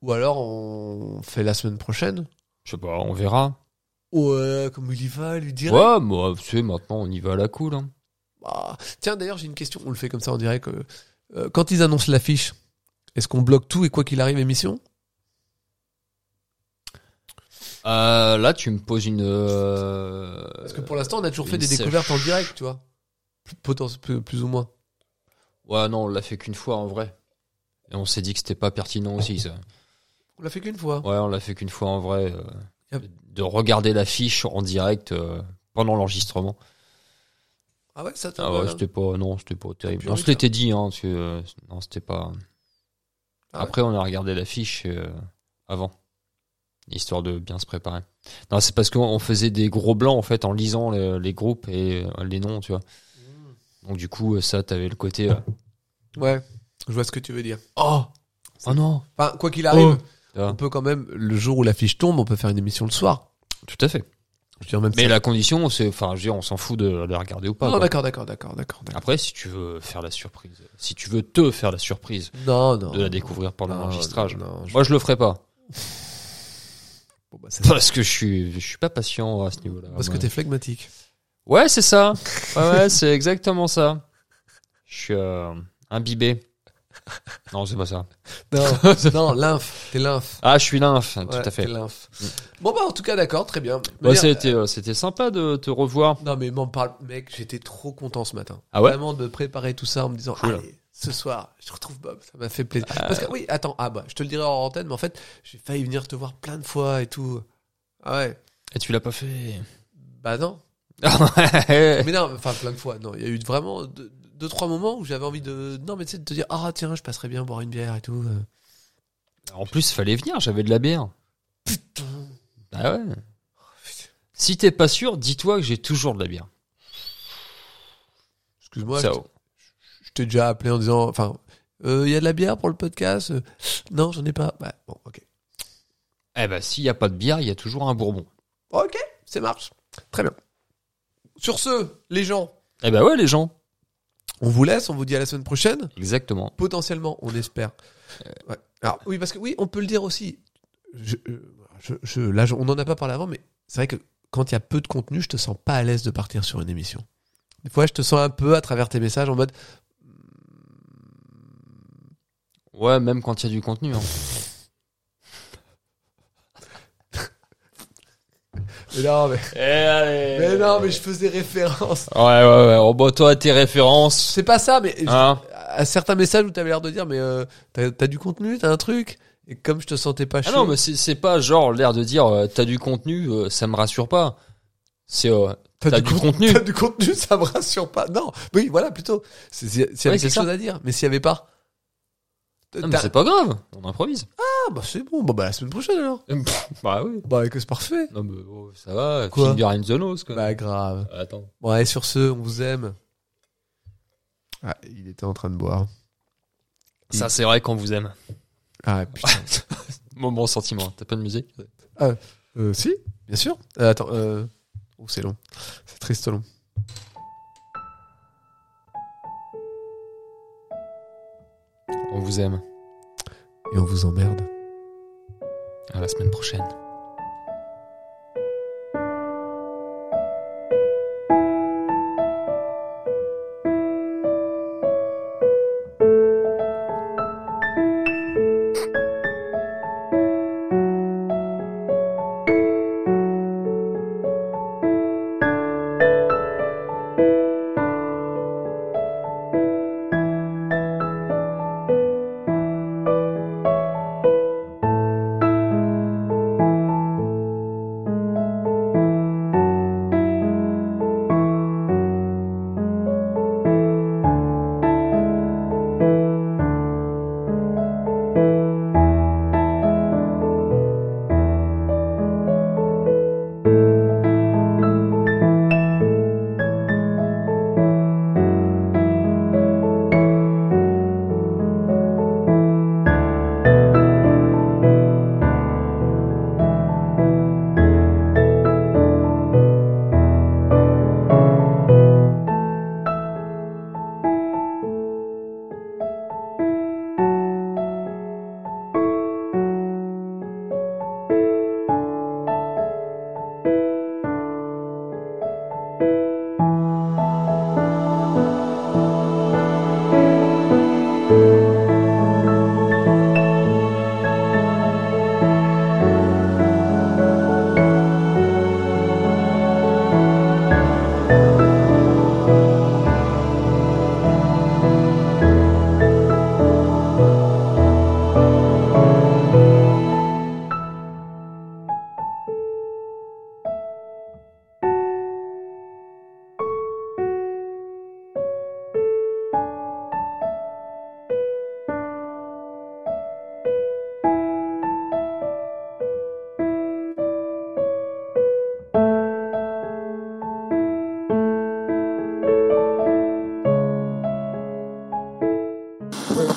[SPEAKER 2] Ou alors on fait la semaine prochaine.
[SPEAKER 3] Je sais pas, on verra.
[SPEAKER 2] Ouais, comme il y va, lui dire.
[SPEAKER 3] Ouais, moi, tu sais, maintenant, on y va à la cool. hein.
[SPEAKER 2] Bah, tiens, d'ailleurs, j'ai une question. On le fait comme ça, on dirait que euh, quand ils annoncent l'affiche, est-ce qu'on bloque tout et quoi qu'il arrive, émission
[SPEAKER 3] Euh, là, tu me poses une. euh,
[SPEAKER 2] Parce que pour l'instant, on a toujours fait
[SPEAKER 3] une
[SPEAKER 2] des
[SPEAKER 3] sèche.
[SPEAKER 2] découvertes en direct, tu vois. Plus- potent- Plus, plus ou moins.
[SPEAKER 3] Ouais, non, on l'a fait qu'une fois en vrai. Et on s'est dit que c'était pas pertinent aussi, ça.
[SPEAKER 2] On l'a fait qu'une fois.
[SPEAKER 3] Ouais, on l'a fait qu'une fois en vrai. euh,
[SPEAKER 2] Yep.
[SPEAKER 3] De regarder l'affiche en direct euh, pendant l'enregistrement.
[SPEAKER 2] Ah ouais, ça t'a.
[SPEAKER 3] Ah ouais, c'était pas, non, c'était pas terrible.
[SPEAKER 2] Puis
[SPEAKER 3] On
[SPEAKER 2] oui,
[SPEAKER 3] se l'était dit, hein, parce que, euh, non, c'était pas.
[SPEAKER 2] Ah ouais.
[SPEAKER 3] Après, on a regardé l'affiche euh, avant, histoire de bien se préparer. Non, c'est parce qu'on on faisait des gros blancs en fait en lisant le- les groupes et euh, les noms, tu vois.
[SPEAKER 2] Mmh.
[SPEAKER 3] Donc du coup, euh, ça, t'avais le côté. euh,
[SPEAKER 2] hein Ouais, je vois ce que tu veux dire. Oh
[SPEAKER 3] oh non.
[SPEAKER 2] Enfin, quoi qu'il arrive,
[SPEAKER 3] Tu vois,
[SPEAKER 2] on peut quand même, le jour où l'affiche tombe, on peut faire une émission le soir.
[SPEAKER 3] Tout à fait.
[SPEAKER 2] Je dirais même
[SPEAKER 3] Mais
[SPEAKER 2] ça.
[SPEAKER 3] la condition, c'est, enfin, je veux dire, on s'en fout de la regarder ou pas.
[SPEAKER 2] Non,
[SPEAKER 3] quoi.
[SPEAKER 2] d'accord, d'accord, d'accord, d'accord. d'accord.
[SPEAKER 3] Après, si tu veux faire la surprise, si tu veux te faire la surprise
[SPEAKER 2] Ah. Non, non.
[SPEAKER 3] de la découvrir pendant
[SPEAKER 2] Non,
[SPEAKER 3] l'enregistrage,
[SPEAKER 2] non, non, je-
[SPEAKER 3] moi je le ferai pas <laughs>
[SPEAKER 2] Bon, bah, ça-
[SPEAKER 3] parce que je suis, je suis pas patient à ce niveau-là.
[SPEAKER 2] Parce que
[SPEAKER 3] Moi.
[SPEAKER 2] t'es flegmatique.
[SPEAKER 3] Ouais, c'est ça. Ouais, ouais, c'est exactement ça. Je suis euh, imbibé. Non, c'est pas ça.
[SPEAKER 2] Non, <laughs> non, lymphe. T'es lymphe.
[SPEAKER 3] Ah, je suis lymphe,
[SPEAKER 2] Ouais,
[SPEAKER 3] tout à fait.
[SPEAKER 2] quelle inf. Bon bah en tout cas d'accord, très bien.
[SPEAKER 3] Ouais,
[SPEAKER 2] Mais,
[SPEAKER 3] c'était, euh, c'était sympa de te revoir.
[SPEAKER 2] euh, non mais m'en parle, mec, j'étais trop content ce matin.
[SPEAKER 3] Ah ouais
[SPEAKER 2] Vraiment de préparer tout ça en me disant
[SPEAKER 3] Cool. Euh.
[SPEAKER 2] allez ce soir je retrouve Bob, ça m'a fait plaisir. Parce que oui attends ah bah je te le dirai en antenne, mais en fait j'ai failli venir te voir plein de fois et tout. Ah ouais
[SPEAKER 3] Et tu l'as
[SPEAKER 2] <laughs>
[SPEAKER 3] pas fait.
[SPEAKER 2] bah
[SPEAKER 3] <laughs>
[SPEAKER 2] non.
[SPEAKER 3] Ah ouais.
[SPEAKER 2] Mais non enfin plein de fois non. Il y a eu vraiment deux, deux, trois moments où j'avais envie de non mais tu sais de te dire ah tiens je passerais bien boire une bière et tout.
[SPEAKER 3] En plus, fallait venir, j'avais de la bière.
[SPEAKER 2] Putain.
[SPEAKER 3] Ah ouais. Si t'es pas sûr, dis-toi que j'ai toujours de la bière.
[SPEAKER 2] Excuse-moi. je
[SPEAKER 3] Ciao.
[SPEAKER 2] t'ai- je t'ai déjà appelé en disant, enfin, euh, il y a de la bière pour le podcast Euh, Non, j'en ai pas. Bah, bon, ok.
[SPEAKER 3] Eh ben, s'il n'y a pas de bière, il y a toujours un bourbon.
[SPEAKER 2] Ok, ça marche. Très bien. Sur ce, les gens,
[SPEAKER 3] Eh ben ouais, les gens.
[SPEAKER 2] on vous laisse, on vous dit à la semaine prochaine.
[SPEAKER 3] Exactement.
[SPEAKER 2] Potentiellement, on espère. Ouais. Alors, oui, parce que oui, on peut le dire aussi. Je, euh, je, je- là, je- on n'en a pas parlé avant, mais c'est vrai que quand il y a peu de contenu, je te sens pas à l'aise de partir sur une émission. Des fois, je te sens un peu à travers tes messages en mode
[SPEAKER 3] Ouais, même quand il y a du contenu. hein.
[SPEAKER 2] Mais non, mais, mais non, mais je faisais référence.
[SPEAKER 3] Ouais, ouais, ouais. Oh, bah, toi, tes références.
[SPEAKER 2] C'est pas ça, mais je-
[SPEAKER 3] Hein
[SPEAKER 2] à certains messages où t'avais l'air de dire, mais euh, t'as t'as du contenu, t'as un truc. Et comme je te sentais pas
[SPEAKER 3] Ah
[SPEAKER 2] chaud.
[SPEAKER 3] non, mais c'est c'est pas genre l'air de dire euh, t'as du contenu, euh, ça me rassure pas. C'est euh, t'as du
[SPEAKER 2] con-
[SPEAKER 3] contenu.
[SPEAKER 2] T'as du contenu, ça me rassure pas. Non, oui, voilà, plutôt. C'est- S'il y a- s'il y avait
[SPEAKER 3] Ouais, c'est
[SPEAKER 2] quelque
[SPEAKER 3] ça.
[SPEAKER 2] chose à dire, mais s'il y avait pas.
[SPEAKER 3] Non, mais
[SPEAKER 2] T'as-
[SPEAKER 3] c'est pas grave, on improvise.
[SPEAKER 2] Ah, bah c'est bon, bah, bah la semaine prochaine alors.
[SPEAKER 3] Bah oui.
[SPEAKER 2] Bah que c'est parfait.
[SPEAKER 3] Non mais oh, ça va,
[SPEAKER 2] Quoi
[SPEAKER 3] finger in the nose quoi.
[SPEAKER 2] Bah grave.
[SPEAKER 3] Attends.
[SPEAKER 2] Bon, allez, sur ce, on vous aime. Ah, il était en train de boire.
[SPEAKER 3] Ça c'est vrai qu'on vous aime.
[SPEAKER 2] Ah, putain.
[SPEAKER 3] Moment sentiment, t'as pas de musique
[SPEAKER 2] Euh, si, bien sûr. Euh, attends, euh... oh, c'est long. C'est triste long.
[SPEAKER 3] On vous aime.
[SPEAKER 2] Et on vous emmerde.
[SPEAKER 3] À la semaine prochaine.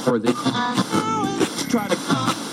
[SPEAKER 1] for this. Try to